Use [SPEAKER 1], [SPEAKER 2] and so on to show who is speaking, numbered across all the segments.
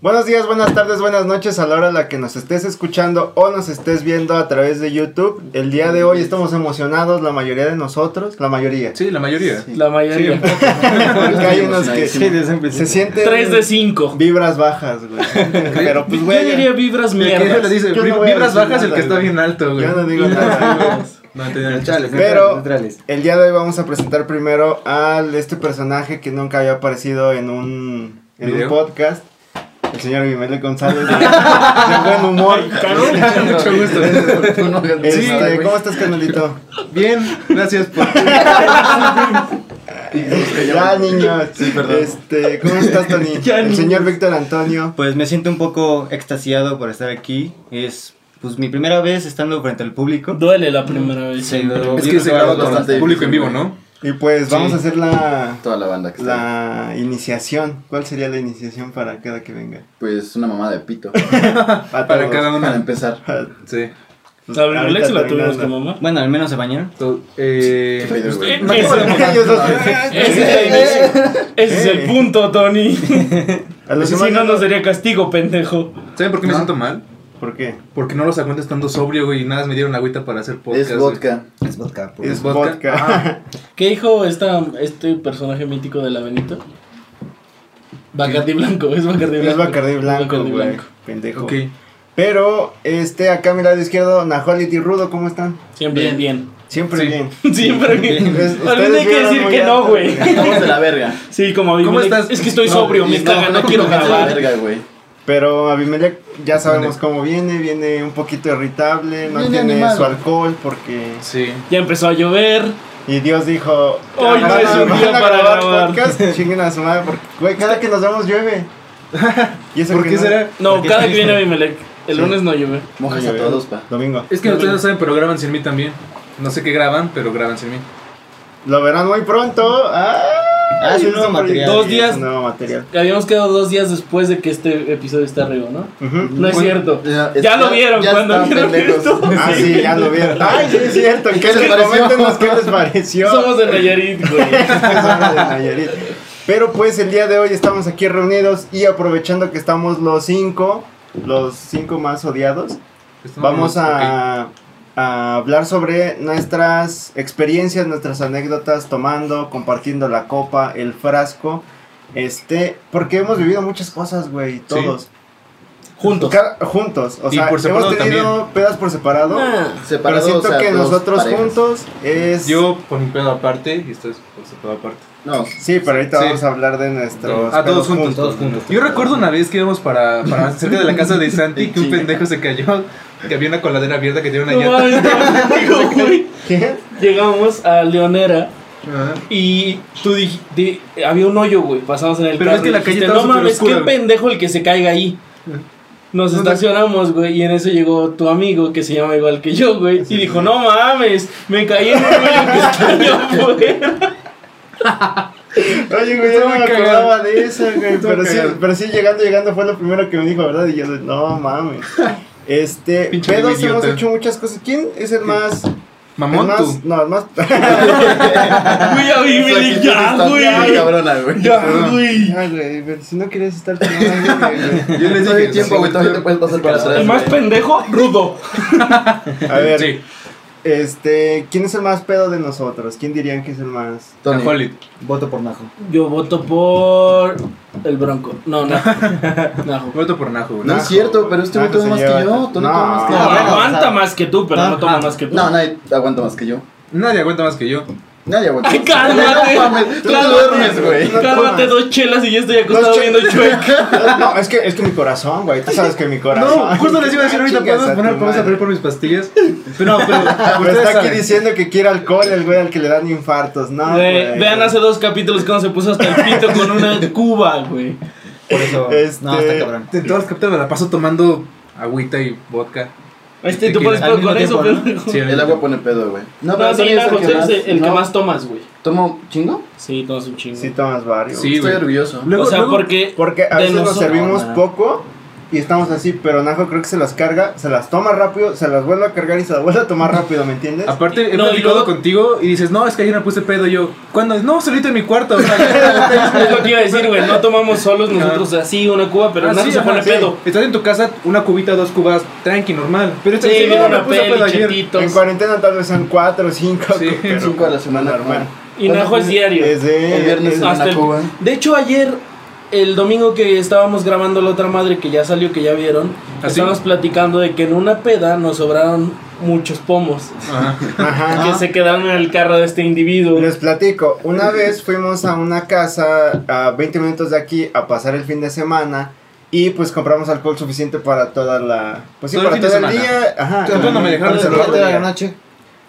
[SPEAKER 1] Buenos días, buenas tardes, buenas noches a la hora a la que nos estés escuchando o nos estés viendo a través de YouTube. El día de hoy estamos emocionados, la mayoría de nosotros, la mayoría.
[SPEAKER 2] Sí, la mayoría.
[SPEAKER 3] La mayoría.
[SPEAKER 1] Porque hay unos que
[SPEAKER 3] Sí, desde un
[SPEAKER 1] se
[SPEAKER 3] principio.
[SPEAKER 1] sienten
[SPEAKER 3] 3 de 5.
[SPEAKER 1] vibras bajas, güey. Pero pues,
[SPEAKER 3] Yo
[SPEAKER 1] güey,
[SPEAKER 3] diría vibras
[SPEAKER 2] El que le
[SPEAKER 3] mierdas.
[SPEAKER 2] dice,
[SPEAKER 1] Yo no
[SPEAKER 2] "Vib-
[SPEAKER 1] voy a
[SPEAKER 2] vibras
[SPEAKER 1] decir
[SPEAKER 2] bajas el
[SPEAKER 1] nada,
[SPEAKER 2] que está
[SPEAKER 1] güey.
[SPEAKER 2] bien alto, güey.
[SPEAKER 1] yo no digo nada. güey.
[SPEAKER 2] No entendieron el
[SPEAKER 4] Chale,
[SPEAKER 2] chale.
[SPEAKER 1] Pero-
[SPEAKER 4] neutrales.
[SPEAKER 1] El día de hoy vamos a presentar primero a este personaje que nunca había aparecido en un, en un
[SPEAKER 2] ¿Video?
[SPEAKER 1] podcast. El señor Guimele González, de, de buen humor.
[SPEAKER 2] Mucho gusto.
[SPEAKER 1] Este,
[SPEAKER 2] Sí, güey.
[SPEAKER 1] ¿Cómo estás, canalito?
[SPEAKER 2] Bien, gracias por.
[SPEAKER 1] Este, Ya, niños.
[SPEAKER 2] Sí, perdón.
[SPEAKER 1] Este, ¿Cómo estás, Tony?
[SPEAKER 3] Ya,
[SPEAKER 1] el
[SPEAKER 3] niños.
[SPEAKER 1] señor Víctor Antonio.
[SPEAKER 4] Pues me siento un poco extasiado por estar aquí. Es pues mi primera vez estando frente al público.
[SPEAKER 3] Duele la primera vez.
[SPEAKER 4] Sí,
[SPEAKER 3] siempre.
[SPEAKER 4] lo-
[SPEAKER 2] Es que se graba con
[SPEAKER 5] Bastante
[SPEAKER 2] público en vivo,
[SPEAKER 5] difícil,
[SPEAKER 2] ¿no?
[SPEAKER 1] Y pues vamos
[SPEAKER 4] Sí.
[SPEAKER 1] a hacer la,
[SPEAKER 5] Toda la banda que está.
[SPEAKER 1] la iniciación. ¿Cuál sería la iniciación para cada que venga?
[SPEAKER 5] Pues una mamada de pito.
[SPEAKER 1] A
[SPEAKER 2] Para
[SPEAKER 1] todos.
[SPEAKER 2] cada
[SPEAKER 5] Para
[SPEAKER 2] uno.
[SPEAKER 5] empezar.
[SPEAKER 1] Ah,
[SPEAKER 2] Sí.
[SPEAKER 1] pues,
[SPEAKER 3] A ver,
[SPEAKER 1] ahorita
[SPEAKER 3] Alex la
[SPEAKER 1] terminamos
[SPEAKER 3] tuvimos que mamá.
[SPEAKER 4] Bueno, al menos se bañaron.
[SPEAKER 2] To- eh,
[SPEAKER 5] Soy de
[SPEAKER 2] usted-
[SPEAKER 5] güey.
[SPEAKER 2] no acabo de
[SPEAKER 1] la-
[SPEAKER 2] mojar.
[SPEAKER 1] Ellos dos.
[SPEAKER 3] Ese es el, inicio. Ese es el punto, Tony.
[SPEAKER 1] A los
[SPEAKER 3] si no
[SPEAKER 1] demás-
[SPEAKER 3] nos daría castigo, pendejo.
[SPEAKER 2] ¿Saben por qué me
[SPEAKER 5] No.
[SPEAKER 2] siento mal?
[SPEAKER 1] ¿Por qué?
[SPEAKER 2] Porque no los aguanto estando sobrio, güey. Y nada, más me dieron agüita para hacer podcast.
[SPEAKER 5] Es
[SPEAKER 2] güey.
[SPEAKER 5] vodka.
[SPEAKER 4] Es vodka.
[SPEAKER 1] Es
[SPEAKER 2] ¿Es vodka?
[SPEAKER 1] vodka.
[SPEAKER 2] Ah.
[SPEAKER 3] ¿Qué dijo esta, este personaje mítico de la Benito? Bacardi Blanco, es Bacardi Blanco.
[SPEAKER 1] Es Bacardi Blanco,
[SPEAKER 3] Bacardí
[SPEAKER 1] güey.
[SPEAKER 3] Blanco.
[SPEAKER 1] Pendejo.
[SPEAKER 2] Ok.
[SPEAKER 1] Pero, este, acá a mi lado izquierdo, Nahuality y Rudo, ¿cómo están?
[SPEAKER 3] Siempre bien.
[SPEAKER 5] Bien.
[SPEAKER 1] Siempre
[SPEAKER 2] Sí.
[SPEAKER 1] bien.
[SPEAKER 3] Siempre bien.
[SPEAKER 1] Ustedes
[SPEAKER 3] Alguien hay que
[SPEAKER 1] vieron
[SPEAKER 3] decir
[SPEAKER 1] muy
[SPEAKER 3] que no,
[SPEAKER 1] alto.
[SPEAKER 3] güey.
[SPEAKER 5] Vamos de la verga.
[SPEAKER 3] Sí, como
[SPEAKER 2] ¿Cómo
[SPEAKER 3] Abimelec,
[SPEAKER 2] estás?
[SPEAKER 3] Es que estoy
[SPEAKER 2] No,
[SPEAKER 3] sobrio, me
[SPEAKER 5] Y
[SPEAKER 3] está ganando, quiero
[SPEAKER 5] vamos de la
[SPEAKER 3] grabar.
[SPEAKER 5] verga, güey.
[SPEAKER 1] Pero Abimelec ya sabemos cómo viene, viene un poquito irritable, no
[SPEAKER 5] Viene
[SPEAKER 1] tiene
[SPEAKER 5] animado.
[SPEAKER 1] su alcohol porque...
[SPEAKER 2] Sí.
[SPEAKER 3] Ya empezó a llover.
[SPEAKER 1] Y Dios dijo, "Van
[SPEAKER 3] Hoy no
[SPEAKER 1] a-
[SPEAKER 3] es un
[SPEAKER 1] van
[SPEAKER 3] día
[SPEAKER 1] a
[SPEAKER 3] para
[SPEAKER 1] grabar
[SPEAKER 3] grabar".
[SPEAKER 1] podcast, chinguen a su madre, porque, güey, cada que nos vemos llueve. ¿Y eso
[SPEAKER 2] ¿Por
[SPEAKER 1] que
[SPEAKER 2] qué
[SPEAKER 1] no-
[SPEAKER 2] será?
[SPEAKER 3] No,
[SPEAKER 4] Porque
[SPEAKER 3] cada
[SPEAKER 4] sí.
[SPEAKER 3] que viene Abimelec, el
[SPEAKER 1] Sí.
[SPEAKER 3] lunes no llueve.
[SPEAKER 5] Mojas a
[SPEAKER 1] llueve?
[SPEAKER 5] todos, pa.
[SPEAKER 1] Domingo.
[SPEAKER 2] Es que ustedes no saben, pero graban sin mí también. No sé qué graban, pero graban sin mí.
[SPEAKER 1] Lo verán muy pronto. Ah,
[SPEAKER 4] Ah, es un nuevo
[SPEAKER 1] eso por-
[SPEAKER 4] material.
[SPEAKER 3] Dos días.
[SPEAKER 1] Es un nuevo material.
[SPEAKER 3] Habíamos quedado dos días después de que este episodio está arriba, ¿no?
[SPEAKER 1] Ujú.
[SPEAKER 3] No es cierto.
[SPEAKER 5] Ya,
[SPEAKER 3] Ya lo vieron
[SPEAKER 5] ya
[SPEAKER 3] cuando
[SPEAKER 5] están
[SPEAKER 3] vieron
[SPEAKER 5] pendejos.
[SPEAKER 3] esto.
[SPEAKER 1] Ah, sí, ya lo vieron. Ay, sí, es cierto. ¿Qué
[SPEAKER 5] ¿Qué
[SPEAKER 1] les
[SPEAKER 5] les pareció?
[SPEAKER 1] Coméntenos qué les pareció.
[SPEAKER 3] Somos de Nayarit, güey.
[SPEAKER 1] Somos de Nayarit. Pero pues el día de hoy estamos aquí reunidos y aprovechando que estamos los cinco, los cinco más odiados, vamos a, a hablar sobre nuestras experiencias, nuestras anécdotas tomando, compartiendo la copa, el frasco. Este, porque hemos vivido muchas cosas, güey, todos.
[SPEAKER 3] Juntos.
[SPEAKER 1] Cada- juntos, o
[SPEAKER 2] Y
[SPEAKER 1] sea,
[SPEAKER 2] por separado
[SPEAKER 1] hemos tenido pedas por separado.
[SPEAKER 3] Ah,
[SPEAKER 1] Pero
[SPEAKER 5] Separados,
[SPEAKER 1] siento
[SPEAKER 5] o sea,
[SPEAKER 1] que
[SPEAKER 5] dos
[SPEAKER 1] nosotros
[SPEAKER 5] parejas.
[SPEAKER 1] juntos es.
[SPEAKER 2] Yo por mi pedo aparte y ustedes por su pedo aparte.
[SPEAKER 5] No,
[SPEAKER 1] Sí, pero ahorita
[SPEAKER 2] Sí.
[SPEAKER 1] vamos a hablar de nuestros.
[SPEAKER 2] Ah,
[SPEAKER 1] pedos
[SPEAKER 2] todos juntos, todos juntos. Yo recuerdo una vez que íbamos para, para cerca de la casa de Santi que un pendejo se cayó, que había una coladera abierta que tenía una
[SPEAKER 3] no
[SPEAKER 2] llanta.
[SPEAKER 3] mames, no, güey.
[SPEAKER 1] ¿Qué?
[SPEAKER 3] Llegamos a Leonera
[SPEAKER 2] Ajá.
[SPEAKER 3] y tú dij- di- había un hoyo, güey. Pasamos en el
[SPEAKER 2] Pero
[SPEAKER 3] carro.
[SPEAKER 2] es que
[SPEAKER 3] y
[SPEAKER 2] la calle
[SPEAKER 3] dijiste,
[SPEAKER 2] estaba
[SPEAKER 3] No
[SPEAKER 2] súper
[SPEAKER 3] mames,
[SPEAKER 2] oscura,
[SPEAKER 3] qué
[SPEAKER 2] güey". Mm.
[SPEAKER 3] pendejo el que se caiga ahí. Nos
[SPEAKER 2] No, no.
[SPEAKER 3] estacionamos, güey, y en eso llegó tu amigo que se llama igual que yo, güey, y dijo, no mames, me caí en un hoyo que está allá afuera".
[SPEAKER 1] Oye, güey, yo
[SPEAKER 2] Está
[SPEAKER 1] no me
[SPEAKER 2] muy
[SPEAKER 1] acordaba
[SPEAKER 2] cagado.
[SPEAKER 1] de eso, güey.
[SPEAKER 2] Está
[SPEAKER 1] Pero
[SPEAKER 2] muy
[SPEAKER 1] sí,
[SPEAKER 2] cagado.
[SPEAKER 1] pero sí, llegando, llegando fue lo primero que me dijo, ¿verdad? Y yo, no mames. Este,
[SPEAKER 2] Pinche
[SPEAKER 1] pedos
[SPEAKER 2] idiota.
[SPEAKER 1] hemos hecho muchas cosas. ¿Quién es el más. el
[SPEAKER 2] Mamón
[SPEAKER 1] más
[SPEAKER 2] tú.
[SPEAKER 1] no, el más.
[SPEAKER 3] Güey, a mí me
[SPEAKER 5] Aquí
[SPEAKER 3] dijo,
[SPEAKER 5] está
[SPEAKER 3] ya,
[SPEAKER 5] bien
[SPEAKER 3] güey.
[SPEAKER 5] cabrona, güey.
[SPEAKER 3] Ya, güey.
[SPEAKER 1] Ay, güey, pero si no quieres estar con nadie, güey.
[SPEAKER 2] Yo les
[SPEAKER 5] Todavía
[SPEAKER 2] dije,
[SPEAKER 5] hay tiempo, güey. Todavía te puedes pasar para atrás.
[SPEAKER 3] El más
[SPEAKER 5] güey.
[SPEAKER 3] pendejo, rudo.
[SPEAKER 1] A ver,
[SPEAKER 2] Sí,
[SPEAKER 1] este, ¿quién es el más pedo de nosotros? ¿Quién dirían que es el más?
[SPEAKER 5] Tony.
[SPEAKER 2] Holly.
[SPEAKER 4] Voto por Najo.
[SPEAKER 3] Yo voto por el Bronco. No, no. no.
[SPEAKER 2] Voto por Najo, güey.
[SPEAKER 5] No es cierto, pero este güey
[SPEAKER 1] Najo
[SPEAKER 5] toma
[SPEAKER 1] se
[SPEAKER 5] más que
[SPEAKER 1] lleva.
[SPEAKER 5] yo. Tony toma más que
[SPEAKER 1] No,
[SPEAKER 5] yo.
[SPEAKER 4] bueno,
[SPEAKER 3] aguanta
[SPEAKER 4] o sea,
[SPEAKER 3] más que tú, pero no toma
[SPEAKER 4] ajá.
[SPEAKER 3] más que tú.
[SPEAKER 5] No, nadie aguanta más que yo.
[SPEAKER 2] Nadie aguanta más que yo.
[SPEAKER 5] Nadie aguanta.
[SPEAKER 3] Ay,
[SPEAKER 5] más que yo.
[SPEAKER 3] cálmate.
[SPEAKER 5] No mames, tú no
[SPEAKER 3] Cálmate.
[SPEAKER 5] duermes, güey.
[SPEAKER 1] No
[SPEAKER 3] Cálmate
[SPEAKER 1] tomas.
[SPEAKER 3] dos chelas y ya estoy acostado
[SPEAKER 1] Dos
[SPEAKER 3] viendo
[SPEAKER 1] chelas.
[SPEAKER 3] chueca.
[SPEAKER 1] No, es que, es que mi corazón, güey. Tú sabes que mi corazón. Ah,
[SPEAKER 2] No, justo les iba a decir ahorita,
[SPEAKER 1] Chingas
[SPEAKER 2] ¿podemos
[SPEAKER 1] a tu
[SPEAKER 2] poner, vamos a
[SPEAKER 1] madre.
[SPEAKER 2] pedir por mis pastillas? Pero no, pero
[SPEAKER 1] Pero
[SPEAKER 2] ustedes
[SPEAKER 1] está aquí
[SPEAKER 2] saben.
[SPEAKER 1] diciendo que quiere alcohol el güey al que le dan infartos, ¿no?
[SPEAKER 3] Güey,
[SPEAKER 1] güey.
[SPEAKER 3] Vean hace dos capítulos cómo se puso hasta el pito con una cuba, güey.
[SPEAKER 4] Por eso.
[SPEAKER 1] Este-
[SPEAKER 4] No, está cabrón.
[SPEAKER 2] En todas las capítulos me la paso tomando agüita y vodka. Tequila.
[SPEAKER 3] Este, tú pones
[SPEAKER 4] Al
[SPEAKER 3] pedo
[SPEAKER 4] mismo
[SPEAKER 3] con eso,
[SPEAKER 4] tiempo, ¿no?
[SPEAKER 3] pendejo.
[SPEAKER 2] Sí,
[SPEAKER 5] El
[SPEAKER 1] pues.
[SPEAKER 5] agua pone pedo, güey.
[SPEAKER 3] No, sí,
[SPEAKER 5] Tony
[SPEAKER 3] no, tú eres el que
[SPEAKER 5] no.
[SPEAKER 3] más tomas, güey.
[SPEAKER 5] ¿Tomo chingo?
[SPEAKER 3] Sí, tomas un chingo.
[SPEAKER 1] Sí tomas varios.
[SPEAKER 2] Sí,
[SPEAKER 5] Estoy
[SPEAKER 2] güey.
[SPEAKER 5] orgulloso.
[SPEAKER 2] Luego-
[SPEAKER 3] o sea,
[SPEAKER 2] luego-
[SPEAKER 3] porque
[SPEAKER 1] Porque a
[SPEAKER 3] De
[SPEAKER 1] veces nos
[SPEAKER 3] nosotros-
[SPEAKER 1] servimos
[SPEAKER 4] no, no, no.
[SPEAKER 1] poco y estamos así, pero Najo creo que se las carga, se las toma rápido, se las vuelve a cargar y se las vuelve a tomar rápido, ¿me entiendes?
[SPEAKER 2] Aparte, he
[SPEAKER 3] No, y
[SPEAKER 2] platicado
[SPEAKER 3] luego-
[SPEAKER 2] contigo y dices, no, es que ayer me puse pedo. Y yo, ¿cuándo? No, solito en mi cuarto.
[SPEAKER 3] Es lo que iba a decir, güey. No tomamos solos nosotros así una cuba, pero
[SPEAKER 2] Ah,
[SPEAKER 3] nada
[SPEAKER 2] sí,
[SPEAKER 3] se
[SPEAKER 2] ajá,
[SPEAKER 3] pone
[SPEAKER 2] sí.
[SPEAKER 3] pedo.
[SPEAKER 2] Estás en tu casa, una cubita, dos cubas, tranqui, normal. Pero
[SPEAKER 3] Sí,
[SPEAKER 2] esta dice,
[SPEAKER 3] viene
[SPEAKER 2] no,
[SPEAKER 3] una
[SPEAKER 2] me puse pedo
[SPEAKER 3] peli,
[SPEAKER 2] ayer.
[SPEAKER 3] chetitos.
[SPEAKER 1] en cuarentena tal vez son cuatro o cinco,
[SPEAKER 2] Sí,
[SPEAKER 1] pero
[SPEAKER 5] Cinco a la semana,
[SPEAKER 1] normal.
[SPEAKER 3] Y Najo es diario.
[SPEAKER 1] Desde
[SPEAKER 5] El viernes en
[SPEAKER 3] Hasta
[SPEAKER 5] la
[SPEAKER 3] el-
[SPEAKER 5] Cuba.
[SPEAKER 3] De hecho, ayer, el domingo que estábamos grabando la otra madre que ya salió, que ya vieron,
[SPEAKER 2] ¿Ah, sí?
[SPEAKER 3] estábamos platicando de que en una peda nos sobraron muchos pomos
[SPEAKER 2] Ajá.
[SPEAKER 1] Ajá.
[SPEAKER 5] Ah,
[SPEAKER 3] que se quedaron en el carro de este individuo.
[SPEAKER 1] Les platico, una vez fuimos a una casa a 20 minutos de aquí a pasar el fin de semana y pues compramos alcohol suficiente para toda la... Pues sí,
[SPEAKER 2] Todo el
[SPEAKER 1] para
[SPEAKER 2] fin de
[SPEAKER 1] todo el
[SPEAKER 2] semana.
[SPEAKER 1] día. Ajá.
[SPEAKER 2] Entonces, bueno, me dejaron
[SPEAKER 1] Para
[SPEAKER 2] de
[SPEAKER 1] todo el
[SPEAKER 2] hablar
[SPEAKER 1] día.
[SPEAKER 5] noche.
[SPEAKER 1] Y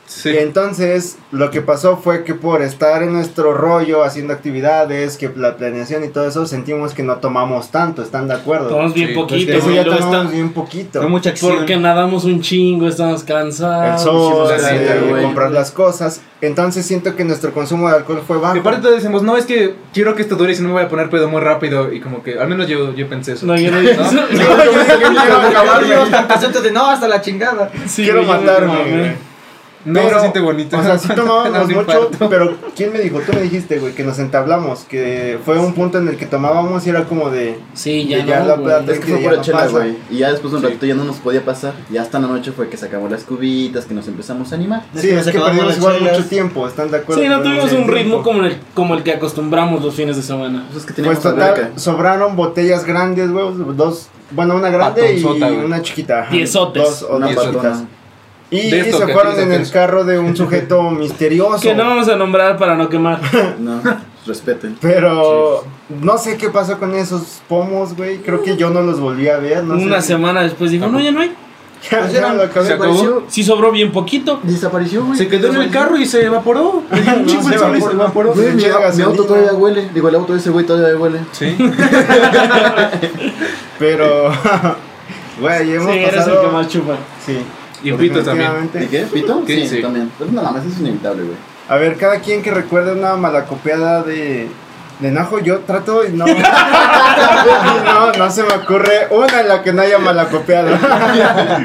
[SPEAKER 2] Sí.
[SPEAKER 1] entonces lo que pasó fue que por estar en nuestro rollo haciendo actividades, que la planeación y todo eso, sentimos que no tomamos tanto, ¿están de acuerdo?
[SPEAKER 3] Tomamos bien
[SPEAKER 2] Sí,
[SPEAKER 3] poquito,
[SPEAKER 1] pues Eso
[SPEAKER 3] güey,
[SPEAKER 1] ya
[SPEAKER 3] luego
[SPEAKER 1] tomamos
[SPEAKER 3] está-
[SPEAKER 1] bien poquito.
[SPEAKER 4] Fue mucha acción.
[SPEAKER 3] porque nadamos un chingo, estamos cansados.
[SPEAKER 1] El sol,
[SPEAKER 2] hicimos
[SPEAKER 1] eh,
[SPEAKER 2] dieta, güey.
[SPEAKER 1] comprar las cosas. Entonces siento que nuestro consumo de alcohol fue bajo.
[SPEAKER 2] Y aparte todos decimos, no, es que quiero que esto dure, si no me voy a poner pedo muy rápido. Y como que, al menos yo, yo pensé eso.
[SPEAKER 3] No, yo no
[SPEAKER 1] Yo quiero acabarme.
[SPEAKER 4] de no, hasta la chingada.
[SPEAKER 3] Sí,
[SPEAKER 1] quiero
[SPEAKER 3] güey, yo me
[SPEAKER 1] matarme,
[SPEAKER 3] mamé.
[SPEAKER 1] güey.
[SPEAKER 2] No se siente bonito.
[SPEAKER 1] O sea, sí tomábamos
[SPEAKER 2] Un
[SPEAKER 1] mucho,
[SPEAKER 2] infarto.
[SPEAKER 1] pero ¿quién me dijo? Tú me dijiste, güey, que nos entablamos, que fue un punto en el que tomábamos y era como de...
[SPEAKER 3] Sí, ya,
[SPEAKER 1] Y ya
[SPEAKER 3] no,
[SPEAKER 1] la
[SPEAKER 3] güey.
[SPEAKER 1] plata-
[SPEAKER 5] Es que fue
[SPEAKER 1] Ya
[SPEAKER 5] pura
[SPEAKER 1] no
[SPEAKER 5] chela,
[SPEAKER 1] pasa.
[SPEAKER 5] güey. Y ya después de un ratito ya no nos podía pasar. Y hasta en la noche fue que se acabó las cubitas, que nos empezamos a animar.
[SPEAKER 1] Sí, es que perdimos igual mucho tiempo, ¿están de acuerdo?
[SPEAKER 3] Sí, no
[SPEAKER 1] Perdimos
[SPEAKER 3] tuvimos un
[SPEAKER 1] mucho
[SPEAKER 3] ritmo
[SPEAKER 1] tiempo.
[SPEAKER 3] como el, como el que acostumbramos los fines de semana.
[SPEAKER 5] Pues es que
[SPEAKER 1] Pues
[SPEAKER 5] teníamos alberca.
[SPEAKER 1] total, sobraron botellas grandes, güey, dos, bueno, una grande y
[SPEAKER 2] Patonzota, güey.
[SPEAKER 1] una chiquita. ajá,
[SPEAKER 3] Piezotes.
[SPEAKER 1] Dos o
[SPEAKER 5] Una
[SPEAKER 1] dos
[SPEAKER 2] Piezotas.
[SPEAKER 1] chiquitas.
[SPEAKER 5] patona.
[SPEAKER 1] Y
[SPEAKER 2] De esto
[SPEAKER 1] se
[SPEAKER 2] que
[SPEAKER 1] fueron
[SPEAKER 2] utilizan
[SPEAKER 1] en el
[SPEAKER 2] tres.
[SPEAKER 1] carro de un sujeto misterioso.
[SPEAKER 3] Que no vamos a nombrar para no quemar.
[SPEAKER 5] No, respeten.
[SPEAKER 1] Pero no sé qué pasó con esos pomos, güey. Creo que yo no los volví a ver. No
[SPEAKER 3] Una
[SPEAKER 1] sé.
[SPEAKER 3] semana después dijo, no, ya no hay.
[SPEAKER 1] Ya,
[SPEAKER 2] Pues
[SPEAKER 1] ya lo acabé.
[SPEAKER 2] Se acabó.
[SPEAKER 5] Desapareció.
[SPEAKER 3] Sí sobró bien poquito.
[SPEAKER 5] Desapareció, güey.
[SPEAKER 2] Se quedó en el carro y se evaporó. Le dio un chingo
[SPEAKER 1] Se
[SPEAKER 2] el sol y se
[SPEAKER 1] evaporó.
[SPEAKER 2] evaporó.
[SPEAKER 5] Güey, mi,
[SPEAKER 1] Pinche
[SPEAKER 5] mi auto
[SPEAKER 1] gasolina.
[SPEAKER 5] todavía huele. Digo, el auto de ese güey todavía huele.
[SPEAKER 2] Sí.
[SPEAKER 1] Pero, güey,
[SPEAKER 3] Sí,
[SPEAKER 1] hemos
[SPEAKER 3] eres el
[SPEAKER 1] pasado...
[SPEAKER 3] que más chupa.
[SPEAKER 1] Sí,
[SPEAKER 2] Y en pitos también.
[SPEAKER 1] definitivamente.
[SPEAKER 5] ¿De qué? ¿Pito?
[SPEAKER 2] Sí, sí.
[SPEAKER 5] también. Pero nada más, eso es inevitable, güey.
[SPEAKER 1] A ver, cada quien que recuerde una malacopeada de, de Najo, yo trato y no. no, no se me ocurre una en la que no haya malacopeado.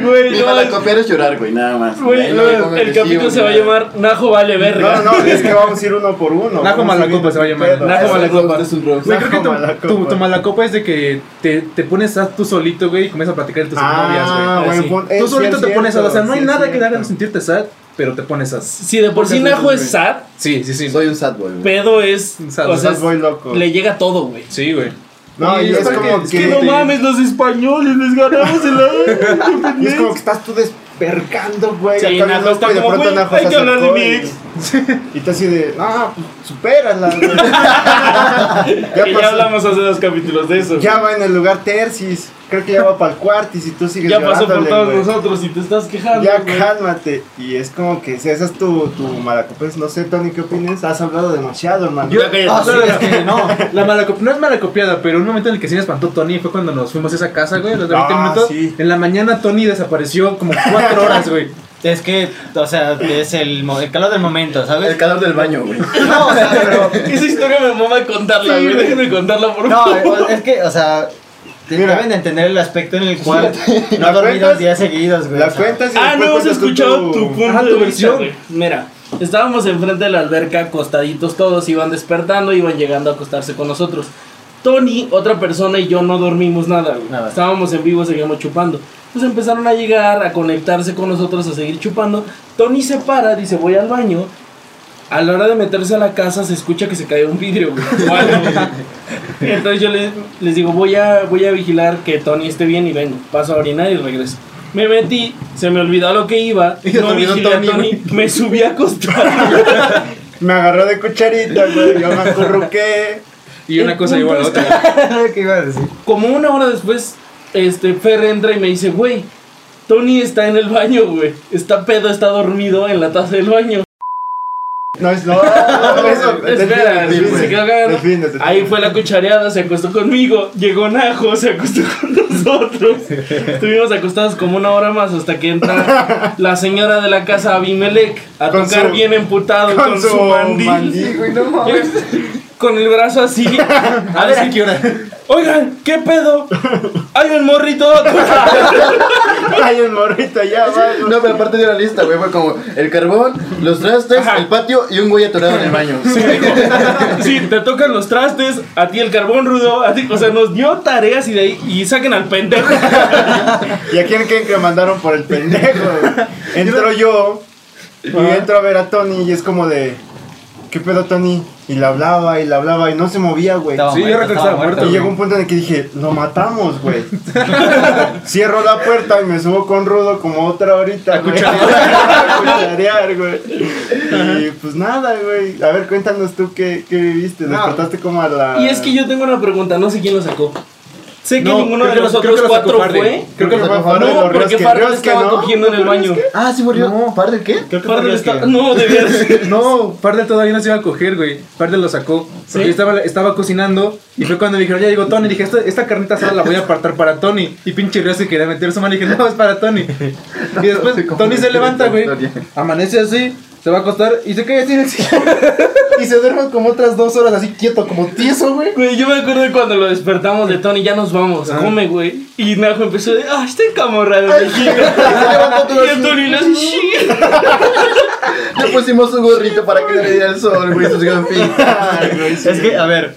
[SPEAKER 3] Güey,
[SPEAKER 5] Mi
[SPEAKER 3] no,
[SPEAKER 5] mala copiar es llorar, güey, nada más.
[SPEAKER 3] güey,
[SPEAKER 5] Ahí
[SPEAKER 3] no,
[SPEAKER 5] no me pongo
[SPEAKER 3] el
[SPEAKER 5] agresivo,
[SPEAKER 3] capítulo se va a
[SPEAKER 5] güey.
[SPEAKER 3] llamar Najo vale
[SPEAKER 1] no,
[SPEAKER 3] verga.
[SPEAKER 1] no, es que vamos a ir uno por uno.
[SPEAKER 2] Najo
[SPEAKER 1] Vamos a ir
[SPEAKER 2] Malacopa se va a llamar.
[SPEAKER 1] pedo.
[SPEAKER 3] Najo
[SPEAKER 5] Eso
[SPEAKER 3] mala
[SPEAKER 5] es un
[SPEAKER 3] copa.
[SPEAKER 5] roast, es un roast.
[SPEAKER 2] Güey, creo que
[SPEAKER 1] Najo
[SPEAKER 2] tu, tu,
[SPEAKER 1] Malacopa.
[SPEAKER 2] tu mala copa es de que te, te pones a tú solito, güey, y comienzas a platicar de tus novias, güey.
[SPEAKER 1] Ah,
[SPEAKER 3] güey.
[SPEAKER 1] buen
[SPEAKER 3] Así.
[SPEAKER 1] punto. Eh,
[SPEAKER 2] Tú
[SPEAKER 1] sí
[SPEAKER 2] solito
[SPEAKER 1] es
[SPEAKER 2] te pones a, o sea,
[SPEAKER 1] cierto,
[SPEAKER 2] no hay
[SPEAKER 1] sí es
[SPEAKER 2] nada que te haga
[SPEAKER 1] cierto.
[SPEAKER 2] sentirte sad, pero te pones a. Sí,
[SPEAKER 3] Si de por sí
[SPEAKER 5] Pocas
[SPEAKER 3] Najo
[SPEAKER 5] veces,
[SPEAKER 3] es
[SPEAKER 5] güey.
[SPEAKER 3] sad,
[SPEAKER 2] sí, sí.
[SPEAKER 5] Soy un sad boy, güey.
[SPEAKER 3] pedo es.
[SPEAKER 2] Un sad,
[SPEAKER 3] o
[SPEAKER 2] un
[SPEAKER 3] sea,
[SPEAKER 1] Estás muy loco.
[SPEAKER 3] le llega todo, güey.
[SPEAKER 2] Sí, güey.
[SPEAKER 1] No, y
[SPEAKER 2] Sí,
[SPEAKER 1] es
[SPEAKER 2] porque-
[SPEAKER 1] como
[SPEAKER 2] es
[SPEAKER 1] que.
[SPEAKER 2] que
[SPEAKER 3] Que no mames, los españoles les ganamos el
[SPEAKER 1] y es como que estás tú despercando, güey.
[SPEAKER 3] Sí,
[SPEAKER 1] acá bien
[SPEAKER 3] Najo
[SPEAKER 1] loco,
[SPEAKER 3] está
[SPEAKER 1] y de
[SPEAKER 3] como,
[SPEAKER 1] pronto
[SPEAKER 3] güey,
[SPEAKER 1] Najo
[SPEAKER 3] hay
[SPEAKER 1] se
[SPEAKER 3] que hablar de
[SPEAKER 1] acercó
[SPEAKER 3] mi
[SPEAKER 1] y-
[SPEAKER 3] ex.
[SPEAKER 1] Y tú así de, ah, pues, supérala, güey.
[SPEAKER 3] Ya,
[SPEAKER 1] ya,
[SPEAKER 3] ya
[SPEAKER 1] pasó-
[SPEAKER 3] hablamos hace dos capítulos de eso.
[SPEAKER 1] ya va en el lugar tercis. Creo que ya va para el cuartis y tú sigues
[SPEAKER 3] Ya pasó por
[SPEAKER 1] llorándole,
[SPEAKER 3] todos
[SPEAKER 1] güey.
[SPEAKER 3] nosotros y te estás quejando.
[SPEAKER 1] Ya
[SPEAKER 3] güey.
[SPEAKER 1] cálmate. Y es como que si esa es tu, tu malacopés, no sé, Tony, ¿qué opinas? Has hablado demasiado, hermano.
[SPEAKER 2] Yo,
[SPEAKER 3] Ya cállate.
[SPEAKER 2] Ah, claro, es que no. La malacop- no es malacopiada, pero un momento en el que sí me espantó Tony fue cuando nos fuimos a esa casa, güey, a los de 20
[SPEAKER 1] Ah,
[SPEAKER 2] minutos.
[SPEAKER 1] sí.
[SPEAKER 2] En la mañana Tony desapareció como 4 horas, güey.
[SPEAKER 4] Es que, o sea, es el, mo- el calor del momento, ¿sabes?
[SPEAKER 5] El calor del baño, güey.
[SPEAKER 4] No, o sea, pero.
[SPEAKER 3] Esa historia me mama contarla,
[SPEAKER 4] Sí,
[SPEAKER 3] güey.
[SPEAKER 4] güey.
[SPEAKER 3] Déjenme contarla, por
[SPEAKER 4] No,
[SPEAKER 3] favor.
[SPEAKER 4] o- es que, o sea. te-
[SPEAKER 1] Mira.
[SPEAKER 4] deben de entender el aspecto en el cual
[SPEAKER 1] La
[SPEAKER 4] no dormí
[SPEAKER 1] cuentas-
[SPEAKER 4] dos días seguidos, güey. o
[SPEAKER 1] La
[SPEAKER 4] sea.
[SPEAKER 1] cuentas y
[SPEAKER 3] Ah,
[SPEAKER 1] después
[SPEAKER 3] no hemos
[SPEAKER 1] cuentas tú
[SPEAKER 3] escuchado tu punto
[SPEAKER 2] Ajá,
[SPEAKER 3] de
[SPEAKER 2] tu
[SPEAKER 3] vista,
[SPEAKER 2] versión.
[SPEAKER 3] güey. Mira, estábamos enfrente de la alberca, acostaditos todos, iban despertando, iban llegando a acostarse con nosotros. Tony, otra persona y yo no dormimos nada, güey.
[SPEAKER 4] Nada.
[SPEAKER 3] Estábamos en vivo, seguíamos chupando. Pues empezaron a llegar, a conectarse con nosotros, a seguir chupando. Tony se para, dice, voy al baño. A la hora de meterse a la casa se escucha que se cae un vidrio, güey. o algo, güey. Entonces yo les, les digo, voy a, voy a vigilar que Tony esté bien y vengo. Paso a orinar y regreso. Me metí, se me olvidó a lo que iba,
[SPEAKER 2] Y se
[SPEAKER 3] no
[SPEAKER 2] te olvidó
[SPEAKER 3] vigilé
[SPEAKER 2] Tony,
[SPEAKER 3] a Tony, me subí a acostar.
[SPEAKER 1] Me agarró de cucharita, güey. Yo me acurruqué.
[SPEAKER 2] Y una
[SPEAKER 3] El
[SPEAKER 2] cosa
[SPEAKER 3] punto
[SPEAKER 2] igual a la
[SPEAKER 3] está-
[SPEAKER 2] otra.
[SPEAKER 4] ¿Qué iba a decir?
[SPEAKER 3] Como una hora después, este, Fer entra y me dice, güey, Tony está en el baño, güey. Está pedo, está dormido en la taza del baño.
[SPEAKER 1] No, es no. no, eso,
[SPEAKER 3] Espera,
[SPEAKER 1] define,
[SPEAKER 3] se
[SPEAKER 1] define,
[SPEAKER 3] quedó cagado.
[SPEAKER 1] define, define.
[SPEAKER 3] Ahí fue la cuchareada, se acostó conmigo, llegó Najo, se acostó con nosotros. Estuvimos acostados como una hora más hasta que entra la señora de la casa Abimelech a
[SPEAKER 1] Con
[SPEAKER 3] tocar
[SPEAKER 1] su-
[SPEAKER 3] bien emputado con, su, mandil.
[SPEAKER 1] mandil, güey, no mames.
[SPEAKER 3] Con el brazo así.
[SPEAKER 2] A ver, ¿a qué hora?
[SPEAKER 3] Oigan, ¿qué pedo? Hay un morrito.
[SPEAKER 1] Hay un morrito allá abajo.
[SPEAKER 5] No, pero aparte de la lista, güey, fue como el carbón, los trastes, el patio y un güey atorado en el baño.
[SPEAKER 3] Sí, dijo, sí, te tocan los trastes, a ti el carbón rudo, a ti, o sea, nos dio tareas y de ahí, y saquen al pendejo.
[SPEAKER 1] ¿Y a quién creen que mandaron por el pendejo? Entro yo y entro a ver a Tony y es como de. ¿Qué pedo, Tony? Y le hablaba y le hablaba y no se movía, güey.
[SPEAKER 4] Estaba
[SPEAKER 2] Sí, yo
[SPEAKER 4] muerto,
[SPEAKER 2] recuerdo que
[SPEAKER 4] estaba
[SPEAKER 2] estaba muerto.
[SPEAKER 1] Y llegó un punto en el que dije, lo matamos, güey. Cierro la puerta y me subo con Rudo como otra horita. A cucharear, güey. Y pues nada, güey. A ver, cuéntanos tú qué, qué viviste. Despertaste como a la.
[SPEAKER 3] Y es que yo tengo una pregunta, no sé quién lo sacó. Sé que
[SPEAKER 2] No,
[SPEAKER 3] ninguno
[SPEAKER 2] creo
[SPEAKER 3] de
[SPEAKER 2] que lo- creo
[SPEAKER 3] nosotros
[SPEAKER 2] que lo sacó
[SPEAKER 3] cuatro
[SPEAKER 2] Farde.
[SPEAKER 3] fue.
[SPEAKER 1] Creo que lo fue Farrell
[SPEAKER 3] No,
[SPEAKER 1] o
[SPEAKER 3] porque
[SPEAKER 1] Rioske.
[SPEAKER 3] Farrell
[SPEAKER 1] Rioske,
[SPEAKER 3] estaba
[SPEAKER 1] ¿no?
[SPEAKER 3] cogiendo en el baño.
[SPEAKER 5] Ah, sí murió. ¿Par del qué?
[SPEAKER 4] Creo que
[SPEAKER 3] Farrell
[SPEAKER 4] fue
[SPEAKER 3] está-
[SPEAKER 4] Rioske.
[SPEAKER 3] No, debía ser.
[SPEAKER 2] No, Fardel todavía no se iba a coger, güey. Fardel lo sacó. Porque
[SPEAKER 3] ¿Sí?
[SPEAKER 2] estaba, estaba cocinando y fue cuando me dijeron, ya llegó Tony. Dije, esta, esta carnita asada la voy a apartar para Tony. Y pinche Río se quería meter su mano y dije, no, es para Tony. Y después
[SPEAKER 5] No sé cómo
[SPEAKER 2] Tony se
[SPEAKER 5] decir
[SPEAKER 2] levanta,
[SPEAKER 5] esta
[SPEAKER 2] güey.
[SPEAKER 5] historia.
[SPEAKER 2] Amanece así, se va a acostar y se cae así en el sillón. Y se duerme como otras dos horas así quieto, como tieso, güey.
[SPEAKER 3] Güey, yo me acuerdo de cuando lo despertamos de Tony, ya nos vamos, come, güey. Y Najo empezó de, ah, está encamorrado de chico. Y el Tony las
[SPEAKER 5] Le pusimos un gorrito para que no le diera el sol, güey, sus gafitas.
[SPEAKER 4] Es que, a ver,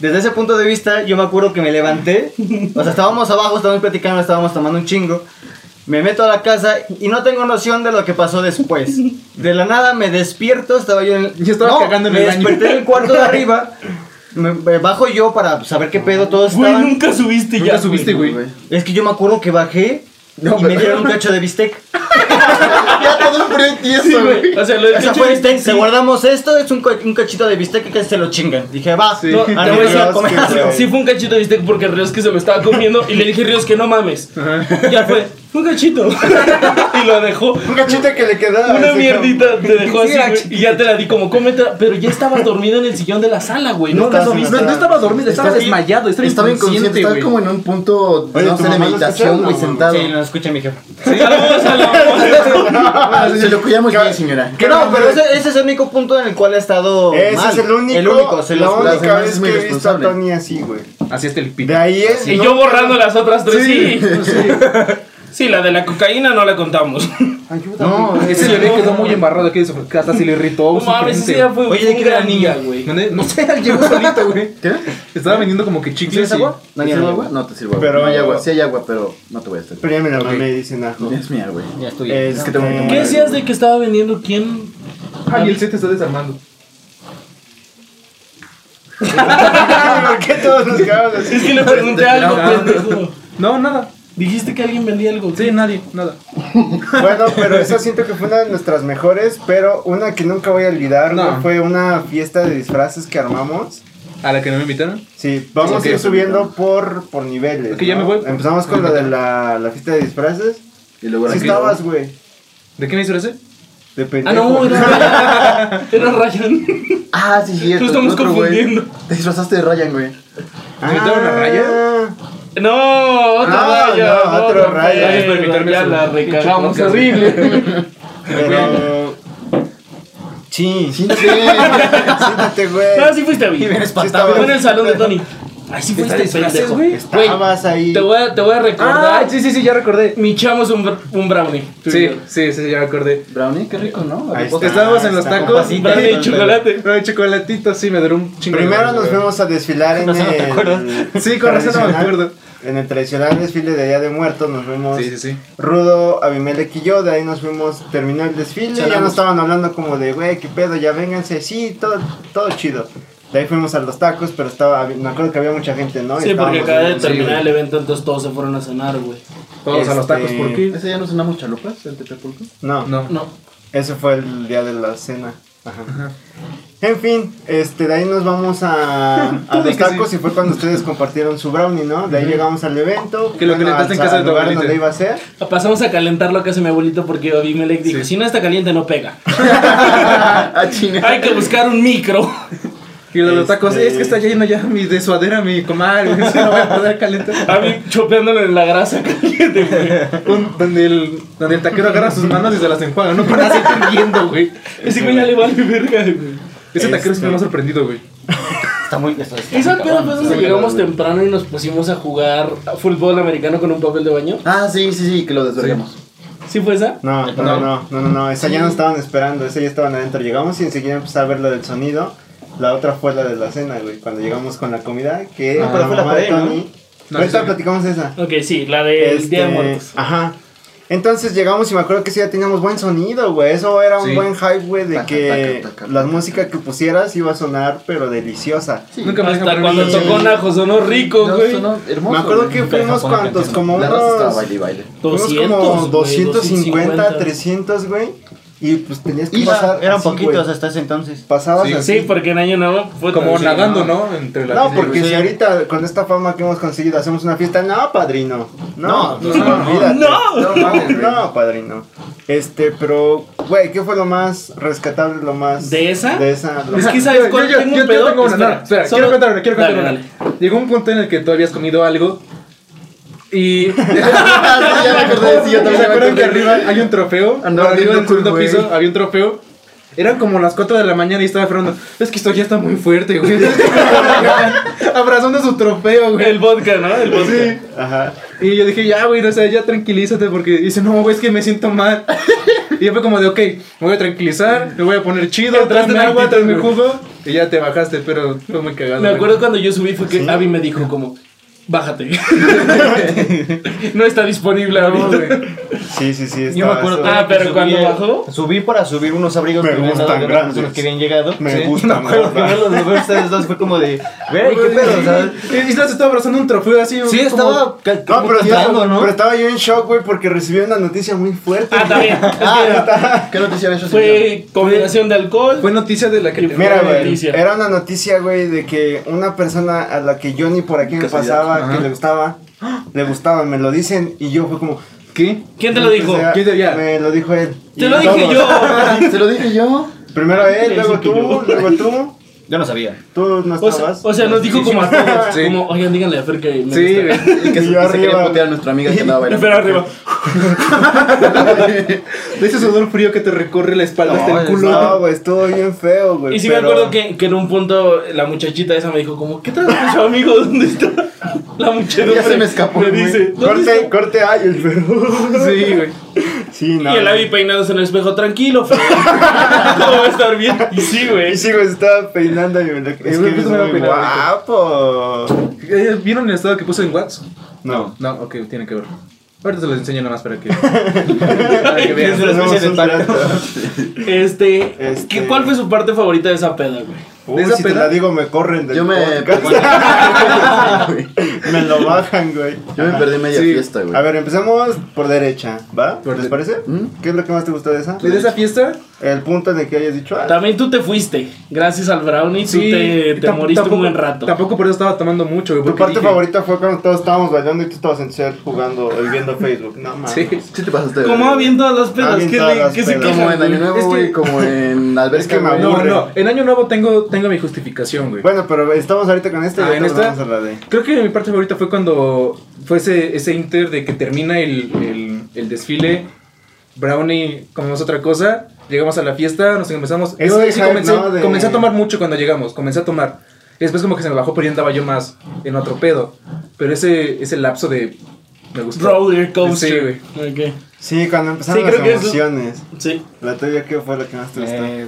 [SPEAKER 4] desde ese punto de vista, yo me acuerdo que me levanté. O sea, estábamos abajo, estábamos platicando, estábamos tomando un chingo. Me meto a la casa y no tengo noción de lo que pasó después. De la nada me despierto, estaba yo en el.
[SPEAKER 2] Yo estaba
[SPEAKER 4] No,
[SPEAKER 2] cagando en
[SPEAKER 4] me
[SPEAKER 2] el baño.
[SPEAKER 4] desperté en el cuarto de arriba. Me, me bajo yo para saber qué pedo todos
[SPEAKER 3] Güey,
[SPEAKER 4] estaban.
[SPEAKER 3] nunca subiste
[SPEAKER 2] Nunca
[SPEAKER 3] ya.
[SPEAKER 2] subiste, güey.
[SPEAKER 4] Es que yo me acuerdo que bajé y me dieron un cacho de bistec.
[SPEAKER 5] Ya todo frío y
[SPEAKER 3] Sí,
[SPEAKER 5] tieso, güey.
[SPEAKER 3] güey. O sea, lo del
[SPEAKER 4] O sea,
[SPEAKER 3] cacho
[SPEAKER 4] fue
[SPEAKER 3] de
[SPEAKER 2] este,
[SPEAKER 4] bistec.
[SPEAKER 3] sí.
[SPEAKER 4] Si guardamos esto, es un, co- un cachito de bistec que casi se lo chingan. Dije, va,
[SPEAKER 2] Sí.
[SPEAKER 4] no,
[SPEAKER 3] te
[SPEAKER 4] a mí
[SPEAKER 3] voy a
[SPEAKER 4] me iba a
[SPEAKER 1] decir
[SPEAKER 4] comer.
[SPEAKER 1] algo, güey.
[SPEAKER 3] Sí, fue un cachito de bistec porque Ríos que se lo estaba comiendo y le dije, Ríos que no mames. Ya fue, fue un cachito. y lo dejó.
[SPEAKER 1] Un cachito que le quedaba.
[SPEAKER 3] Una
[SPEAKER 1] así
[SPEAKER 3] mierdita te dejó
[SPEAKER 4] Sí,
[SPEAKER 3] así,
[SPEAKER 4] era
[SPEAKER 3] güey, Y ya te la di como cómetela, pero ya estabas dormido en el sillón de la sala, güey. No,
[SPEAKER 1] estabas
[SPEAKER 3] no,
[SPEAKER 1] en la
[SPEAKER 2] No, no estaba dormido, estaba
[SPEAKER 5] Estaba-
[SPEAKER 2] desmayado, estaba,
[SPEAKER 5] Estaba inconsciente,
[SPEAKER 2] güey.
[SPEAKER 5] estaba como en un punto,
[SPEAKER 1] Oye,
[SPEAKER 5] no
[SPEAKER 1] ¿tu
[SPEAKER 5] sé, de
[SPEAKER 1] mamá lo
[SPEAKER 5] meditación,
[SPEAKER 1] escucha?
[SPEAKER 5] güey,
[SPEAKER 1] No,
[SPEAKER 5] sentado.
[SPEAKER 4] Sí, no escucha mi jefe.
[SPEAKER 3] Saludos a la
[SPEAKER 5] Se lo cuidamos bien, señora.
[SPEAKER 1] ¿Qué
[SPEAKER 4] no,
[SPEAKER 1] no,
[SPEAKER 4] pero
[SPEAKER 1] güey?
[SPEAKER 4] ese, ese es el único punto en el cual ha estado.
[SPEAKER 1] Ese
[SPEAKER 4] mal.
[SPEAKER 1] es el único.
[SPEAKER 4] El único, se
[SPEAKER 1] la
[SPEAKER 4] los-
[SPEAKER 5] las
[SPEAKER 1] única vez que
[SPEAKER 5] demás es muy
[SPEAKER 1] he visto a
[SPEAKER 5] responsable.
[SPEAKER 1] Tony así, güey.
[SPEAKER 2] Así está el pito.
[SPEAKER 1] De ahí es.
[SPEAKER 3] Y
[SPEAKER 1] no-
[SPEAKER 3] yo borrando las otras tres. Sí. pues Sí, la de la cocaína no la contamos.
[SPEAKER 2] No, ese bebé quedó muy embarrado aquí de su casa, se le irritó.
[SPEAKER 3] No
[SPEAKER 2] su
[SPEAKER 3] mames,
[SPEAKER 2] frente.
[SPEAKER 3] ese ya fue
[SPEAKER 4] Oye, ¿de
[SPEAKER 3] un
[SPEAKER 4] qué era
[SPEAKER 3] gran
[SPEAKER 4] la
[SPEAKER 3] día,
[SPEAKER 4] niña?
[SPEAKER 3] güey.
[SPEAKER 2] ¿Dónde? No sé, llegó solito, güey.
[SPEAKER 5] ¿Qué?
[SPEAKER 2] Estaba vendiendo como que
[SPEAKER 4] ¿Tienes
[SPEAKER 2] chicles.
[SPEAKER 4] agua?
[SPEAKER 5] ¿No hay agua? No te sirvo agua.
[SPEAKER 1] Pero-
[SPEAKER 5] No hay agua, sí hay agua, pero no te voy a hacer.
[SPEAKER 1] Pero ya me la mamé, Este, dice Najo.
[SPEAKER 5] Es mía, güey.
[SPEAKER 4] Ya estoy.
[SPEAKER 1] Es
[SPEAKER 5] que tengo que tomar.
[SPEAKER 3] ¿Qué decías de que estaba vendiendo quién?
[SPEAKER 2] Ah, y el set está desarmando.
[SPEAKER 1] ¿Por qué todos nos quedamos así?
[SPEAKER 3] Es que le pregunté algo, pues,
[SPEAKER 2] No, no, no.
[SPEAKER 3] pendejo.
[SPEAKER 2] No, nada.
[SPEAKER 3] Este, Dijiste que alguien vendía algo.
[SPEAKER 2] Sí, nadie, nada.
[SPEAKER 1] Bueno, pero esa siento que fue una de nuestras mejores, pero una que nunca voy a olvidar
[SPEAKER 2] No.
[SPEAKER 1] güey, fue una fiesta de disfraces que armamos.
[SPEAKER 2] ¿A la que no me invitaron?
[SPEAKER 1] Sí, vamos
[SPEAKER 2] Ok.
[SPEAKER 1] a ir subiendo por, por niveles.
[SPEAKER 2] Ok, ya
[SPEAKER 1] ¿no?
[SPEAKER 2] me voy.
[SPEAKER 1] Empezamos con lo de la, la fiesta de disfraces.
[SPEAKER 5] Y luego la
[SPEAKER 1] Sí
[SPEAKER 5] que-
[SPEAKER 1] estabas, güey.
[SPEAKER 2] ¿De qué me disfrazé?
[SPEAKER 1] De
[SPEAKER 3] Ah,
[SPEAKER 1] pendejo.
[SPEAKER 3] no, era Ryan. Era Ryan.
[SPEAKER 5] Ah, sí, sí.
[SPEAKER 3] Lo estamos confundiendo.
[SPEAKER 5] Te disfrazaste de Ryan, güey.
[SPEAKER 1] Ah,
[SPEAKER 2] ¿Invitaron a Raya?
[SPEAKER 3] No, otro
[SPEAKER 1] Ah,
[SPEAKER 3] Ryan.
[SPEAKER 1] no, otro Ryan.
[SPEAKER 3] Ryan,
[SPEAKER 1] Gracias
[SPEAKER 2] por invitarme
[SPEAKER 3] Eh, Ya
[SPEAKER 2] a su
[SPEAKER 3] la
[SPEAKER 2] pinche
[SPEAKER 3] recagamos
[SPEAKER 2] podcast.
[SPEAKER 3] horrible.
[SPEAKER 1] Pero... Sí,
[SPEAKER 5] Sí, sí.
[SPEAKER 1] siéntate, güey.
[SPEAKER 3] No, sí fuiste a mí.
[SPEAKER 4] bien
[SPEAKER 3] Fue
[SPEAKER 1] espantado.
[SPEAKER 3] en el salón de Tony. Ay, sí fuiste pendejo. Güey,
[SPEAKER 1] Estabas ahí.
[SPEAKER 3] te voy a, te voy a recordar.
[SPEAKER 2] Ah, sí, sí, sí, ya recordé.
[SPEAKER 3] Mi chamo es un, br- un brownie. Tú y
[SPEAKER 2] Sí,
[SPEAKER 3] yo.
[SPEAKER 2] sí, sí, ya recordé.
[SPEAKER 5] Brownie, qué rico, ¿no?
[SPEAKER 1] Ahí está,
[SPEAKER 2] Estábamos en los
[SPEAKER 1] está.
[SPEAKER 2] tacos.
[SPEAKER 4] Sí,
[SPEAKER 3] brownie de
[SPEAKER 4] sí,
[SPEAKER 3] chocolate.
[SPEAKER 2] No, el chocolatito, sí, me duró un chingo. de
[SPEAKER 1] Primero
[SPEAKER 2] ganas,
[SPEAKER 1] nos
[SPEAKER 2] güey.
[SPEAKER 1] fuimos a desfilar en
[SPEAKER 4] Con razón no te
[SPEAKER 1] el.
[SPEAKER 4] acuerdas.
[SPEAKER 2] Sí, con razón no me
[SPEAKER 1] tradicional-
[SPEAKER 2] acuerdo.
[SPEAKER 1] En el tradicional desfile de Día de Muertos nos fuimos.
[SPEAKER 2] Sí, sí, sí.
[SPEAKER 1] Rudo, Abimelec y yo, de ahí nos fuimos, terminó el desfile, ya nos estaban hablando como de, güey, qué pedo, ya vénganse, sí, todo, todo chido. De ahí fuimos a los tacos, pero estaba, me acuerdo que había mucha gente, ¿no? Y
[SPEAKER 3] Sí, porque
[SPEAKER 1] estábamos
[SPEAKER 3] acaba de
[SPEAKER 1] bien-
[SPEAKER 3] terminar el evento, entonces todos se fueron a cenar, güey.
[SPEAKER 2] Todos a los
[SPEAKER 1] Este-
[SPEAKER 2] tacos, ¿por qué?
[SPEAKER 5] ¿Ese ya no sonamos chalupas, el Tepepulco?
[SPEAKER 1] No,
[SPEAKER 2] No.
[SPEAKER 3] No.
[SPEAKER 1] ese fue el día de la cena. Ajá. En fin, este, de ahí nos vamos a, a
[SPEAKER 2] Tú di
[SPEAKER 1] los
[SPEAKER 2] que
[SPEAKER 1] tacos
[SPEAKER 2] sí.
[SPEAKER 1] y fue cuando ustedes compartieron su brownie, ¿no? De ahí llegamos al evento.
[SPEAKER 2] Que lo
[SPEAKER 1] bueno,
[SPEAKER 2] calentaste en
[SPEAKER 1] al-
[SPEAKER 2] casa de
[SPEAKER 1] al
[SPEAKER 2] tu
[SPEAKER 1] lugar
[SPEAKER 2] abuelita.
[SPEAKER 1] donde iba a ser.
[SPEAKER 3] Pasamos a calentarlo a casa de mi abuelito porque Abimelec dijo,
[SPEAKER 2] Sí.
[SPEAKER 3] si no está caliente no pega.
[SPEAKER 5] Ah, chinga.
[SPEAKER 3] Hay que buscar un micro.
[SPEAKER 2] Y lo de los tacos,
[SPEAKER 1] Este-
[SPEAKER 2] es que está lleno ya mi de suadera, mi comal, güey, sí, no voy a poder calentar.
[SPEAKER 3] A mí chopeándole en la grasa caliente, güey.
[SPEAKER 2] Un- donde, el, donde el taquero agarra sus manos y se las enjuaga, no para seguir hirviendo, güey.
[SPEAKER 3] Ese güey ya le vale verga, güey.
[SPEAKER 2] Este. Ese taquero siempre me ha sorprendido, güey.
[SPEAKER 4] Está está muy. Esto está
[SPEAKER 3] ¿Y
[SPEAKER 4] muy
[SPEAKER 3] sabes qué
[SPEAKER 4] cabrón.
[SPEAKER 3] fue donde llegamos temprano y nos pusimos a jugar fútbol americano con un papel de baño?
[SPEAKER 5] Ah, sí, sí, sí, que lo desvergamos.
[SPEAKER 3] ¿Sí fue esa?
[SPEAKER 1] No, no, no, no, no, no, esa ya no estaban esperando, esa ya estaban adentro. Llegamos y enseguida empezó a ver la del sonido. La otra fue la de la cena, güey, cuando llegamos con la comida, que
[SPEAKER 2] Ah,
[SPEAKER 4] No, pero fue la
[SPEAKER 1] mamá de
[SPEAKER 4] pre, ¿no?
[SPEAKER 1] Tony.
[SPEAKER 2] No,
[SPEAKER 1] Ahorita
[SPEAKER 2] sí.
[SPEAKER 1] platicamos esa.
[SPEAKER 3] Ok, sí, la del
[SPEAKER 1] Este,
[SPEAKER 3] Día de Muertos.
[SPEAKER 1] Ajá. Entonces llegamos y me acuerdo que sí ya teníamos buen sonido, güey. Eso era un
[SPEAKER 2] Sí.
[SPEAKER 1] buen hype, güey, de
[SPEAKER 5] Taca,
[SPEAKER 1] que
[SPEAKER 5] taca, taca,
[SPEAKER 1] la
[SPEAKER 5] taca.
[SPEAKER 1] música que pusieras iba a sonar, pero deliciosa.
[SPEAKER 2] Nunca me dejan
[SPEAKER 3] Hasta
[SPEAKER 2] poner
[SPEAKER 3] cuando
[SPEAKER 2] mi-
[SPEAKER 3] tocó Najo sonó rico,
[SPEAKER 5] No,
[SPEAKER 3] güey.
[SPEAKER 5] sonó hermoso,
[SPEAKER 1] me acuerdo
[SPEAKER 5] güey.
[SPEAKER 1] que
[SPEAKER 4] nunca
[SPEAKER 1] fuimos
[SPEAKER 4] dejó poner
[SPEAKER 1] cuantos,
[SPEAKER 4] atención.
[SPEAKER 1] como
[SPEAKER 5] La raza estaba
[SPEAKER 1] unos.
[SPEAKER 5] baile y baile.
[SPEAKER 1] fuimos
[SPEAKER 3] 200,
[SPEAKER 1] como
[SPEAKER 3] güey,
[SPEAKER 1] 250, 300, güey. Y pues tenías que
[SPEAKER 4] Y
[SPEAKER 1] pasar.
[SPEAKER 4] eran
[SPEAKER 1] así,
[SPEAKER 4] poquitos
[SPEAKER 1] güey.
[SPEAKER 4] hasta ese entonces.
[SPEAKER 1] Pasabas
[SPEAKER 2] Sí.
[SPEAKER 1] así.
[SPEAKER 3] Sí, porque en Año Nuevo fue
[SPEAKER 2] Como
[SPEAKER 3] sí,
[SPEAKER 2] nadando, ¿no? Entre la
[SPEAKER 1] No, porque
[SPEAKER 2] sí.
[SPEAKER 1] si ahorita con esta fama que hemos conseguido hacemos una fiesta, no, padrino. No,
[SPEAKER 4] No,
[SPEAKER 1] no,
[SPEAKER 2] no, no.
[SPEAKER 1] olvídate.
[SPEAKER 3] No.
[SPEAKER 1] no, mames, no, padrino. Este, pero, güey, ¿qué fue lo más rescatable, lo más.
[SPEAKER 3] ¿De esa?
[SPEAKER 1] De esa. lo
[SPEAKER 3] Es
[SPEAKER 1] más-
[SPEAKER 3] que sabes
[SPEAKER 2] Yo-
[SPEAKER 3] cuál
[SPEAKER 2] yo,
[SPEAKER 3] tengo
[SPEAKER 2] yo
[SPEAKER 3] un pedo.
[SPEAKER 2] tengo una,
[SPEAKER 3] Espera,
[SPEAKER 2] no, espera,
[SPEAKER 3] solo-
[SPEAKER 2] quiero contar una, quiero contar
[SPEAKER 3] Dale,
[SPEAKER 2] una.
[SPEAKER 3] dale.
[SPEAKER 2] Llegó un punto en el que tú habías comido algo y
[SPEAKER 5] Ah, sí, ya me acordé, sí, yo también
[SPEAKER 2] ¿Se
[SPEAKER 5] me
[SPEAKER 2] acuerdan que
[SPEAKER 5] acordé.
[SPEAKER 2] arriba hay un trofeo?
[SPEAKER 5] Andaba
[SPEAKER 2] arriba
[SPEAKER 5] bien
[SPEAKER 2] del segundo
[SPEAKER 5] loco el
[SPEAKER 2] piso
[SPEAKER 5] güey.
[SPEAKER 2] había un trofeo. Eran como las 4 de la mañana y estaba Fernando. Es que esto ya está muy fuerte, güey. Abrazando su trofeo,
[SPEAKER 3] El
[SPEAKER 2] güey.
[SPEAKER 3] vodka, ¿no? El vodka.
[SPEAKER 2] Sí.
[SPEAKER 1] Ajá.
[SPEAKER 2] Y yo dije, ya, güey, no sé, ya tranquilízate porque dice, no, güey, es que me siento mal. Y yo fue como de, ok, me voy a tranquilizar, me voy a poner chido,
[SPEAKER 3] Entraste
[SPEAKER 2] tráeme
[SPEAKER 3] en
[SPEAKER 2] agua,
[SPEAKER 3] actitud,
[SPEAKER 2] tráeme
[SPEAKER 3] güey.
[SPEAKER 2] jugo. Y ya te bajaste, pero fue muy cagado.
[SPEAKER 3] Me
[SPEAKER 2] güey.
[SPEAKER 3] acuerdo cuando yo subí fue que Abby me dijo como, bájate. no está disponible
[SPEAKER 2] No,
[SPEAKER 3] ahorita.
[SPEAKER 2] güey.
[SPEAKER 1] Sí, sí, sí.
[SPEAKER 4] Yo me
[SPEAKER 1] estaba
[SPEAKER 4] acuerdo
[SPEAKER 1] eso.
[SPEAKER 3] Ah,
[SPEAKER 4] todavía que
[SPEAKER 3] pero cuando
[SPEAKER 4] subí-
[SPEAKER 3] bajó-
[SPEAKER 4] Subí para subir unos abrigos
[SPEAKER 1] Me
[SPEAKER 4] que me
[SPEAKER 1] grandes.
[SPEAKER 4] los que habían llegado.
[SPEAKER 1] Me
[SPEAKER 4] Sí.
[SPEAKER 1] gusta,
[SPEAKER 4] Me acuerdo que
[SPEAKER 1] gorda.
[SPEAKER 4] uno de los de ustedes dos fue como de, güey, qué pedo, o sea.
[SPEAKER 2] Y Isla se estaba abrazando un trofeo así.
[SPEAKER 4] Sí,
[SPEAKER 2] como-
[SPEAKER 4] estaba. ca-
[SPEAKER 1] No,
[SPEAKER 4] como
[SPEAKER 1] pero
[SPEAKER 4] tirando,
[SPEAKER 1] estaba,
[SPEAKER 4] ¿no?
[SPEAKER 1] pero estaba yo en shock, güey, porque recibí una noticia muy fuerte.
[SPEAKER 3] Ah,
[SPEAKER 1] güey.
[SPEAKER 3] también. Es que
[SPEAKER 1] Ah,
[SPEAKER 3] era-
[SPEAKER 1] está.
[SPEAKER 5] ¿Qué noticia habías recibido?
[SPEAKER 3] Fue combinación de alcohol.
[SPEAKER 2] Fue noticia de la que te-
[SPEAKER 1] Mira,
[SPEAKER 3] Una
[SPEAKER 1] güey,
[SPEAKER 3] noticia.
[SPEAKER 1] era una noticia, güey, de que una persona a la que yo ni por aquí me
[SPEAKER 5] Casualidad.
[SPEAKER 1] pasaba,
[SPEAKER 2] Ajá.
[SPEAKER 1] que le gustaba, le gustaba, me lo dicen, y yo fue como,
[SPEAKER 2] ¿Qué?
[SPEAKER 3] ¿Quién te lo dijo?
[SPEAKER 1] O sea,
[SPEAKER 2] ¿Quién te- ya?
[SPEAKER 1] Me lo dijo él.
[SPEAKER 3] Te
[SPEAKER 1] Y
[SPEAKER 3] lo dije
[SPEAKER 1] todos.
[SPEAKER 3] yo.
[SPEAKER 5] Se lo dije yo.
[SPEAKER 1] Primero él, luego
[SPEAKER 3] Eso que
[SPEAKER 1] tú,
[SPEAKER 3] yo.
[SPEAKER 1] luego tú,
[SPEAKER 4] Yo no sabía.
[SPEAKER 1] tú no
[SPEAKER 3] O sea,
[SPEAKER 1] estabas.
[SPEAKER 3] o sea, nos dijo como a todos.
[SPEAKER 2] Sí.
[SPEAKER 3] Como, oigan, díganle a Fer que me
[SPEAKER 2] Sí,
[SPEAKER 3] gusta".
[SPEAKER 2] güey.
[SPEAKER 5] Y que
[SPEAKER 1] Y
[SPEAKER 5] se,
[SPEAKER 1] yo
[SPEAKER 5] y se quería
[SPEAKER 1] arriba.
[SPEAKER 5] putear a nuestra amiga que andaba bailando.
[SPEAKER 3] Fer arriba.
[SPEAKER 2] De ese sudor frío que te recorre la espalda hasta
[SPEAKER 4] No,
[SPEAKER 2] el
[SPEAKER 4] es-
[SPEAKER 2] culo.
[SPEAKER 1] no, güey, estuvo bien feo, güey.
[SPEAKER 3] Y sí me
[SPEAKER 1] pero-
[SPEAKER 3] acuerdo que, que en un punto la muchachita esa me dijo como, ¿qué traes con su amigo? ¿Dónde está? La muchacha
[SPEAKER 5] Ya se me escapó,
[SPEAKER 3] Me
[SPEAKER 5] güey.
[SPEAKER 3] dice, "¿Dónde
[SPEAKER 1] Corte,
[SPEAKER 3] está?".
[SPEAKER 1] corte, ay, el perro.
[SPEAKER 2] Sí, güey.
[SPEAKER 1] Sí, no.
[SPEAKER 3] Y el
[SPEAKER 1] güey.
[SPEAKER 3] Abby peinándose en el espejo, tranquilo, Fer. Todo va a estar bien. Y sí, güey.
[SPEAKER 1] Y sí, güey, se estaba peinando y me lo Es que
[SPEAKER 2] güey,
[SPEAKER 1] eres
[SPEAKER 2] pues, me voy a
[SPEAKER 1] muy
[SPEAKER 2] peinar
[SPEAKER 1] guapo.
[SPEAKER 2] Eh, ¿Vieron el estado que puso en WhatsApp?
[SPEAKER 1] No.
[SPEAKER 2] No, ok, tiene que ver. Ahorita se los enseño nada más para que, para que vean.
[SPEAKER 1] Tenemos un trato.
[SPEAKER 3] Este,
[SPEAKER 1] Este-
[SPEAKER 3] ¿qué- ¿Cuál fue su parte favorita de esa peda, güey?
[SPEAKER 1] Uy,
[SPEAKER 2] esa
[SPEAKER 1] si te
[SPEAKER 2] peda?
[SPEAKER 1] la digo, me corren del
[SPEAKER 5] Yo me.
[SPEAKER 1] podcast. Me lo bajan, güey.
[SPEAKER 5] Yo me perdí media
[SPEAKER 2] Sí.
[SPEAKER 5] fiesta, güey.
[SPEAKER 1] A ver, empezamos por derecha, ¿va?
[SPEAKER 2] Por
[SPEAKER 1] ¿Les
[SPEAKER 2] de- Pues-
[SPEAKER 1] parece?
[SPEAKER 5] ¿Mm?
[SPEAKER 1] ¿Qué es lo que más te gustó de esa?
[SPEAKER 2] ¿De esa fiesta?
[SPEAKER 1] El punto en el que hayas dicho, ah,
[SPEAKER 3] También tú te fuiste. Gracias al Brownie, tú te, te
[SPEAKER 2] tam-
[SPEAKER 3] moriste
[SPEAKER 2] tampoco-
[SPEAKER 3] un buen rato.
[SPEAKER 2] Tampoco por eso estaba tomando mucho, güey.
[SPEAKER 1] Tu
[SPEAKER 2] porque
[SPEAKER 1] parte
[SPEAKER 2] dije-
[SPEAKER 1] favorita fue cuando todos estábamos bailando y tú estabas en ser jugando y viendo Facebook. No mames.
[SPEAKER 2] Sí.
[SPEAKER 5] Sí te pasaste. de
[SPEAKER 3] Como
[SPEAKER 5] verga.
[SPEAKER 3] bien todas las pedas,
[SPEAKER 1] bien
[SPEAKER 3] ¿qué,
[SPEAKER 1] todas
[SPEAKER 3] le-
[SPEAKER 1] las
[SPEAKER 3] qué se
[SPEAKER 1] pedas.
[SPEAKER 3] quejan,
[SPEAKER 5] Como en Año
[SPEAKER 3] güey?
[SPEAKER 5] Nuevo,
[SPEAKER 2] Es que-
[SPEAKER 5] güey. Como en Alberca.
[SPEAKER 1] Es que me
[SPEAKER 5] güey.
[SPEAKER 2] No,
[SPEAKER 1] aburre.
[SPEAKER 2] no. En Año Nuevo tengo, tengo mi justificación, güey.
[SPEAKER 1] Bueno, pero estamos ahorita con esta y
[SPEAKER 2] Ah,
[SPEAKER 1] ahorita nos
[SPEAKER 2] ¿en esta?
[SPEAKER 1] vamos a la de.
[SPEAKER 2] Creo que mi parte favorita fue cuando fue ese, ese inter de que termina el, el, el desfile. Brownie, comemos otra cosa. Llegamos a la fiesta, nos empezamos.
[SPEAKER 1] Ese
[SPEAKER 2] yo sí
[SPEAKER 1] hype,
[SPEAKER 2] comencé,
[SPEAKER 1] ¿no? de-
[SPEAKER 2] comencé a tomar mucho cuando llegamos, comencé a tomar. Y después, como que se me bajó, pero ya andaba yo más en otro pedo. Pero ese, ese lapso de. Me gustó.
[SPEAKER 3] Roller
[SPEAKER 2] Sí,
[SPEAKER 3] coaster.
[SPEAKER 2] güey.
[SPEAKER 3] Ok.
[SPEAKER 1] Sí, cuando empezaron
[SPEAKER 3] Sí,
[SPEAKER 1] las
[SPEAKER 3] creo que eso-
[SPEAKER 1] emociones.
[SPEAKER 3] Sí.
[SPEAKER 1] La tuya, ¿qué fue la que más te gustó?
[SPEAKER 4] Eh,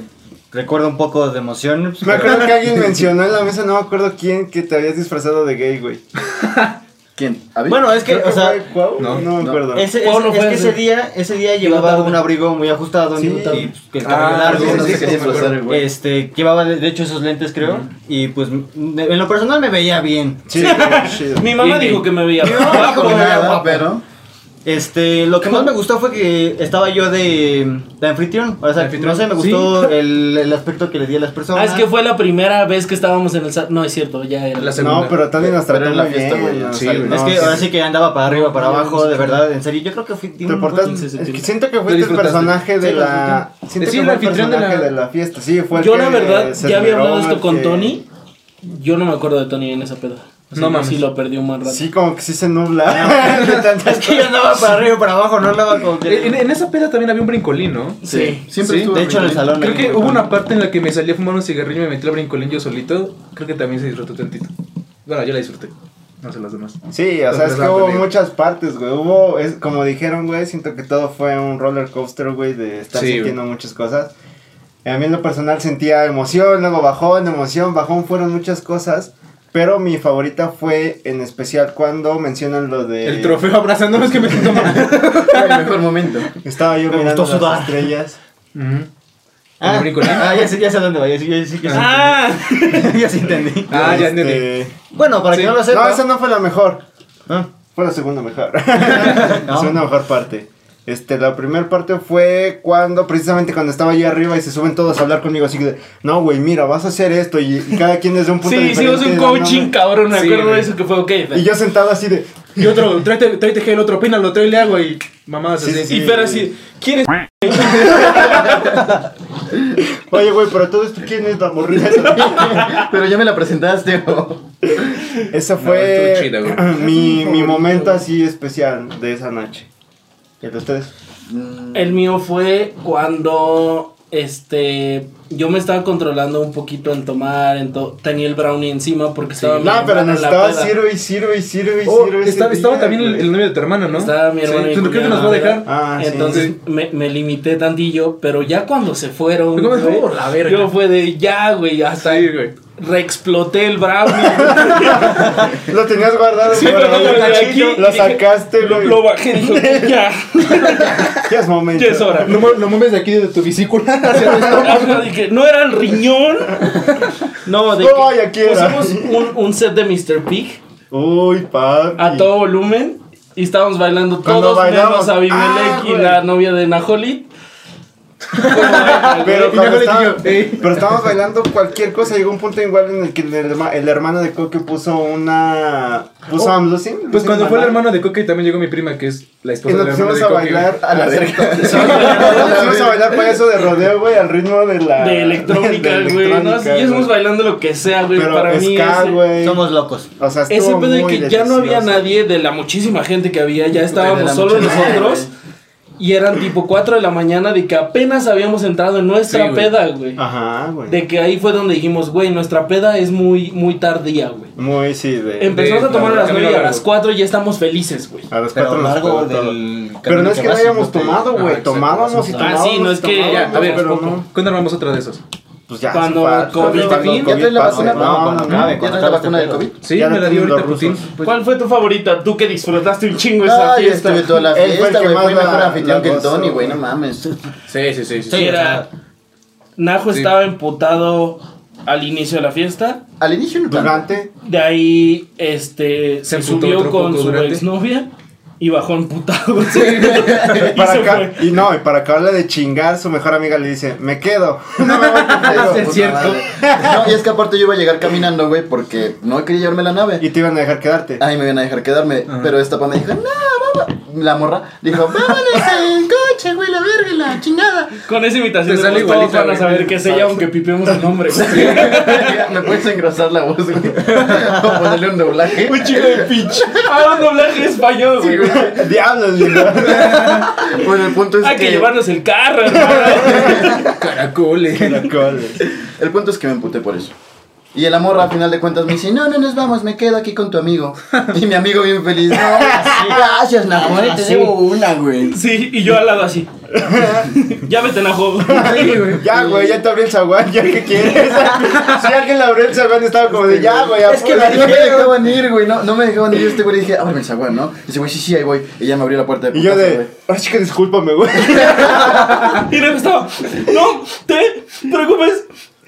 [SPEAKER 4] Recuerdo un poco de emoción. pues,
[SPEAKER 1] Me acuerdo que alguien mencionó en la mesa, no me acuerdo quién, que te habías disfrazado de gay, güey.
[SPEAKER 5] ¿Quién? ¿A mí?
[SPEAKER 4] Bueno, es que,
[SPEAKER 1] Creo
[SPEAKER 4] o sea,
[SPEAKER 1] fue Cuau,
[SPEAKER 2] no,
[SPEAKER 1] no, me
[SPEAKER 5] no.
[SPEAKER 1] acuerdo.
[SPEAKER 4] Ese,
[SPEAKER 3] Pau
[SPEAKER 4] ese-
[SPEAKER 3] no
[SPEAKER 4] es
[SPEAKER 3] fue
[SPEAKER 4] que
[SPEAKER 3] ese.
[SPEAKER 4] ese día, ese día llevaba
[SPEAKER 3] tarde.
[SPEAKER 4] un abrigo muy ajustado
[SPEAKER 1] Sí.
[SPEAKER 4] y un- y, pues, el cabello
[SPEAKER 2] Ah,
[SPEAKER 4] largo,
[SPEAKER 5] sí,
[SPEAKER 4] no
[SPEAKER 5] sí,
[SPEAKER 4] sé
[SPEAKER 5] sí,
[SPEAKER 4] cómo
[SPEAKER 5] sí,
[SPEAKER 4] fue.
[SPEAKER 5] sí, güey.
[SPEAKER 4] Este, llevaba de, de hecho esos lentes, creo, y pues me- en lo personal me veía bien.
[SPEAKER 1] Sí, qué chido.
[SPEAKER 3] Mi mamá dijo que me veía. Ah,
[SPEAKER 5] No,
[SPEAKER 3] guapo,
[SPEAKER 5] como
[SPEAKER 3] güey.
[SPEAKER 5] nada, pero.
[SPEAKER 4] Este, lo que más me gustó fue que estaba yo de, de anfitrión, o sea,
[SPEAKER 2] Anfitrión,
[SPEAKER 4] no sé, me
[SPEAKER 2] sí.
[SPEAKER 4] gustó el, el aspecto que le di a las
[SPEAKER 3] Ah,
[SPEAKER 4] personas.
[SPEAKER 3] es que fue la primera vez que estábamos en el SAT. No, es cierto, ya era.
[SPEAKER 2] La segunda.
[SPEAKER 1] No, pero Tony nos
[SPEAKER 5] Pero
[SPEAKER 1] trató
[SPEAKER 5] en la
[SPEAKER 1] muy
[SPEAKER 5] fiesta,
[SPEAKER 1] bien.
[SPEAKER 5] güey.
[SPEAKER 1] nos
[SPEAKER 2] Sí,
[SPEAKER 1] sal-
[SPEAKER 2] güey.
[SPEAKER 1] no,
[SPEAKER 4] Es que ahora sí que andaba para arriba, para abajo, de verdad, en serio, yo creo que fui...
[SPEAKER 1] Te portaste-
[SPEAKER 3] Sí, sí,
[SPEAKER 1] es
[SPEAKER 3] sí.
[SPEAKER 1] que siento que
[SPEAKER 2] Lo
[SPEAKER 1] fuiste el
[SPEAKER 2] disfrutaste.
[SPEAKER 1] personaje de
[SPEAKER 4] Sí, lo
[SPEAKER 1] la. Siento
[SPEAKER 2] Sí,
[SPEAKER 1] que
[SPEAKER 2] el
[SPEAKER 1] fue el
[SPEAKER 2] anfitrión de
[SPEAKER 1] personaje de
[SPEAKER 2] la-
[SPEAKER 1] la fiesta. Sí, fue el
[SPEAKER 3] Yo, la
[SPEAKER 1] que
[SPEAKER 3] verdad,
[SPEAKER 1] se
[SPEAKER 3] ya había
[SPEAKER 1] esmeró,
[SPEAKER 3] hablado esto
[SPEAKER 1] el
[SPEAKER 3] con
[SPEAKER 1] que-
[SPEAKER 3] Tony. Yo no me acuerdo de Tony en esa peda. Así
[SPEAKER 2] No
[SPEAKER 3] que
[SPEAKER 2] mames.
[SPEAKER 3] Sí lo perdí un buen rato.
[SPEAKER 1] Sí, como que sí se nubla. De tanto-
[SPEAKER 4] Es que yo andaba para arriba y para abajo, no andaba como que.
[SPEAKER 2] En, en esa peda también había un brincolín, ¿no?
[SPEAKER 5] Sí,
[SPEAKER 2] Sí.
[SPEAKER 5] siempre
[SPEAKER 2] Sí.
[SPEAKER 5] estuvo
[SPEAKER 4] De hecho, en el
[SPEAKER 5] rico.
[SPEAKER 4] salón.
[SPEAKER 2] Creo
[SPEAKER 4] ahí,
[SPEAKER 2] que
[SPEAKER 4] ¿no?
[SPEAKER 2] hubo una parte en la que me salí a fumar un cigarrillo y me metí al brincolín yo solito. Creo que también se disfrutó tantito. Bueno, yo la disfruté. No sé las demás.
[SPEAKER 1] Sí, o sea, es
[SPEAKER 2] Entonces,
[SPEAKER 1] que
[SPEAKER 2] no,
[SPEAKER 1] hubo
[SPEAKER 2] te digo.
[SPEAKER 1] muchas partes, güey. Hubo, es, como dijeron, güey, siento que todo fue un roller coaster, güey, de estar
[SPEAKER 2] Sí, güey.
[SPEAKER 1] sintiendo muchas cosas. Eh, A mí en lo personal sentía emoción, luego bajón, emoción, bajón, fueron muchas cosas. Pero mi favorita fue en especial cuando mencionan lo de.
[SPEAKER 2] El trofeo abrazándonos que me siento mal.
[SPEAKER 5] Fue el mejor momento.
[SPEAKER 1] Estaba yo
[SPEAKER 4] Me
[SPEAKER 1] mirando
[SPEAKER 4] gustó
[SPEAKER 1] las
[SPEAKER 4] sudar.
[SPEAKER 1] estrellas.
[SPEAKER 2] Ujú.
[SPEAKER 4] Ah,
[SPEAKER 2] El brincolín.
[SPEAKER 4] ah, ya sé, ya sé a dónde va. Ya, sé- ya, sé- ya, sé-
[SPEAKER 3] Ah,
[SPEAKER 4] ya sí entendí.
[SPEAKER 2] Ah, ya
[SPEAKER 1] Este,
[SPEAKER 2] entendí.
[SPEAKER 4] Bueno, para
[SPEAKER 2] Sí.
[SPEAKER 4] que no lo sepa.
[SPEAKER 1] No, esa no fue la mejor.
[SPEAKER 4] Ah,
[SPEAKER 1] Fue la segunda mejor. la segunda mejor parte. Este, la primera parte fue cuando, precisamente cuando estaba yo arriba y se suben todos a hablar conmigo así de, no, güey, mira, vas a hacer esto y, y cada quien desde un punto
[SPEAKER 3] sí,
[SPEAKER 1] diferente.
[SPEAKER 3] hicimos un
[SPEAKER 1] dándome-
[SPEAKER 3] coaching, cabrón. Me
[SPEAKER 2] Sí,
[SPEAKER 3] acuerdo de
[SPEAKER 2] güey.
[SPEAKER 3] eso que fue ok.
[SPEAKER 1] Y yo sentado así de,
[SPEAKER 2] Y otro, tráete, tráete gel, otro pena, lo trae y le hago y mamadas
[SPEAKER 1] Sí,
[SPEAKER 2] así.
[SPEAKER 1] sí,
[SPEAKER 3] Y pero así, ¿quién es?
[SPEAKER 1] oye, güey, pero todo esto, ¿quién es la morrita? esa?"
[SPEAKER 5] Pero ya me la presentaste. o-
[SPEAKER 1] Esa
[SPEAKER 2] No,
[SPEAKER 1] fue
[SPEAKER 2] estuvo chida, güey.
[SPEAKER 1] mi, mi momento así especial de esa noche. ¿Y el de ustedes?
[SPEAKER 5] Mm,
[SPEAKER 3] El mío fue cuando este yo me estaba controlando un poquito en tomar, en to- tenía el brownie encima porque estaba mi
[SPEAKER 1] No, pero nos
[SPEAKER 3] hermana en la
[SPEAKER 1] estaba
[SPEAKER 3] peda.
[SPEAKER 1] sirve y sirve y sirve y
[SPEAKER 2] Oh,
[SPEAKER 1] sirve. ese
[SPEAKER 2] estaba, estaba
[SPEAKER 1] día,
[SPEAKER 2] también el,
[SPEAKER 1] güey.
[SPEAKER 2] el novio de tu hermano, ¿no?
[SPEAKER 3] Estaba mi hermano y pues
[SPEAKER 2] Sí,
[SPEAKER 3] mi
[SPEAKER 2] tú creo que nos va a
[SPEAKER 3] cuñada,
[SPEAKER 2] dejar.
[SPEAKER 1] Ah, sí.
[SPEAKER 3] Entonces me, me limité tantillo, pero ya cuando se fueron,
[SPEAKER 2] Pero ¿cómo
[SPEAKER 3] güey,
[SPEAKER 2] estuvo? La verga.
[SPEAKER 3] yo fue de ya, Ah, güey, hasta
[SPEAKER 2] Sí, güey.
[SPEAKER 3] reexploté el brownie.
[SPEAKER 1] Lo tenías guardado,
[SPEAKER 3] Sí,
[SPEAKER 1] güey,
[SPEAKER 3] pero no,
[SPEAKER 1] lo-
[SPEAKER 3] lo de aquí,
[SPEAKER 1] Lo
[SPEAKER 3] dije,
[SPEAKER 1] sacaste,
[SPEAKER 3] lo,
[SPEAKER 1] güey.
[SPEAKER 3] lo bajé, dije, ya,
[SPEAKER 1] Ya es momento.
[SPEAKER 3] ya es hora.
[SPEAKER 2] Lo, mu- lo mueves de aquí de tu vesícula hacia el estómago.
[SPEAKER 3] Ajá, dije, no era el riñón. No, de
[SPEAKER 1] No, ya
[SPEAKER 3] que
[SPEAKER 1] quiera.
[SPEAKER 3] pusimos un, un set de Mr. Pig
[SPEAKER 1] Uy, papi.
[SPEAKER 3] a todo volumen y estábamos bailando
[SPEAKER 1] Cuando
[SPEAKER 3] todos
[SPEAKER 1] bailamos.
[SPEAKER 3] menos a Vimelec
[SPEAKER 1] Ah,
[SPEAKER 3] y
[SPEAKER 1] güey.
[SPEAKER 3] la novia de Najolit.
[SPEAKER 1] Pero, cuando
[SPEAKER 2] Y luego le
[SPEAKER 1] estaba-
[SPEAKER 2] digo, "Ey".
[SPEAKER 1] pero estábamos bailando cualquier cosa. Llegó un punto igual en el que el, herma- el hermano de Coque puso una. Puso
[SPEAKER 2] Oh,
[SPEAKER 1] I'm losing.
[SPEAKER 2] Pues cuando
[SPEAKER 1] losing my
[SPEAKER 2] fue la
[SPEAKER 1] mind.
[SPEAKER 2] hermana de Coque también llegó mi prima, que es la
[SPEAKER 1] Y
[SPEAKER 3] Pues
[SPEAKER 2] esposa
[SPEAKER 1] nos
[SPEAKER 2] del hermano
[SPEAKER 1] pusimos
[SPEAKER 2] de
[SPEAKER 1] a
[SPEAKER 2] Coque.
[SPEAKER 1] bailar a la verga. Nos pusimos a
[SPEAKER 5] verga.
[SPEAKER 1] bailar payaso de rodeo, güey, al ritmo de la.
[SPEAKER 3] De electrónica,
[SPEAKER 1] de
[SPEAKER 3] güey. No,
[SPEAKER 1] electrónica,
[SPEAKER 3] sí, ya estamos
[SPEAKER 1] güey.
[SPEAKER 3] bailando lo que sea, güey.
[SPEAKER 1] Pero
[SPEAKER 3] Para mí
[SPEAKER 1] ska,
[SPEAKER 3] ese-
[SPEAKER 1] güey.
[SPEAKER 4] Somos locos.
[SPEAKER 1] O sea,
[SPEAKER 3] ese
[SPEAKER 1] estuvo
[SPEAKER 3] pedo de
[SPEAKER 1] muy
[SPEAKER 3] que ya no había
[SPEAKER 1] delicioso.
[SPEAKER 3] nadie de la muchísima gente que había, ya
[SPEAKER 5] de
[SPEAKER 3] estábamos
[SPEAKER 5] la
[SPEAKER 3] solo
[SPEAKER 5] mucha-
[SPEAKER 3] nosotros. Y eran tipo 4 de la mañana de que apenas habíamos entrado en nuestra
[SPEAKER 2] Sí, güey.
[SPEAKER 3] peda, güey.
[SPEAKER 1] Ajá, güey.
[SPEAKER 3] De que ahí fue donde dijimos, güey, nuestra peda es muy, muy tardía, güey.
[SPEAKER 1] Muy, sí, de. Ah,
[SPEAKER 3] Empezamos
[SPEAKER 2] de-
[SPEAKER 3] a tomar a
[SPEAKER 2] de
[SPEAKER 3] las
[SPEAKER 2] camino
[SPEAKER 3] 9 y a
[SPEAKER 2] largo.
[SPEAKER 3] las 4 y ya estamos felices, güey.
[SPEAKER 1] A las
[SPEAKER 4] Pero a
[SPEAKER 1] cuatro
[SPEAKER 4] lo
[SPEAKER 1] nos
[SPEAKER 4] largo
[SPEAKER 1] pegó todo.
[SPEAKER 4] del.
[SPEAKER 1] Pero no
[SPEAKER 4] camino
[SPEAKER 1] es que no
[SPEAKER 4] vas,
[SPEAKER 1] hayamos
[SPEAKER 4] te-
[SPEAKER 1] tomado,
[SPEAKER 2] Ajá,
[SPEAKER 1] güey.
[SPEAKER 2] exacto,
[SPEAKER 1] Tomábamos y
[SPEAKER 3] exacto. Ah,
[SPEAKER 1] tomábamos.
[SPEAKER 3] sí, no es que
[SPEAKER 1] tomábamos,
[SPEAKER 3] ya, a ver,
[SPEAKER 1] pero
[SPEAKER 3] poco.
[SPEAKER 1] no.
[SPEAKER 2] ¿Cuándo armamos otra de esas?
[SPEAKER 1] Pues ya.
[SPEAKER 3] Cuando
[SPEAKER 1] para-
[SPEAKER 3] COVID,
[SPEAKER 1] cuando
[SPEAKER 3] ¿también?
[SPEAKER 5] ¿Ya traes la
[SPEAKER 1] pase,
[SPEAKER 5] vacuna?
[SPEAKER 1] No,
[SPEAKER 4] No,
[SPEAKER 1] no,
[SPEAKER 4] cuando acabe,
[SPEAKER 1] no.
[SPEAKER 5] ¿Ya traes la vacuna de COVID?
[SPEAKER 2] Sí,
[SPEAKER 1] Ya
[SPEAKER 2] me
[SPEAKER 1] la
[SPEAKER 2] la dio
[SPEAKER 1] tienen
[SPEAKER 2] ahorita
[SPEAKER 1] los
[SPEAKER 2] Putin.
[SPEAKER 1] rusos.
[SPEAKER 3] ¿Cuál fue tu favorita? Tú que disfrutaste un chingo esa
[SPEAKER 5] No, yo
[SPEAKER 3] fiesta.
[SPEAKER 5] estuve toda la
[SPEAKER 1] Él fue el
[SPEAKER 5] fiesta,
[SPEAKER 1] que
[SPEAKER 5] güey.
[SPEAKER 1] más
[SPEAKER 5] Fue
[SPEAKER 1] la-
[SPEAKER 5] mejor anfitrión
[SPEAKER 1] la
[SPEAKER 5] que el
[SPEAKER 1] gozó,
[SPEAKER 5] Tony, güey.
[SPEAKER 1] güey.
[SPEAKER 5] No mames.
[SPEAKER 2] Sí, sí, sí. sí,
[SPEAKER 3] Sí,
[SPEAKER 2] sí.
[SPEAKER 3] era- Najo
[SPEAKER 2] Sí.
[SPEAKER 3] estaba emputado al inicio de la fiesta.
[SPEAKER 5] Al inicio
[SPEAKER 1] Pues
[SPEAKER 5] no tanto.
[SPEAKER 1] Durante.
[SPEAKER 3] De ahí, este,
[SPEAKER 2] Se
[SPEAKER 3] se,
[SPEAKER 2] emputó
[SPEAKER 3] subió
[SPEAKER 2] otro
[SPEAKER 3] con
[SPEAKER 2] poco
[SPEAKER 3] su
[SPEAKER 2] durante.
[SPEAKER 3] exnovia y bajó emputado.
[SPEAKER 1] Para
[SPEAKER 3] se
[SPEAKER 1] acá,
[SPEAKER 3] fue.
[SPEAKER 1] y no, y para acabarla de chingar, su mejor amiga le dice, me quedo. No me voy
[SPEAKER 5] Ah,
[SPEAKER 1] contigo.
[SPEAKER 5] puta
[SPEAKER 2] cierto.
[SPEAKER 5] madre. No, y es que aparte yo iba a llegar caminando, güey, porque no quería llevarme la nave.
[SPEAKER 1] Y te iban a dejar quedarte.
[SPEAKER 3] Ah.
[SPEAKER 5] Ay, me iban a dejar quedarme.
[SPEAKER 2] Ajá.
[SPEAKER 5] Pero esta pana dijo, no, vamos. La morra dijo, vámonos en coche, güey, la verga, la chingada.
[SPEAKER 3] Con esa imitación
[SPEAKER 2] Te
[SPEAKER 3] de
[SPEAKER 2] sale
[SPEAKER 3] voz, todos
[SPEAKER 2] igualita,
[SPEAKER 3] van a
[SPEAKER 2] güey.
[SPEAKER 3] saber que es ella, aunque pipemos el nombre. güey.
[SPEAKER 5] ¿Me puedes engrosar la voz, güey? O ponerle un doblaje.
[SPEAKER 3] Un chingo de pinche. Ah, un doblaje español, güey.
[SPEAKER 1] Diablos, Lilo.
[SPEAKER 5] Bueno, Pues el punto es
[SPEAKER 3] Hay que llevarnos el carro, hermano.
[SPEAKER 2] Caracoles.
[SPEAKER 1] Caracoles.
[SPEAKER 5] El punto es que me emputé por eso. Y el amor al final de cuentas me dice, no, no nos vamos, me quedo aquí con tu amigo. Y mi amigo bien feliz, no, gracias, Nahuel,
[SPEAKER 1] Ah,
[SPEAKER 5] te debo una, güey.
[SPEAKER 3] Sí, y yo al lado así. ya vete, Najo.
[SPEAKER 1] Ya, güey, ya te abrí el zaguán, ya que quieres. si alguien le abrió el zaguán, estaba como de, ya, güey,
[SPEAKER 5] Es que la- no me
[SPEAKER 1] apúrate".
[SPEAKER 5] dejaban ir, güey, no, no me dejaban ir. Yo este güey dije, ábreme el zaguán, ¿no? Y dice, güey, sí, sí, ahí voy. Y ya me abrió la puerta de
[SPEAKER 1] Y yo
[SPEAKER 5] putazo,
[SPEAKER 1] de,
[SPEAKER 5] güey.
[SPEAKER 1] ahora sí que discúlpame, güey.
[SPEAKER 3] Y luego estaba, no te preocupes.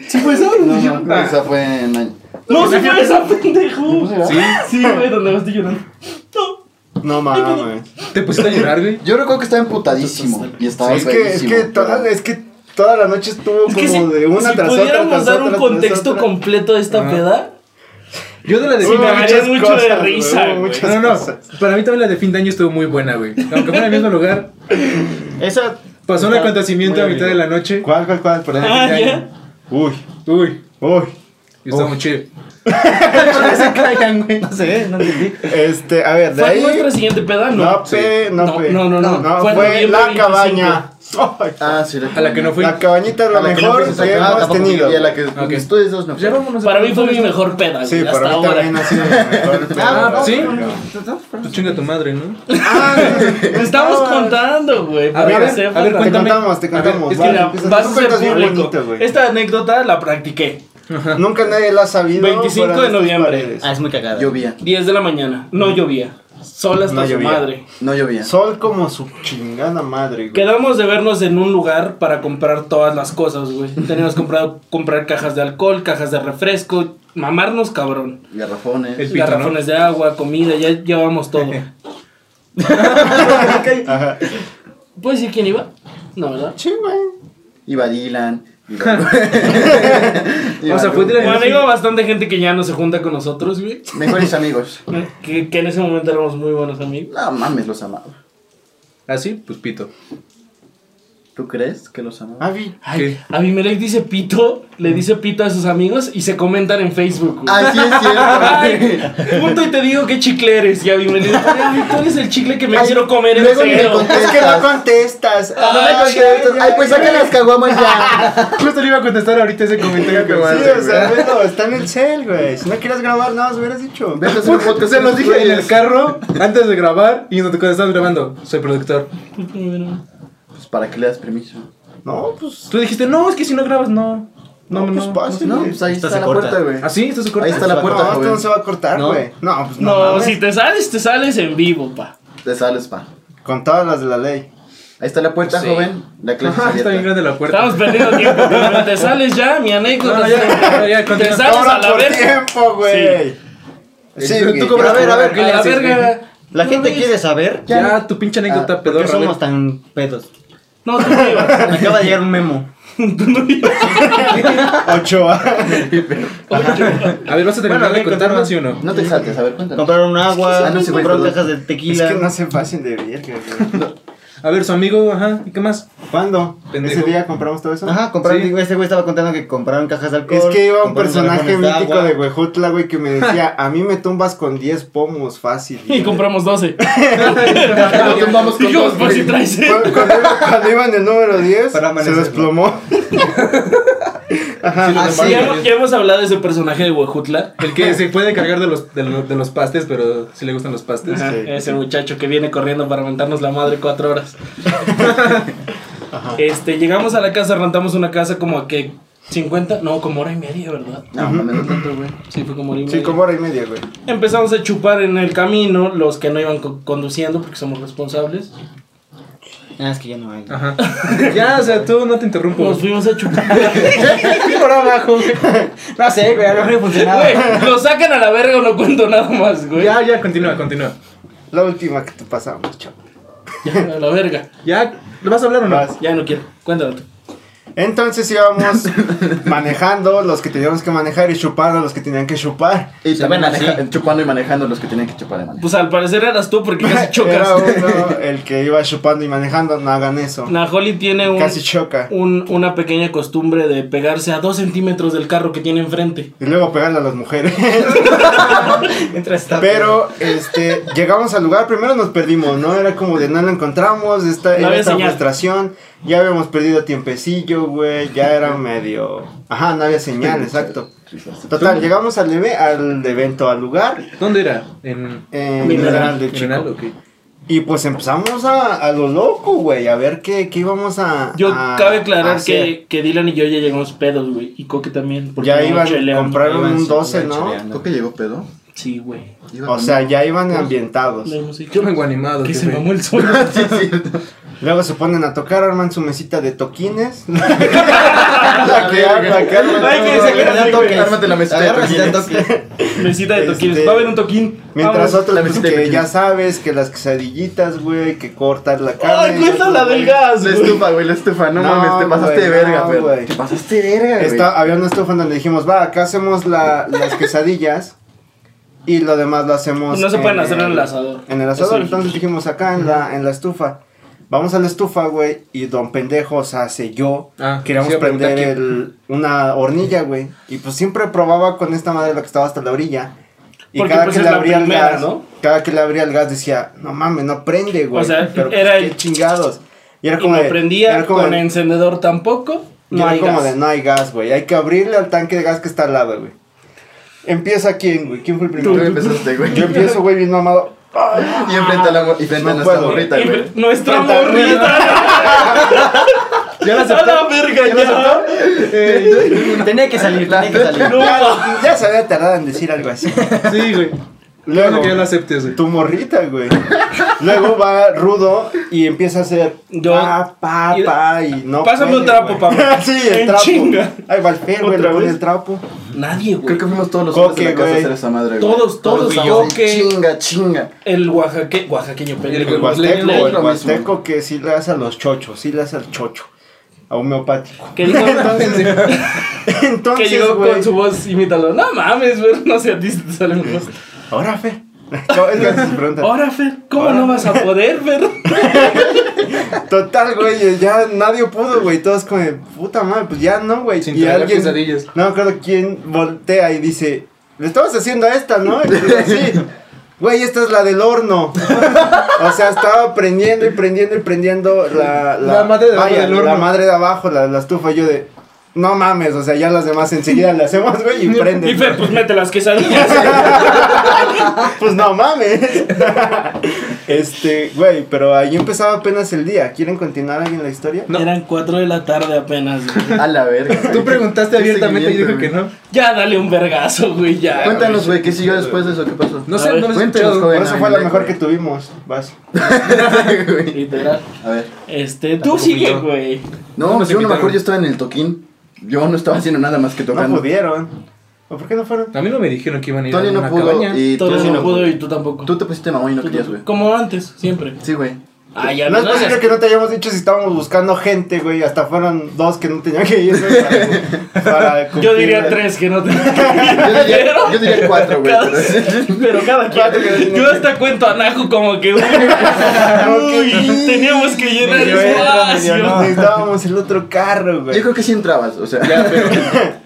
[SPEAKER 3] Si fue esa,
[SPEAKER 5] No,
[SPEAKER 3] no,
[SPEAKER 5] no, esa fue en año.
[SPEAKER 3] no, si fue esa, pendejo.
[SPEAKER 5] ¿Sí?
[SPEAKER 3] Sí,
[SPEAKER 1] Ah.
[SPEAKER 3] güey, donde vas llorando. No.
[SPEAKER 1] No mames.
[SPEAKER 2] Te pusiste a llorar, güey.
[SPEAKER 5] Yo recuerdo que estaba emputadísimo y estaba
[SPEAKER 1] Es que, es
[SPEAKER 5] feísimo,
[SPEAKER 1] que toda,
[SPEAKER 5] pero-
[SPEAKER 1] es que toda la noche estuvo
[SPEAKER 3] Es
[SPEAKER 1] como
[SPEAKER 3] que si,
[SPEAKER 1] de una
[SPEAKER 3] si
[SPEAKER 1] tras otra.
[SPEAKER 3] pudiéramos
[SPEAKER 1] tras
[SPEAKER 3] dar
[SPEAKER 1] otra,
[SPEAKER 3] un
[SPEAKER 1] tras
[SPEAKER 3] contexto
[SPEAKER 1] otra.
[SPEAKER 3] completo de esta
[SPEAKER 2] Ah.
[SPEAKER 3] peda,
[SPEAKER 2] Yo de la de
[SPEAKER 1] Hubo
[SPEAKER 2] fin de
[SPEAKER 3] me
[SPEAKER 2] año.
[SPEAKER 3] darías
[SPEAKER 1] muchas
[SPEAKER 3] mucho de
[SPEAKER 1] cosas, güey,
[SPEAKER 3] risa,
[SPEAKER 1] hubo
[SPEAKER 3] güey.
[SPEAKER 1] muchas
[SPEAKER 2] No, no, no.
[SPEAKER 1] cosas.
[SPEAKER 2] Para mí también la de fin de año estuvo muy buena, güey. Aunque fuera en el mismo lugar,
[SPEAKER 4] Esa.
[SPEAKER 2] pasó un
[SPEAKER 4] Está
[SPEAKER 2] acontecimiento
[SPEAKER 4] muy
[SPEAKER 2] a mitad de
[SPEAKER 4] amigo.
[SPEAKER 2] la noche.
[SPEAKER 1] ¿Cuál, cuál, cuál? Perdón.
[SPEAKER 3] Ah,
[SPEAKER 2] ya.
[SPEAKER 3] ya.
[SPEAKER 1] Uy,
[SPEAKER 2] Uy,
[SPEAKER 1] uy.
[SPEAKER 2] y está
[SPEAKER 1] Uf.
[SPEAKER 2] muy chido.
[SPEAKER 5] ¿Por qué se callan, güey?
[SPEAKER 4] No sé, no entendí.
[SPEAKER 1] Este, a ver, de
[SPEAKER 3] Fue
[SPEAKER 1] ahí.
[SPEAKER 3] nuestra siguiente peda, ¿no?
[SPEAKER 1] No, pe- no, pe-
[SPEAKER 3] no, no, no,
[SPEAKER 1] No,
[SPEAKER 3] Fue en
[SPEAKER 1] fue
[SPEAKER 3] noviembre
[SPEAKER 1] la
[SPEAKER 3] 25.
[SPEAKER 1] cabaña. Ay,
[SPEAKER 5] Ah, sí,
[SPEAKER 2] A la que no fui.
[SPEAKER 1] La cabañita es
[SPEAKER 5] A
[SPEAKER 1] la
[SPEAKER 5] la que no
[SPEAKER 1] mejor
[SPEAKER 5] fuiste
[SPEAKER 1] que
[SPEAKER 5] sacada,
[SPEAKER 1] hemos
[SPEAKER 5] tampoco
[SPEAKER 1] tenido.
[SPEAKER 5] fui, Y a la que
[SPEAKER 2] Ok.
[SPEAKER 5] ustedes dos no
[SPEAKER 2] Pues Ya
[SPEAKER 5] fueron.
[SPEAKER 2] vámonos.
[SPEAKER 3] Para mí fue mi mejor peda,
[SPEAKER 1] Sí,
[SPEAKER 3] güey,
[SPEAKER 1] para
[SPEAKER 3] hasta
[SPEAKER 1] mí
[SPEAKER 3] ahora.
[SPEAKER 1] también ha sido la mejor.
[SPEAKER 2] Ah,
[SPEAKER 1] pero-
[SPEAKER 2] ¿sí?
[SPEAKER 1] pero-
[SPEAKER 2] Tú chinga tu madre, ¿no?
[SPEAKER 1] Ah,
[SPEAKER 3] Te estamos contando, güey. para
[SPEAKER 2] ver,
[SPEAKER 3] que
[SPEAKER 2] a ver,
[SPEAKER 3] sepas.
[SPEAKER 2] a ver,
[SPEAKER 1] Te
[SPEAKER 2] Cuéntame.
[SPEAKER 1] contamos, te
[SPEAKER 2] A ver,
[SPEAKER 1] contamos.
[SPEAKER 2] es que
[SPEAKER 1] vale,
[SPEAKER 3] Mira,
[SPEAKER 1] empieza.
[SPEAKER 3] vas
[SPEAKER 1] Tú
[SPEAKER 3] a ser
[SPEAKER 1] cuentas bien
[SPEAKER 3] público.
[SPEAKER 1] bonito, güey.
[SPEAKER 3] Esta anécdota la practiqué.
[SPEAKER 1] Nunca nadie la ha sabido.
[SPEAKER 3] 25
[SPEAKER 1] fuera
[SPEAKER 3] de
[SPEAKER 1] estas
[SPEAKER 3] noviembre.
[SPEAKER 1] paredes.
[SPEAKER 4] Ah, es muy cagada.
[SPEAKER 5] Llovía.
[SPEAKER 3] 10 de la mañana. No llovía. Sol hasta
[SPEAKER 1] No
[SPEAKER 3] su
[SPEAKER 1] llovía.
[SPEAKER 3] madre.
[SPEAKER 5] No llovía.
[SPEAKER 1] Sol como su chingada madre, güey.
[SPEAKER 3] Quedamos de vernos en un lugar para comprar todas las cosas, güey. Teníamos comprado comprar cajas de alcohol, cajas de refresco, mamarnos cabrón.
[SPEAKER 2] El
[SPEAKER 5] Garrafones.
[SPEAKER 2] pito, ¿no?
[SPEAKER 3] Garrafones de agua, comida, ya llevamos todo.
[SPEAKER 1] Ajá.
[SPEAKER 3] ¿Puedes decir Pues, quién iba? No, ¿verdad?
[SPEAKER 1] Sí, güey.
[SPEAKER 5] Iba Dylan. Iba- Iba
[SPEAKER 2] O sea, fue
[SPEAKER 5] Lu-
[SPEAKER 2] directo.
[SPEAKER 3] Bueno, iba bastante gente que ya no se junta con nosotros, güey.
[SPEAKER 5] Mejores amigos.
[SPEAKER 3] Que, que en ese momento éramos muy buenos amigos.
[SPEAKER 5] No mames, los amaba.
[SPEAKER 2] Así, pues pito.
[SPEAKER 5] ¿Tú crees que los amaba?
[SPEAKER 1] Avi.
[SPEAKER 3] Ay,
[SPEAKER 2] ¿Qué?
[SPEAKER 3] Abimelech dice pito, le dice pito a sus amigos y se comentan en Facebook, güey.
[SPEAKER 5] Así Ah, es cierto.
[SPEAKER 3] Ay, punto y te digo qué chicle eres, ya bienvenido. Ay, tú eres el chicle que me quiero comer en
[SPEAKER 5] Luego ni le
[SPEAKER 3] cero.
[SPEAKER 5] conté.
[SPEAKER 1] Es que no contestas. Ah,
[SPEAKER 5] Ay, contestas. Ay, pues saca las caguamas ya.
[SPEAKER 2] Justo le iba a contestar ahorita ese comentario que me
[SPEAKER 1] Sí,
[SPEAKER 2] hace,
[SPEAKER 1] o sea,
[SPEAKER 2] güey.
[SPEAKER 1] bueno, está en el cel, güey. Si no quieres grabar, no, nos hubieras dicho.
[SPEAKER 5] Vete a hacer un podcast.
[SPEAKER 2] Se los dije en el
[SPEAKER 5] Güeyes.
[SPEAKER 2] carro antes de grabar y no te contestabas grabando. Soy productor.
[SPEAKER 5] Pues para que le das permiso.
[SPEAKER 1] No, pues.
[SPEAKER 2] Tú dijiste, no, es que si no grabas, no. No,
[SPEAKER 1] No,
[SPEAKER 2] no.
[SPEAKER 1] pues pase,
[SPEAKER 5] No,
[SPEAKER 1] güey.
[SPEAKER 5] pues ahí
[SPEAKER 4] Esta
[SPEAKER 5] está
[SPEAKER 4] se
[SPEAKER 5] la
[SPEAKER 4] corta.
[SPEAKER 5] puerta, güey.
[SPEAKER 2] Así, está su corte.
[SPEAKER 5] Ahí está la puerta,
[SPEAKER 1] No, esto no
[SPEAKER 5] joven.
[SPEAKER 1] se va a cortar,
[SPEAKER 4] No.
[SPEAKER 1] güey. No, pues no.
[SPEAKER 3] No,
[SPEAKER 1] mames.
[SPEAKER 3] si te sales, te sales en vivo, pa.
[SPEAKER 5] Te sales, pa.
[SPEAKER 1] Con todas las de la ley.
[SPEAKER 5] Ahí está la puerta,
[SPEAKER 3] Sí.
[SPEAKER 5] joven. La clase
[SPEAKER 2] Ajá,
[SPEAKER 5] es
[SPEAKER 2] está bien
[SPEAKER 5] abierta.
[SPEAKER 2] grande la puerta.
[SPEAKER 3] Estamos perdiendo tiempo, pero te sales ya, mi anécdota.
[SPEAKER 2] No, ya, ya, ya,
[SPEAKER 3] te
[SPEAKER 2] continúa.
[SPEAKER 3] sales a
[SPEAKER 1] Ahora
[SPEAKER 3] la
[SPEAKER 1] por
[SPEAKER 3] verga.
[SPEAKER 1] tiempo, güey.
[SPEAKER 2] Eh,
[SPEAKER 1] Sí,
[SPEAKER 5] Tú- tú
[SPEAKER 1] güey.
[SPEAKER 5] cobras
[SPEAKER 1] A ver, a ver.
[SPEAKER 3] A la
[SPEAKER 2] Ah, Sí, sí.
[SPEAKER 3] verga.
[SPEAKER 4] La
[SPEAKER 3] No
[SPEAKER 4] gente
[SPEAKER 3] ves.
[SPEAKER 4] quiere saber
[SPEAKER 2] Ya, tu pinche anécdota
[SPEAKER 4] por
[SPEAKER 5] Ah,
[SPEAKER 2] pedorra.
[SPEAKER 4] qué somos
[SPEAKER 2] güey.
[SPEAKER 4] tan pedos.
[SPEAKER 3] No, tú no ibas.
[SPEAKER 4] Me acaba de llegar un memo.
[SPEAKER 1] Ochoa.
[SPEAKER 2] A ver, ¿vas a terminar
[SPEAKER 4] Bueno,
[SPEAKER 2] de
[SPEAKER 4] ok,
[SPEAKER 2] contarnos
[SPEAKER 4] continúa.
[SPEAKER 2] sí o no?
[SPEAKER 5] No te saltes, a ver, cuéntanos.
[SPEAKER 4] Compraron agua,
[SPEAKER 5] Ah, no sé, güey,
[SPEAKER 4] compraron
[SPEAKER 5] perdón.
[SPEAKER 4] cajas de tequila.
[SPEAKER 1] Es que no se pasen de verga, güey.
[SPEAKER 2] A ver, su amigo, ajá, ¿y qué más?
[SPEAKER 1] ¿Cuándo?
[SPEAKER 2] Pendejo.
[SPEAKER 1] ¿Ese día compramos todo eso?
[SPEAKER 4] Ajá, compraron,
[SPEAKER 2] Sí.
[SPEAKER 4] digo, este güey estaba contando que compraron cajas de alcohol.
[SPEAKER 1] Es que iba un
[SPEAKER 4] compraron
[SPEAKER 1] personaje
[SPEAKER 4] garrafones
[SPEAKER 1] mítico
[SPEAKER 4] agua.
[SPEAKER 1] de Huejutla, güey, que me decía, a mí me tumbas con 10 pomos fácil.
[SPEAKER 3] Y compramos 12.
[SPEAKER 5] Lo tumbamos con
[SPEAKER 3] Dijimos,
[SPEAKER 5] dos,
[SPEAKER 2] pues,
[SPEAKER 3] por si
[SPEAKER 5] güey.
[SPEAKER 3] traes.
[SPEAKER 1] Cu- Cuando, iba- cuando iba en el número 10,
[SPEAKER 4] Para
[SPEAKER 1] se
[SPEAKER 4] amanecer,
[SPEAKER 1] desplomó. Ajá.
[SPEAKER 5] Ah,
[SPEAKER 3] Sí,
[SPEAKER 5] sí,
[SPEAKER 3] ya, hemos- ya hemos hablado de ese personaje de Huejutla.
[SPEAKER 2] El que se puede cargar de los, de los, de los pastes, pero sí le gustan los pastes.
[SPEAKER 3] Ajá,
[SPEAKER 1] Sí.
[SPEAKER 3] Ese muchacho que viene corriendo para mentarnos la madre cuatro horas. Este, llegamos a la casa, rentamos una casa como a que 50, no, como hora y media, ¿verdad?
[SPEAKER 5] No, no me lo tanto, güey.
[SPEAKER 3] Sí, fue como hora y media.
[SPEAKER 1] Sí, como hora y media, güey.
[SPEAKER 3] Empezamos a chupar en el camino los que no iban co- conduciendo porque somos responsables.
[SPEAKER 4] Ah, es que ya no
[SPEAKER 1] Este,
[SPEAKER 4] hay.
[SPEAKER 2] Ajá. Ya, o sea, tú no te interrumpo.
[SPEAKER 3] Nos
[SPEAKER 2] güey.
[SPEAKER 3] fuimos a chupar.
[SPEAKER 4] Por abajo, güey. No sé, güey, a lo mejor funcionaba.
[SPEAKER 3] Güey, lo sacan a la verga o no cuento nada más, güey.
[SPEAKER 2] Ya, ya, continúa, continúa.
[SPEAKER 1] La última que te pasamos, chavo.
[SPEAKER 3] Ya, a la verga.
[SPEAKER 2] Ya, ¿lo vas a hablar o no?
[SPEAKER 1] Vas.
[SPEAKER 3] Ya no quiero. Cuéntalo tú.
[SPEAKER 1] Entonces íbamos manejando los que teníamos que manejar y chupando los que tenían que chupar.
[SPEAKER 5] Y
[SPEAKER 4] Se
[SPEAKER 5] también
[SPEAKER 4] ven así.
[SPEAKER 5] maneja- chupando y manejando los que tienen que chupar y manejar.
[SPEAKER 3] Pues al parecer eras tú porque casi
[SPEAKER 1] Era
[SPEAKER 3] chocas.
[SPEAKER 1] uno el que iba chupando y manejando, no hagan eso.
[SPEAKER 3] Najoli tiene un.
[SPEAKER 1] Casi choca.
[SPEAKER 3] un- una pequeña costumbre de pegarse a dos centímetros del carro que tiene enfrente.
[SPEAKER 1] Y luego pegarle a las mujeres.
[SPEAKER 4] Mientras está.
[SPEAKER 1] Pero este llegamos al lugar, primero nos perdimos, ¿no? Era como de no lo encontramos, esta, era
[SPEAKER 3] había
[SPEAKER 1] esta
[SPEAKER 3] señal.
[SPEAKER 1] frustración, ya habíamos perdido tiempecillo, güey, ya era medio. Ajá, no había señal, exacto. Total, llegamos al, eve- al evento, al lugar,
[SPEAKER 2] ¿Dónde era? En.
[SPEAKER 1] en
[SPEAKER 3] Mineral.
[SPEAKER 1] Mineral del Chico.
[SPEAKER 2] Mineral, ok.
[SPEAKER 1] Y pues empezamos a, a lo loco, güey, a ver qué, qué íbamos a.
[SPEAKER 3] Yo
[SPEAKER 1] a-
[SPEAKER 3] cabe
[SPEAKER 1] a
[SPEAKER 3] aclarar
[SPEAKER 1] hacer.
[SPEAKER 3] que, que Dylan y yo ya llegamos pedos, güey. Y Coque también. porque
[SPEAKER 1] Ya
[SPEAKER 3] no
[SPEAKER 1] iban,
[SPEAKER 3] cheleamos.
[SPEAKER 1] compraron
[SPEAKER 4] Iban
[SPEAKER 1] un
[SPEAKER 4] sin-
[SPEAKER 1] 12,
[SPEAKER 4] iban
[SPEAKER 1] ¿no?
[SPEAKER 4] cheleando.
[SPEAKER 5] ¿Tú que llegó pedo?
[SPEAKER 3] Sí, güey.
[SPEAKER 5] Iba
[SPEAKER 1] O sea, ya iban
[SPEAKER 3] Le
[SPEAKER 1] ambientados.
[SPEAKER 3] hemos dicho.
[SPEAKER 2] Yo vengo animado.
[SPEAKER 3] Que
[SPEAKER 2] qué
[SPEAKER 3] se
[SPEAKER 2] güey.
[SPEAKER 3] mamó el sol.
[SPEAKER 5] Sí, es cierto.
[SPEAKER 1] Luego se ponen a tocar, arman su mesita de toquines. la que arma, que arma.
[SPEAKER 3] Ay, que se queda así, güey.
[SPEAKER 5] Ármate la mesita de
[SPEAKER 1] pues,
[SPEAKER 4] Agarras y ya
[SPEAKER 5] toquines.
[SPEAKER 4] toques.
[SPEAKER 3] Mesita de toquines.
[SPEAKER 1] Este,
[SPEAKER 3] Va a haber un toquín.
[SPEAKER 1] Mientras
[SPEAKER 3] Vamos.
[SPEAKER 1] otros,
[SPEAKER 5] la
[SPEAKER 1] pues,
[SPEAKER 5] mesita de
[SPEAKER 1] que
[SPEAKER 5] toquines.
[SPEAKER 1] ya sabes, que las quesadillitas, güey, que cortar la carne.
[SPEAKER 3] Ay, cuéntala del gas,
[SPEAKER 5] La
[SPEAKER 3] güey.
[SPEAKER 5] estufa, güey, la estufa. No,
[SPEAKER 1] No,
[SPEAKER 5] mames, te pasaste
[SPEAKER 1] güey,
[SPEAKER 5] de verga,
[SPEAKER 1] no,
[SPEAKER 5] güey.
[SPEAKER 1] güey.
[SPEAKER 5] te pasaste de verga, güey.
[SPEAKER 1] Está, había una estufa donde dijimos, va, acá hacemos la- las quesadillas y lo demás lo hacemos.
[SPEAKER 3] No se pueden hacer en
[SPEAKER 1] el-
[SPEAKER 3] el asador.
[SPEAKER 1] En el
[SPEAKER 3] Eso
[SPEAKER 1] asador,
[SPEAKER 3] dijimos.
[SPEAKER 1] entonces dijimos acá en la, en la estufa. Vamos a la estufa, güey, y don pendejo, o sea, sé yo,
[SPEAKER 2] Ah,
[SPEAKER 1] queríamos
[SPEAKER 2] sí, iba a preguntar
[SPEAKER 1] prender el- una hornilla, güey. Y pues siempre probaba con esta madre lo que estaba hasta la orilla. Y
[SPEAKER 3] Porque,
[SPEAKER 1] cada
[SPEAKER 3] pues,
[SPEAKER 1] que
[SPEAKER 3] es
[SPEAKER 1] le
[SPEAKER 3] la
[SPEAKER 1] abría
[SPEAKER 3] primera,
[SPEAKER 1] el gas,
[SPEAKER 3] ¿no?
[SPEAKER 1] cada que le abría el gas decía, no mames, no prende, güey.
[SPEAKER 3] sea,
[SPEAKER 1] Pero, pues,
[SPEAKER 3] era
[SPEAKER 1] qué
[SPEAKER 3] el-
[SPEAKER 1] chingados. Y era
[SPEAKER 3] Y
[SPEAKER 1] como
[SPEAKER 3] no
[SPEAKER 1] de-
[SPEAKER 3] prendía,
[SPEAKER 1] era como
[SPEAKER 3] con
[SPEAKER 1] de-
[SPEAKER 3] encendedor tampoco.
[SPEAKER 1] y
[SPEAKER 3] No
[SPEAKER 1] era
[SPEAKER 3] hay
[SPEAKER 1] como
[SPEAKER 3] gas.
[SPEAKER 1] de no hay gas, güey. Hay que abrirle al tanque de gas que está al lado, güey. Empieza quién, güey. ¿Quién fue el
[SPEAKER 5] Tú
[SPEAKER 1] primero?
[SPEAKER 5] empezaste, güey.
[SPEAKER 1] Yo empiezo, güey, bien mamado.
[SPEAKER 5] Y enfrente a, la, mo- y frente a
[SPEAKER 1] No
[SPEAKER 5] nuestra
[SPEAKER 1] puedo.
[SPEAKER 5] morrita,
[SPEAKER 3] Y
[SPEAKER 5] güey.
[SPEAKER 3] Nuestra
[SPEAKER 1] Tanta
[SPEAKER 3] morrita.
[SPEAKER 5] ¿Ya la
[SPEAKER 3] A
[SPEAKER 5] aceptó?
[SPEAKER 3] la verga,
[SPEAKER 5] ¿Ya la
[SPEAKER 3] ya.
[SPEAKER 5] aceptó?
[SPEAKER 4] Tenía que salir, tenía que salir.
[SPEAKER 1] Ya, ya se había tardado en decir algo así.
[SPEAKER 2] Sí, güey.
[SPEAKER 1] Luego,
[SPEAKER 2] Claro que ya la aceptes, güey.
[SPEAKER 1] tu morrita, güey. Luego va Rudo y empieza a hacer
[SPEAKER 3] Yo-
[SPEAKER 1] pa, pa,
[SPEAKER 3] y-
[SPEAKER 1] pa, y no
[SPEAKER 3] Pásame un trapo,
[SPEAKER 1] güey.
[SPEAKER 3] papá.
[SPEAKER 1] sí, el
[SPEAKER 3] En
[SPEAKER 1] trapo.
[SPEAKER 3] chinga.
[SPEAKER 1] Ahí va el fer, güey, le
[SPEAKER 3] ¿Otra
[SPEAKER 1] pone
[SPEAKER 3] vez?
[SPEAKER 1] el trapo.
[SPEAKER 3] Nadie, güey.
[SPEAKER 5] Creo que fuimos todos los hombres de la
[SPEAKER 1] Coque,
[SPEAKER 5] casa a
[SPEAKER 1] güey.
[SPEAKER 5] hacer esa madre, güey.
[SPEAKER 3] Todos, todos,
[SPEAKER 5] Todos,
[SPEAKER 3] yo
[SPEAKER 5] así,
[SPEAKER 3] que
[SPEAKER 5] Chinga, chinga.
[SPEAKER 3] el oaxaque, oaxaqueño pendejo.
[SPEAKER 1] El
[SPEAKER 2] Leño,
[SPEAKER 1] huasteco, el
[SPEAKER 5] leño,
[SPEAKER 1] huasteco que sí le hace a los chochos, sí le hace al chocho. A homeopático.
[SPEAKER 3] Que dijo, que
[SPEAKER 1] Entonces,
[SPEAKER 3] llegó
[SPEAKER 1] güey,
[SPEAKER 3] con su voz, imítalo. No mames, güey, no sé, a ti se te sale un rostro.
[SPEAKER 1] Ahora, Fer. No, es que hace sus preguntas.
[SPEAKER 3] Ahora, Fer, ¿cómo
[SPEAKER 1] Ahora.
[SPEAKER 3] no vas a poder, Fer?
[SPEAKER 1] Total, güey, ya nadie pudo, güey. Todos como, de, puta madre, pues ya no, güey.
[SPEAKER 2] Sin
[SPEAKER 1] y
[SPEAKER 2] tragar
[SPEAKER 1] alguien,
[SPEAKER 2] quesadillas.
[SPEAKER 1] no me acuerdo quién voltea y dice, le estamos haciendo a esta, ¿no? Y digo, sí. Güey, esta es la del horno. o sea, estaba prendiendo y prendiendo y prendiendo la...
[SPEAKER 2] La madre de abajo
[SPEAKER 1] vaya,
[SPEAKER 2] del horno.
[SPEAKER 1] La madre de abajo, la de la estufa, yo de... No mames, o sea, ya las demás enseguida le hacemos, güey, y prende.
[SPEAKER 3] Y Fer, pues mete las quesadillas.
[SPEAKER 1] Pues no mames. este, güey, pero ahí empezaba apenas el día. ¿Quieren continuar ahí en la historia?
[SPEAKER 2] No.
[SPEAKER 3] Eran 4 de la tarde apenas, güey.
[SPEAKER 5] A la verga. güey.
[SPEAKER 2] Tú preguntaste
[SPEAKER 5] Qué
[SPEAKER 2] abiertamente y yo
[SPEAKER 5] seguimiento,
[SPEAKER 2] dije que
[SPEAKER 5] güey.
[SPEAKER 2] no.
[SPEAKER 3] Ya dale un vergazo, güey, ya.
[SPEAKER 5] Cuéntanos, güey, ¿qué siguió después de eso? ¿Qué pasó?
[SPEAKER 2] No sé,
[SPEAKER 3] A ver,
[SPEAKER 2] no lo he
[SPEAKER 5] cuéntanos,
[SPEAKER 2] escuchado.
[SPEAKER 5] joven.
[SPEAKER 1] Por eso fue la mejor que tuvimos. Vas.
[SPEAKER 3] güey.
[SPEAKER 5] Güey.
[SPEAKER 3] Literal.
[SPEAKER 5] A ver.
[SPEAKER 3] Este, tú sigue,
[SPEAKER 2] yo.
[SPEAKER 3] güey.
[SPEAKER 5] No,
[SPEAKER 2] ¿Cómo te
[SPEAKER 5] yo no me acuerdo,
[SPEAKER 2] invitaron?
[SPEAKER 5] yo estaba en el toquín. Yo no estaba haciendo nada más que
[SPEAKER 1] No
[SPEAKER 5] tocando.
[SPEAKER 1] pudieron. ¿O por qué no fueron?
[SPEAKER 2] A mí no me dijeron que iban a ir
[SPEAKER 5] Tony
[SPEAKER 2] a una
[SPEAKER 5] no pudo
[SPEAKER 2] cabaña.
[SPEAKER 5] y tú
[SPEAKER 3] Todo
[SPEAKER 5] sí
[SPEAKER 3] no
[SPEAKER 5] no
[SPEAKER 3] pudo y tú tampoco.
[SPEAKER 5] Tú te pusiste mamón y no
[SPEAKER 3] Tú
[SPEAKER 5] querías,
[SPEAKER 3] tampoco.
[SPEAKER 5] güey.
[SPEAKER 3] Como antes, siempre.
[SPEAKER 5] Sí, güey.
[SPEAKER 3] Ah, ya
[SPEAKER 1] No es posible
[SPEAKER 3] hagas-
[SPEAKER 1] que no te hayamos dicho si estábamos buscando gente, güey. Hasta fueron dos que no tenían que ir. güey, para- para
[SPEAKER 3] Yo
[SPEAKER 1] cumplir
[SPEAKER 3] diría
[SPEAKER 1] el-
[SPEAKER 3] tres que no te.
[SPEAKER 5] Yo diría,
[SPEAKER 3] Pero-
[SPEAKER 5] yo diría cuatro, güey.
[SPEAKER 3] Cada-
[SPEAKER 5] pero-
[SPEAKER 3] Pero cada
[SPEAKER 1] Cuatro que no
[SPEAKER 3] quien.
[SPEAKER 1] tienen
[SPEAKER 3] Yo hasta cuento a Najo como que. Uy, uy, teníamos que llenar
[SPEAKER 1] Medio era, medio no.
[SPEAKER 3] espacio.
[SPEAKER 1] Necesitábamos el otro carro,
[SPEAKER 5] Yo
[SPEAKER 1] güey.
[SPEAKER 5] creo que sí entrabas, o sea.
[SPEAKER 2] Ya, pero.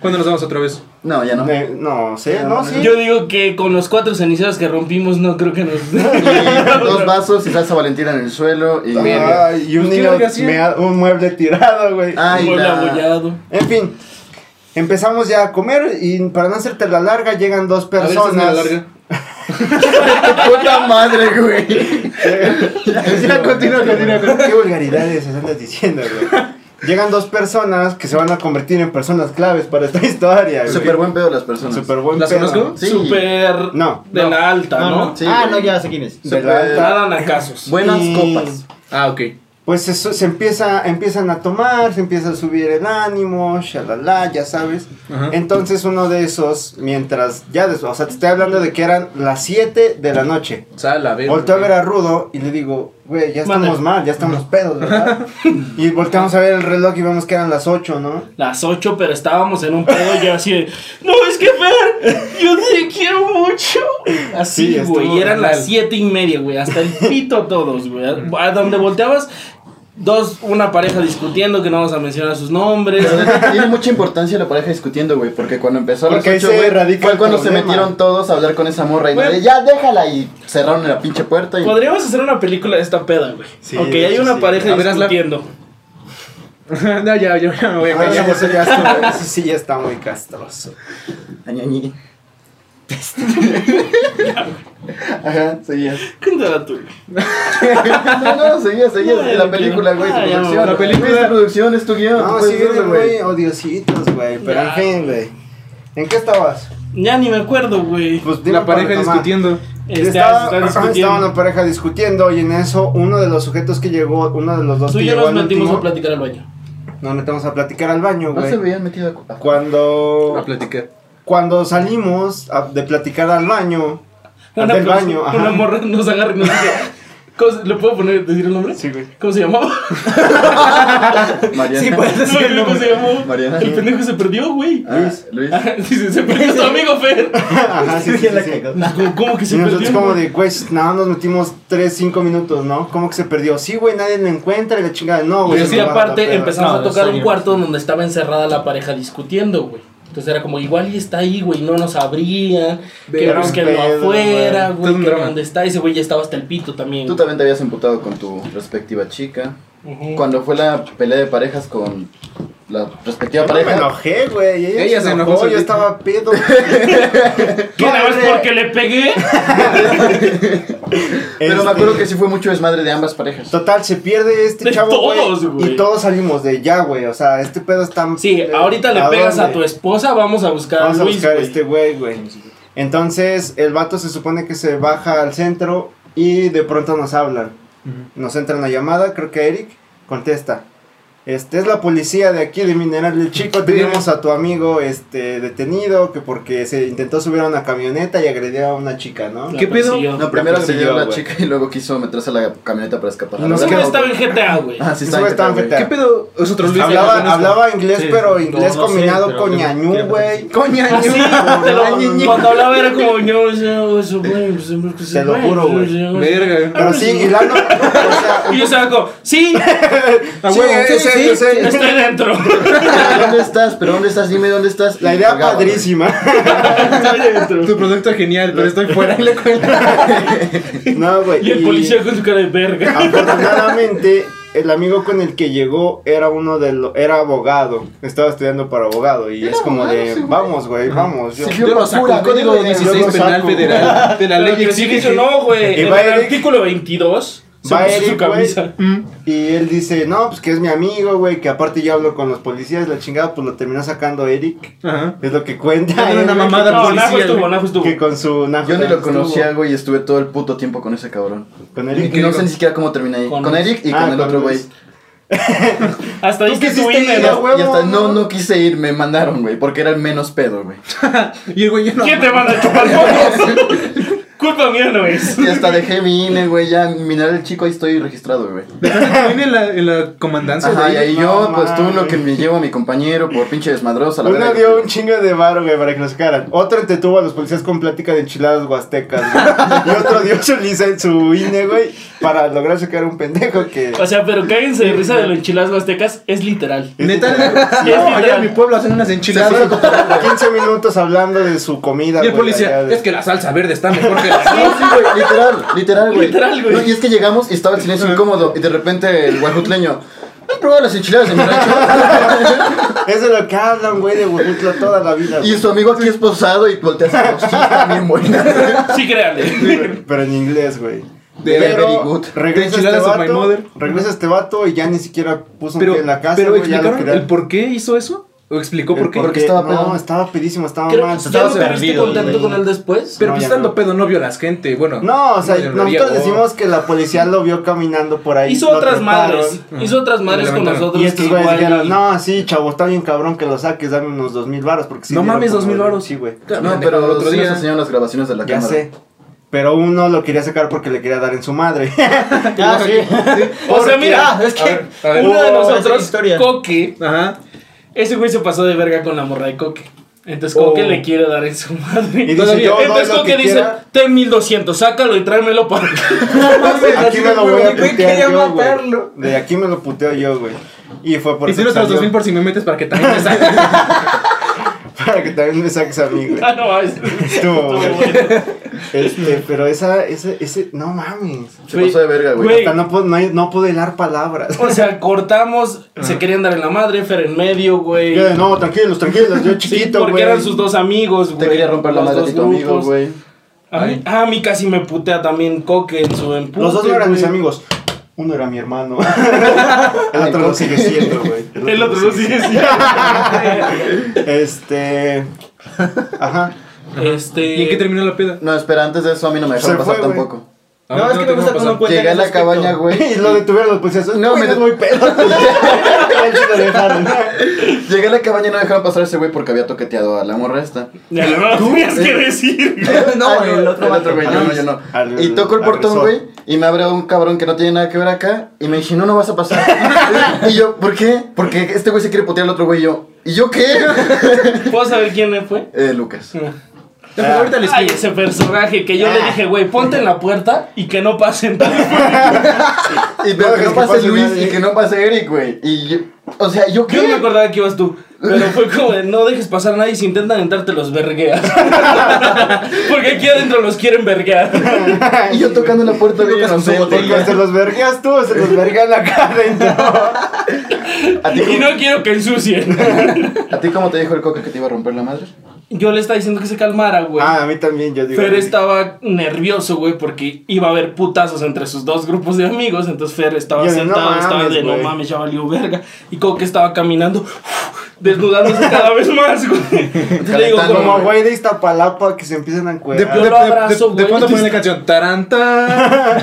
[SPEAKER 2] ¿Cuándo nos vamos otra vez?
[SPEAKER 5] No, ya no.
[SPEAKER 1] Me- No sé, no, sí.
[SPEAKER 3] Yo digo que con los cuatro ceniceros que rompimos, no creo que nos.
[SPEAKER 5] Y dos vasos y salsa valentina en el suelo
[SPEAKER 1] Ah.
[SPEAKER 5] y.
[SPEAKER 1] Ay, y un,
[SPEAKER 2] Pues, ¿qué
[SPEAKER 1] niño
[SPEAKER 2] verga hacía?
[SPEAKER 1] mea- un mueble tirado, güey.
[SPEAKER 5] Ay,
[SPEAKER 3] Mueble
[SPEAKER 5] la-
[SPEAKER 3] abollado.
[SPEAKER 1] En fin, empezamos ya a comer y para no hacerte la larga llegan dos
[SPEAKER 2] A ver, esta es
[SPEAKER 1] personas.
[SPEAKER 2] la larga.
[SPEAKER 5] Puta madre, güey. Ya, continúa, continúa. continúa.
[SPEAKER 1] Qué vulgaridades andas diciendo, güey. Llegan dos personas que se van a convertir en personas claves para esta historia, güey.
[SPEAKER 5] Súper buen pedo las personas.
[SPEAKER 1] Super buen
[SPEAKER 2] ¿Las
[SPEAKER 1] pedo.
[SPEAKER 2] conozco?
[SPEAKER 5] Sí.
[SPEAKER 3] Super.
[SPEAKER 1] No.
[SPEAKER 3] De la alta, ¿no?
[SPEAKER 5] no. Sí,
[SPEAKER 4] ah,
[SPEAKER 5] güey.
[SPEAKER 4] no, ya sé quién es.
[SPEAKER 1] De la
[SPEAKER 5] Súper-
[SPEAKER 1] alta.
[SPEAKER 3] Nada nacasos.
[SPEAKER 5] Buenas
[SPEAKER 1] Y-
[SPEAKER 5] copas.
[SPEAKER 2] Ah, ok.
[SPEAKER 1] Pues eso, se empieza, empiezan a tomar, se empieza a subir el ánimo, shalala, ya sabes.
[SPEAKER 2] Ajá.
[SPEAKER 1] Entonces uno de esos, mientras ya después, o sea, te estoy hablando de que eran las 7 de la noche.
[SPEAKER 2] Sal, a ver.
[SPEAKER 1] Volteo a ver a Rudo y le digo, güey, ya estamos
[SPEAKER 3] Madre.
[SPEAKER 1] mal, ya estamos pedos, ¿verdad? y volteamos a ver el reloj y vemos que eran las 8, ¿no?
[SPEAKER 3] Las 8, pero estábamos en un pedo ya así de. No, es que Fer, yo te quiero mucho.
[SPEAKER 1] Sí,
[SPEAKER 3] Así,
[SPEAKER 1] estuvo
[SPEAKER 3] güey. eran
[SPEAKER 2] real.
[SPEAKER 3] las siete y media, güey. Hasta el pito todos, güey. A donde volteabas, dos, una pareja discutiendo que no vamos a mencionar sus nombres.
[SPEAKER 5] Tiene mucha importancia la pareja discutiendo, güey, porque cuando empezó a las
[SPEAKER 1] Porque ahí
[SPEAKER 5] ocho,
[SPEAKER 1] se
[SPEAKER 5] güey,
[SPEAKER 1] radica
[SPEAKER 5] fue
[SPEAKER 1] el
[SPEAKER 5] cuando se
[SPEAKER 1] problema.
[SPEAKER 5] metieron todos a hablar con esa morra y
[SPEAKER 3] Güey.
[SPEAKER 5] nadie, ya déjala y cerraron la pinche puerta y
[SPEAKER 3] Podríamos hacer una película de esta peda, güey.
[SPEAKER 1] Sí,
[SPEAKER 3] ok,
[SPEAKER 1] de
[SPEAKER 3] hay
[SPEAKER 1] hecho,
[SPEAKER 3] una
[SPEAKER 1] sí.
[SPEAKER 3] pareja
[SPEAKER 2] A ver, hazla.
[SPEAKER 3] discutiendo.
[SPEAKER 2] no, ya, yo ya me voy a
[SPEAKER 1] Ah,
[SPEAKER 2] callar.
[SPEAKER 1] eso ya estuvo- eso sí ya está muy castroso.
[SPEAKER 5] Añañí. Ajá, seguías.
[SPEAKER 3] Cuéntala tú, güey.
[SPEAKER 5] No, no, seguías, seguías.
[SPEAKER 3] Ay,
[SPEAKER 5] la
[SPEAKER 3] no
[SPEAKER 5] película,
[SPEAKER 3] quiero.
[SPEAKER 5] güey, tu
[SPEAKER 3] Ay, ya,
[SPEAKER 5] producción.
[SPEAKER 2] la película.
[SPEAKER 5] Es tu producción, es tu guión.
[SPEAKER 1] No,
[SPEAKER 5] tú
[SPEAKER 1] sí,
[SPEAKER 5] puedes verlo,
[SPEAKER 1] vienen muy odiositos, güey, pero en
[SPEAKER 3] pues, Ya.
[SPEAKER 1] fin, güey. ¿En qué estabas?
[SPEAKER 3] Ya ni me acuerdo, güey.
[SPEAKER 1] Pues dime
[SPEAKER 2] La
[SPEAKER 1] para
[SPEAKER 2] pareja
[SPEAKER 1] retomar.
[SPEAKER 2] discutiendo.
[SPEAKER 3] Este,
[SPEAKER 1] estaba,
[SPEAKER 3] están
[SPEAKER 1] ajá,
[SPEAKER 3] discutiendo.
[SPEAKER 1] estaba una pareja discutiendo y en eso uno de los sujetos que llegó, uno de los dos
[SPEAKER 3] Tú
[SPEAKER 1] que
[SPEAKER 3] y yo
[SPEAKER 1] llegó
[SPEAKER 3] nos
[SPEAKER 1] al
[SPEAKER 3] metimos
[SPEAKER 1] último,
[SPEAKER 3] a platicar al baño.
[SPEAKER 1] nos metemos a platicar al baño,
[SPEAKER 5] No se
[SPEAKER 1] güey.
[SPEAKER 5] veían metido a cu-
[SPEAKER 1] Cuando
[SPEAKER 2] A platicar.
[SPEAKER 1] cuando salimos a- de platicar al baño, del
[SPEAKER 3] persona-
[SPEAKER 1] baño, ajá.
[SPEAKER 3] Una morra nos agarra y nos dice, ¿Cómo se- ¿Le puedo poner, decir el nombre?
[SPEAKER 1] Sí, güey.
[SPEAKER 3] ¿Cómo se llamaba?
[SPEAKER 5] Mariana.
[SPEAKER 4] Sí, puedes
[SPEAKER 3] No,
[SPEAKER 4] decir el
[SPEAKER 3] ¿Cómo se
[SPEAKER 4] nombre.
[SPEAKER 3] llamó?
[SPEAKER 5] Mariana.
[SPEAKER 3] El pendejo se perdió, güey.
[SPEAKER 5] Ah, Luis.
[SPEAKER 3] Dice, se perdió tu amigo Fer. Pues,
[SPEAKER 1] Ajá, sí, sí, sí,
[SPEAKER 4] la
[SPEAKER 1] sí.
[SPEAKER 4] cagó.
[SPEAKER 3] ¿Cómo, cómo que
[SPEAKER 1] Y
[SPEAKER 3] se
[SPEAKER 1] nosotros
[SPEAKER 3] perdió?
[SPEAKER 1] como de, güey, nada, más nos metimos 3, 5 minutos, ¿no? ¿Cómo que se perdió? Sí, güey, nadie lo encuentra y la chingada. No,
[SPEAKER 3] Y
[SPEAKER 1] güey.
[SPEAKER 3] así
[SPEAKER 1] no, no,
[SPEAKER 3] aparte
[SPEAKER 1] pero-
[SPEAKER 3] empezamos
[SPEAKER 2] No,
[SPEAKER 3] a
[SPEAKER 2] no,
[SPEAKER 3] tocar
[SPEAKER 2] sueño.
[SPEAKER 3] un cuarto donde estaba encerrada la pareja discutiendo, güey. Entonces era como, igual y está ahí, güey, no nos abrían, que
[SPEAKER 1] Era un
[SPEAKER 3] búsquenlo
[SPEAKER 1] pedo,
[SPEAKER 3] afuera,
[SPEAKER 2] güey. Todo
[SPEAKER 3] güey,
[SPEAKER 2] un
[SPEAKER 3] que
[SPEAKER 2] drama.
[SPEAKER 3] dónde está. Ese güey ya estaba hasta el pito también.
[SPEAKER 5] Tú también te habías emputado con tu respectiva chica.
[SPEAKER 3] Ujú.
[SPEAKER 5] Cuando fue la pelea de parejas con la respectiva
[SPEAKER 1] Yo me
[SPEAKER 5] pareja.
[SPEAKER 1] enojé, güey. Ella, se enojó, yo
[SPEAKER 2] solita.
[SPEAKER 1] estaba pedo.
[SPEAKER 3] ¿Qué nada más porque le pegué?
[SPEAKER 5] Pero
[SPEAKER 1] Este,
[SPEAKER 5] me acuerdo que sí fue mucho desmadre de ambas parejas.
[SPEAKER 1] Total, se pierde este
[SPEAKER 3] De
[SPEAKER 1] chavo,
[SPEAKER 3] todos,
[SPEAKER 1] güey.
[SPEAKER 3] güey.
[SPEAKER 1] Y todos salimos de ya, güey. O sea, este pedo está...
[SPEAKER 3] Sí,
[SPEAKER 1] eh,
[SPEAKER 3] ahorita le pegas a tu
[SPEAKER 1] dónde?
[SPEAKER 3] esposa, vamos a buscar
[SPEAKER 1] Vamos
[SPEAKER 3] a
[SPEAKER 1] a
[SPEAKER 3] Luis,
[SPEAKER 1] buscar a
[SPEAKER 3] güey.
[SPEAKER 1] este güey, güey. Entonces, el vato se supone que se baja al centro y de pronto nos hablan. Nos entra una llamada, creo que Eric contesta. Este es la policía de aquí de Mineral del Chico. Tenemos a tu amigo este detenido que porque se intentó subir a una camioneta y agredió a una chica, ¿no?
[SPEAKER 3] La
[SPEAKER 2] ¿Qué pedo?
[SPEAKER 3] persiguió.
[SPEAKER 5] No, primero
[SPEAKER 1] La
[SPEAKER 5] se dio
[SPEAKER 1] persiguió,
[SPEAKER 5] la
[SPEAKER 1] güey.
[SPEAKER 5] chica y luego quiso meterse a la camioneta para escapar.
[SPEAKER 1] pues No
[SPEAKER 3] Ese
[SPEAKER 1] sé
[SPEAKER 3] güey
[SPEAKER 1] qué-
[SPEAKER 3] estaba en GTA, güey.
[SPEAKER 5] Ah, sí,
[SPEAKER 1] Ese güey
[SPEAKER 5] estaba en GTA,
[SPEAKER 2] ¿Qué
[SPEAKER 5] güey.
[SPEAKER 2] pedo? Es otro Luis.
[SPEAKER 1] hablaba,
[SPEAKER 2] ya lo conozco.
[SPEAKER 1] hablaba inglés,
[SPEAKER 6] Sí,
[SPEAKER 1] pero
[SPEAKER 6] no,
[SPEAKER 1] inglés
[SPEAKER 6] no sé,
[SPEAKER 1] combinado
[SPEAKER 6] pero
[SPEAKER 1] con
[SPEAKER 6] que-
[SPEAKER 1] ñañú,
[SPEAKER 6] que-
[SPEAKER 1] güey.
[SPEAKER 5] Coña,
[SPEAKER 3] Ah, sí,
[SPEAKER 5] ñe-
[SPEAKER 3] te lo-
[SPEAKER 5] ñe-
[SPEAKER 3] cuando hablaba era como yo, yo, eso, güey, pues, siempre que se-
[SPEAKER 1] Te lo juro, güey.
[SPEAKER 3] yo-
[SPEAKER 2] Verga.
[SPEAKER 1] Pero sí, y la no- o sea,
[SPEAKER 3] Y yo estaba como, sí,
[SPEAKER 2] Ah,
[SPEAKER 1] sí, eh, sí,
[SPEAKER 2] güey, sí,
[SPEAKER 1] sí,
[SPEAKER 2] sí,
[SPEAKER 1] sí.
[SPEAKER 3] estoy dentro.
[SPEAKER 5] ¿Dónde estás? ¿Pero dónde estás? Dime dónde estás.
[SPEAKER 1] La
[SPEAKER 5] Y
[SPEAKER 1] idea
[SPEAKER 5] colgaba, güey.
[SPEAKER 1] padrísima.
[SPEAKER 3] Estoy dentro.
[SPEAKER 2] Tu producto es genial, pero estoy fuera. Le cuento.
[SPEAKER 1] No, güey.
[SPEAKER 3] Y el policía con su cara de verga.
[SPEAKER 1] Afortunadamente, el amigo con el que llegó era uno de los. Era abogado. Estaba estudiando para abogado. Y es como
[SPEAKER 5] abogado,
[SPEAKER 1] de.
[SPEAKER 5] sí, güey.
[SPEAKER 1] vamos, güey, vamos. Yo,
[SPEAKER 5] Sí,
[SPEAKER 2] Yo lo saco.
[SPEAKER 5] Pura
[SPEAKER 2] El código
[SPEAKER 5] verga,
[SPEAKER 1] yo
[SPEAKER 2] 16
[SPEAKER 1] lo
[SPEAKER 2] penal
[SPEAKER 1] saco.
[SPEAKER 2] federal de la
[SPEAKER 3] Pero
[SPEAKER 2] ley
[SPEAKER 3] que sí
[SPEAKER 2] exige.
[SPEAKER 3] dice, no, güey.
[SPEAKER 1] Y
[SPEAKER 3] En el
[SPEAKER 1] va Eric-
[SPEAKER 3] artículo 22 se
[SPEAKER 1] va
[SPEAKER 3] puso su
[SPEAKER 1] Eric, güey.
[SPEAKER 3] camisa.
[SPEAKER 1] y él dice, no, pues que es mi amigo, güey. Que aparte yo hablo con los policías. La chingada, pues lo terminó sacando Eric.
[SPEAKER 2] Ajá.
[SPEAKER 1] Es lo que cuenta.
[SPEAKER 2] Era
[SPEAKER 1] él,
[SPEAKER 2] una
[SPEAKER 1] güey,
[SPEAKER 2] mamada
[SPEAKER 3] No,
[SPEAKER 2] policía.
[SPEAKER 3] Najo estuvo,
[SPEAKER 2] güey.
[SPEAKER 3] Najo estuvo.
[SPEAKER 1] Que con su. nah,
[SPEAKER 5] Yo ni lo
[SPEAKER 1] estuvo
[SPEAKER 5] conocía, güey, y estuve todo el puto tiempo con ese cabrón.
[SPEAKER 1] Con
[SPEAKER 5] Y
[SPEAKER 1] Eric.
[SPEAKER 5] no sé ni siquiera cómo terminé ahí.
[SPEAKER 3] Con-
[SPEAKER 5] Con Eric y
[SPEAKER 1] Ah,
[SPEAKER 5] con el
[SPEAKER 1] con
[SPEAKER 5] otro güey.
[SPEAKER 1] Luis.
[SPEAKER 3] Hasta
[SPEAKER 1] ¿Tú
[SPEAKER 3] ahí tu
[SPEAKER 1] quisiste
[SPEAKER 5] Y
[SPEAKER 1] ir
[SPEAKER 3] INE,
[SPEAKER 1] a
[SPEAKER 3] ¿no?
[SPEAKER 5] hasta- y hasta-
[SPEAKER 1] huevo,
[SPEAKER 5] no,
[SPEAKER 1] ¿no?
[SPEAKER 5] no quise ir, me mandaron, güey, porque era el menos pedo, güey.
[SPEAKER 2] Y el güey, yo no.
[SPEAKER 3] ¿Quién te manda a chupar mocos? Culpa mía no es.
[SPEAKER 5] Y hasta dejé mi INE, güey, ya mirar el chico, ahí estoy registrado, güey.
[SPEAKER 2] Dejaste tu INE en la, en la comandancia
[SPEAKER 5] Ajá, y
[SPEAKER 2] de ahí.
[SPEAKER 5] ahí
[SPEAKER 1] no
[SPEAKER 5] yo, pues tú lo
[SPEAKER 1] mames.
[SPEAKER 5] que me llevo a mi compañero por pinche desmadrosa, la
[SPEAKER 1] Uno
[SPEAKER 5] verdad.
[SPEAKER 1] dio un chingo de varo, güey, para que nos sacaran. Otro entretuvo a los policías con plática de enchiladas huastecas, güey. Y otro dio su licencia, su INE, güey, para lograr sacar un pendejo que...
[SPEAKER 3] O sea, pero cáguense de risa de los enchiladas aztecas, es literal.
[SPEAKER 2] Neta,
[SPEAKER 3] Sí, es
[SPEAKER 2] no, allá
[SPEAKER 3] literal.
[SPEAKER 2] en mi pueblo hacen unas enchiladas.
[SPEAKER 1] 15 minutos hablando de su comida,
[SPEAKER 2] Y el
[SPEAKER 1] güey, allá
[SPEAKER 2] policía,
[SPEAKER 1] de-
[SPEAKER 2] es que la salsa verde está mejor que la
[SPEAKER 5] No, sí, güey, literal, literal, güey.
[SPEAKER 3] Literal, güey.
[SPEAKER 5] No, y es que llegamos y estaba el silencio incómodo, y de repente el guajutleño, ¿han probado las enchiladas de mi rancho?"
[SPEAKER 1] Es de lo que hablan, güey, de Huejutla toda la vida,
[SPEAKER 5] Y
[SPEAKER 1] güey.
[SPEAKER 5] su amigo aquí es posado y volteas a sí, está bien buena.
[SPEAKER 3] Sí, créanle.
[SPEAKER 1] Pero en inglés, güey.
[SPEAKER 5] De- very
[SPEAKER 1] pero
[SPEAKER 5] good.
[SPEAKER 2] De
[SPEAKER 1] regresa este
[SPEAKER 2] enchiladas of my
[SPEAKER 1] vato,
[SPEAKER 2] mother.
[SPEAKER 1] regresa este vato y ya ni siquiera puso un
[SPEAKER 2] Pero,
[SPEAKER 1] pie en la casa,
[SPEAKER 2] pero
[SPEAKER 1] güey, ya lo
[SPEAKER 2] explicaron
[SPEAKER 1] querían-
[SPEAKER 2] el por qué hizo eso. ¿O explicó
[SPEAKER 1] el
[SPEAKER 2] por qué?
[SPEAKER 5] por- Porque estaba
[SPEAKER 1] No,
[SPEAKER 5] pedo.
[SPEAKER 1] estaba pedísimo, estaba
[SPEAKER 3] Creo
[SPEAKER 1] mal.
[SPEAKER 3] que ya no perdiste
[SPEAKER 6] perdido,
[SPEAKER 3] contacto
[SPEAKER 6] güey.
[SPEAKER 3] con él después.
[SPEAKER 2] Pero
[SPEAKER 1] No,
[SPEAKER 2] pues,
[SPEAKER 1] ya
[SPEAKER 2] estando
[SPEAKER 1] no.
[SPEAKER 2] pedo no vio a la gente. Bueno,
[SPEAKER 1] No, o sea,
[SPEAKER 2] yo no
[SPEAKER 1] nosotros
[SPEAKER 2] haría, o-
[SPEAKER 1] decimos que la policía lo vio caminando por ahí.
[SPEAKER 3] Hizo
[SPEAKER 1] lo
[SPEAKER 3] otras
[SPEAKER 1] treparon,
[SPEAKER 3] madres. Hizo otras madres con
[SPEAKER 2] levantaron.
[SPEAKER 3] nosotros.
[SPEAKER 1] Y estos
[SPEAKER 3] que
[SPEAKER 1] güeyes
[SPEAKER 3] igual-
[SPEAKER 1] dijeron, no, sí, chavo, está bien cabrón que lo saques, dame unos dos mil varos. Porque sí
[SPEAKER 2] No
[SPEAKER 1] dieron
[SPEAKER 2] mames,
[SPEAKER 1] como-
[SPEAKER 2] dos mil varos.
[SPEAKER 1] Sí, güey.
[SPEAKER 5] No, pero
[SPEAKER 2] el otro
[SPEAKER 5] sí nos
[SPEAKER 2] día.
[SPEAKER 5] enseñaron las grabaciones de la
[SPEAKER 1] Ya
[SPEAKER 5] cámara.
[SPEAKER 1] sé. Pero uno lo quería sacar porque le quería dar en su madre.
[SPEAKER 4] Ah, sí.
[SPEAKER 3] O sea, mira,
[SPEAKER 4] Ah, es
[SPEAKER 2] A ver,
[SPEAKER 4] que.
[SPEAKER 2] a ver.
[SPEAKER 3] uno de
[SPEAKER 4] Oh, esa
[SPEAKER 3] nosotros,
[SPEAKER 4] historia.
[SPEAKER 3] Coque,
[SPEAKER 2] Ajá.
[SPEAKER 3] ese güey se pasó de verga con la morra de Coque. Entonces Coque
[SPEAKER 2] Oh.
[SPEAKER 3] le quiere dar en su madre.
[SPEAKER 1] dice,
[SPEAKER 2] Todavía.
[SPEAKER 1] yo doy
[SPEAKER 3] Entonces
[SPEAKER 1] lo
[SPEAKER 3] Coque
[SPEAKER 1] que
[SPEAKER 3] dice,
[SPEAKER 1] quiera,
[SPEAKER 3] ten 1200, sácalo y tráemelo para acá.
[SPEAKER 1] Aquí me lo voy a putear
[SPEAKER 4] quería
[SPEAKER 1] yo,
[SPEAKER 4] matarlo.
[SPEAKER 1] güey. De aquí me lo puteo yo, güey. Y fue por
[SPEAKER 2] Y
[SPEAKER 1] eso
[SPEAKER 2] si
[SPEAKER 1] que
[SPEAKER 2] los
[SPEAKER 1] salió,
[SPEAKER 2] dos mil por si me metes para que también me saques.
[SPEAKER 1] para que también me saques a mí, güey.
[SPEAKER 3] Ah, no, es-
[SPEAKER 1] Estuvo,
[SPEAKER 3] estuvo
[SPEAKER 1] güey.
[SPEAKER 3] bueno.
[SPEAKER 1] Este, pero esa, ese, ese, no mames.
[SPEAKER 5] Se pasó de verga, güey.
[SPEAKER 1] O sea, no puedo, no, hay- no puedo hilar palabras.
[SPEAKER 3] O sea, cortamos, se querían dar en la madre, Fer en medio, güey.
[SPEAKER 1] Ya, No, tranquilos, tranquilos, yo
[SPEAKER 3] Sí,
[SPEAKER 1] chiquito,
[SPEAKER 3] porque
[SPEAKER 1] güey.
[SPEAKER 3] eran sus dos amigos, güey.
[SPEAKER 5] Te quería romper la
[SPEAKER 3] Los
[SPEAKER 5] madre
[SPEAKER 3] dos
[SPEAKER 5] de tu amigo,
[SPEAKER 3] grupos.
[SPEAKER 5] güey.
[SPEAKER 3] A mí, ah, a mí casi me putea también Coque en su empuje.
[SPEAKER 1] Los dos no eran
[SPEAKER 3] güey.
[SPEAKER 1] mis amigos. Uno era mi hermano. El
[SPEAKER 5] Ay,
[SPEAKER 1] otro lo
[SPEAKER 5] ¿cómo?
[SPEAKER 1] sigue siendo, güey.
[SPEAKER 3] El otro no sigue
[SPEAKER 1] Este. Ajá.
[SPEAKER 3] Este.
[SPEAKER 2] ¿Y en qué terminó la peda?
[SPEAKER 5] No, espera, antes de eso a mí no me dejaron
[SPEAKER 1] Se
[SPEAKER 5] pasar
[SPEAKER 1] fue, güey.
[SPEAKER 5] tampoco.
[SPEAKER 2] Ah,
[SPEAKER 4] No, es que me
[SPEAKER 2] te
[SPEAKER 4] gusta
[SPEAKER 2] dejaron pasar.
[SPEAKER 4] cuando cuentan
[SPEAKER 5] Llegué a
[SPEAKER 4] ese
[SPEAKER 5] la
[SPEAKER 4] aspecto.
[SPEAKER 5] cabaña, güey.
[SPEAKER 1] Y lo detuvieron los policías. No, me
[SPEAKER 5] me
[SPEAKER 1] das
[SPEAKER 5] de-
[SPEAKER 1] muy pedo. rancho lo dejaron.
[SPEAKER 5] Llegué a la cabaña y no dejaron pasar a ese güey porque había toqueteado a la morra esta.
[SPEAKER 3] Ya lo no tenías que decir.
[SPEAKER 5] Ah,
[SPEAKER 4] No, el otro vato.
[SPEAKER 5] güey, yo no, yo no.
[SPEAKER 1] Al-
[SPEAKER 5] y toco el
[SPEAKER 1] al
[SPEAKER 5] portón,
[SPEAKER 1] resort.
[SPEAKER 5] güey, y me abre un cabrón que no tiene nada que ver acá, y me dice, no, no vas a pasar. y yo, ¿por qué? Porque este güey se quiere putear al otro güey, y yo, ¿y yo qué?
[SPEAKER 3] ¿Puedo saber quién fue?
[SPEAKER 5] eh, Lucas.
[SPEAKER 2] pues ahorita les
[SPEAKER 3] Ay,
[SPEAKER 2] escribo.
[SPEAKER 3] ese personaje que yo le dije, güey, ponte en la puerta y que no pasen.
[SPEAKER 5] Y pero
[SPEAKER 1] No,
[SPEAKER 5] que no
[SPEAKER 1] que
[SPEAKER 5] pase
[SPEAKER 1] pase
[SPEAKER 5] Luis
[SPEAKER 1] nadie.
[SPEAKER 5] y que no pase Eric, güey. Y yo, o sea, ¿yo qué?
[SPEAKER 3] Yo no me acordaba que ibas tú. Pero fue como, de, no dejes pasar a nadie. Si intentan entrar, te los vergueas. Porque aquí adentro los quieren verguear.
[SPEAKER 5] y yo tocando la puerta, Lucas con su
[SPEAKER 1] Porque
[SPEAKER 5] botella.
[SPEAKER 1] se los vergueas tú, se los verguean acá adentro.
[SPEAKER 5] ¿A ti,
[SPEAKER 3] Y
[SPEAKER 5] cómo,
[SPEAKER 3] no quiero que ensucien.
[SPEAKER 5] ¿A ti cómo te dijo el coca que te iba a romper la madre?
[SPEAKER 3] Yo le estaba diciendo que se calmara, güey.
[SPEAKER 1] Ah, a mí también, yo digo.
[SPEAKER 3] Fer estaba nervioso, güey, porque iba a haber putazos entre sus dos grupos de amigos. Entonces Fer estaba
[SPEAKER 1] Y yo de,
[SPEAKER 3] sentado,
[SPEAKER 1] "No mames,
[SPEAKER 3] estaba de no
[SPEAKER 1] güey".
[SPEAKER 3] mames, ya valió verga. Y como que estaba caminando, desnudándose cada vez más, güey. Entonces le digo,
[SPEAKER 5] Calentando,
[SPEAKER 1] Como
[SPEAKER 3] como,
[SPEAKER 1] güey de Iztapalapa que se empiezan a
[SPEAKER 2] De,
[SPEAKER 3] Yo
[SPEAKER 1] encuerar.
[SPEAKER 2] de,
[SPEAKER 3] lo abrazo,
[SPEAKER 2] de, de,
[SPEAKER 3] güey.
[SPEAKER 2] cuándo ponen la canción? Taranta.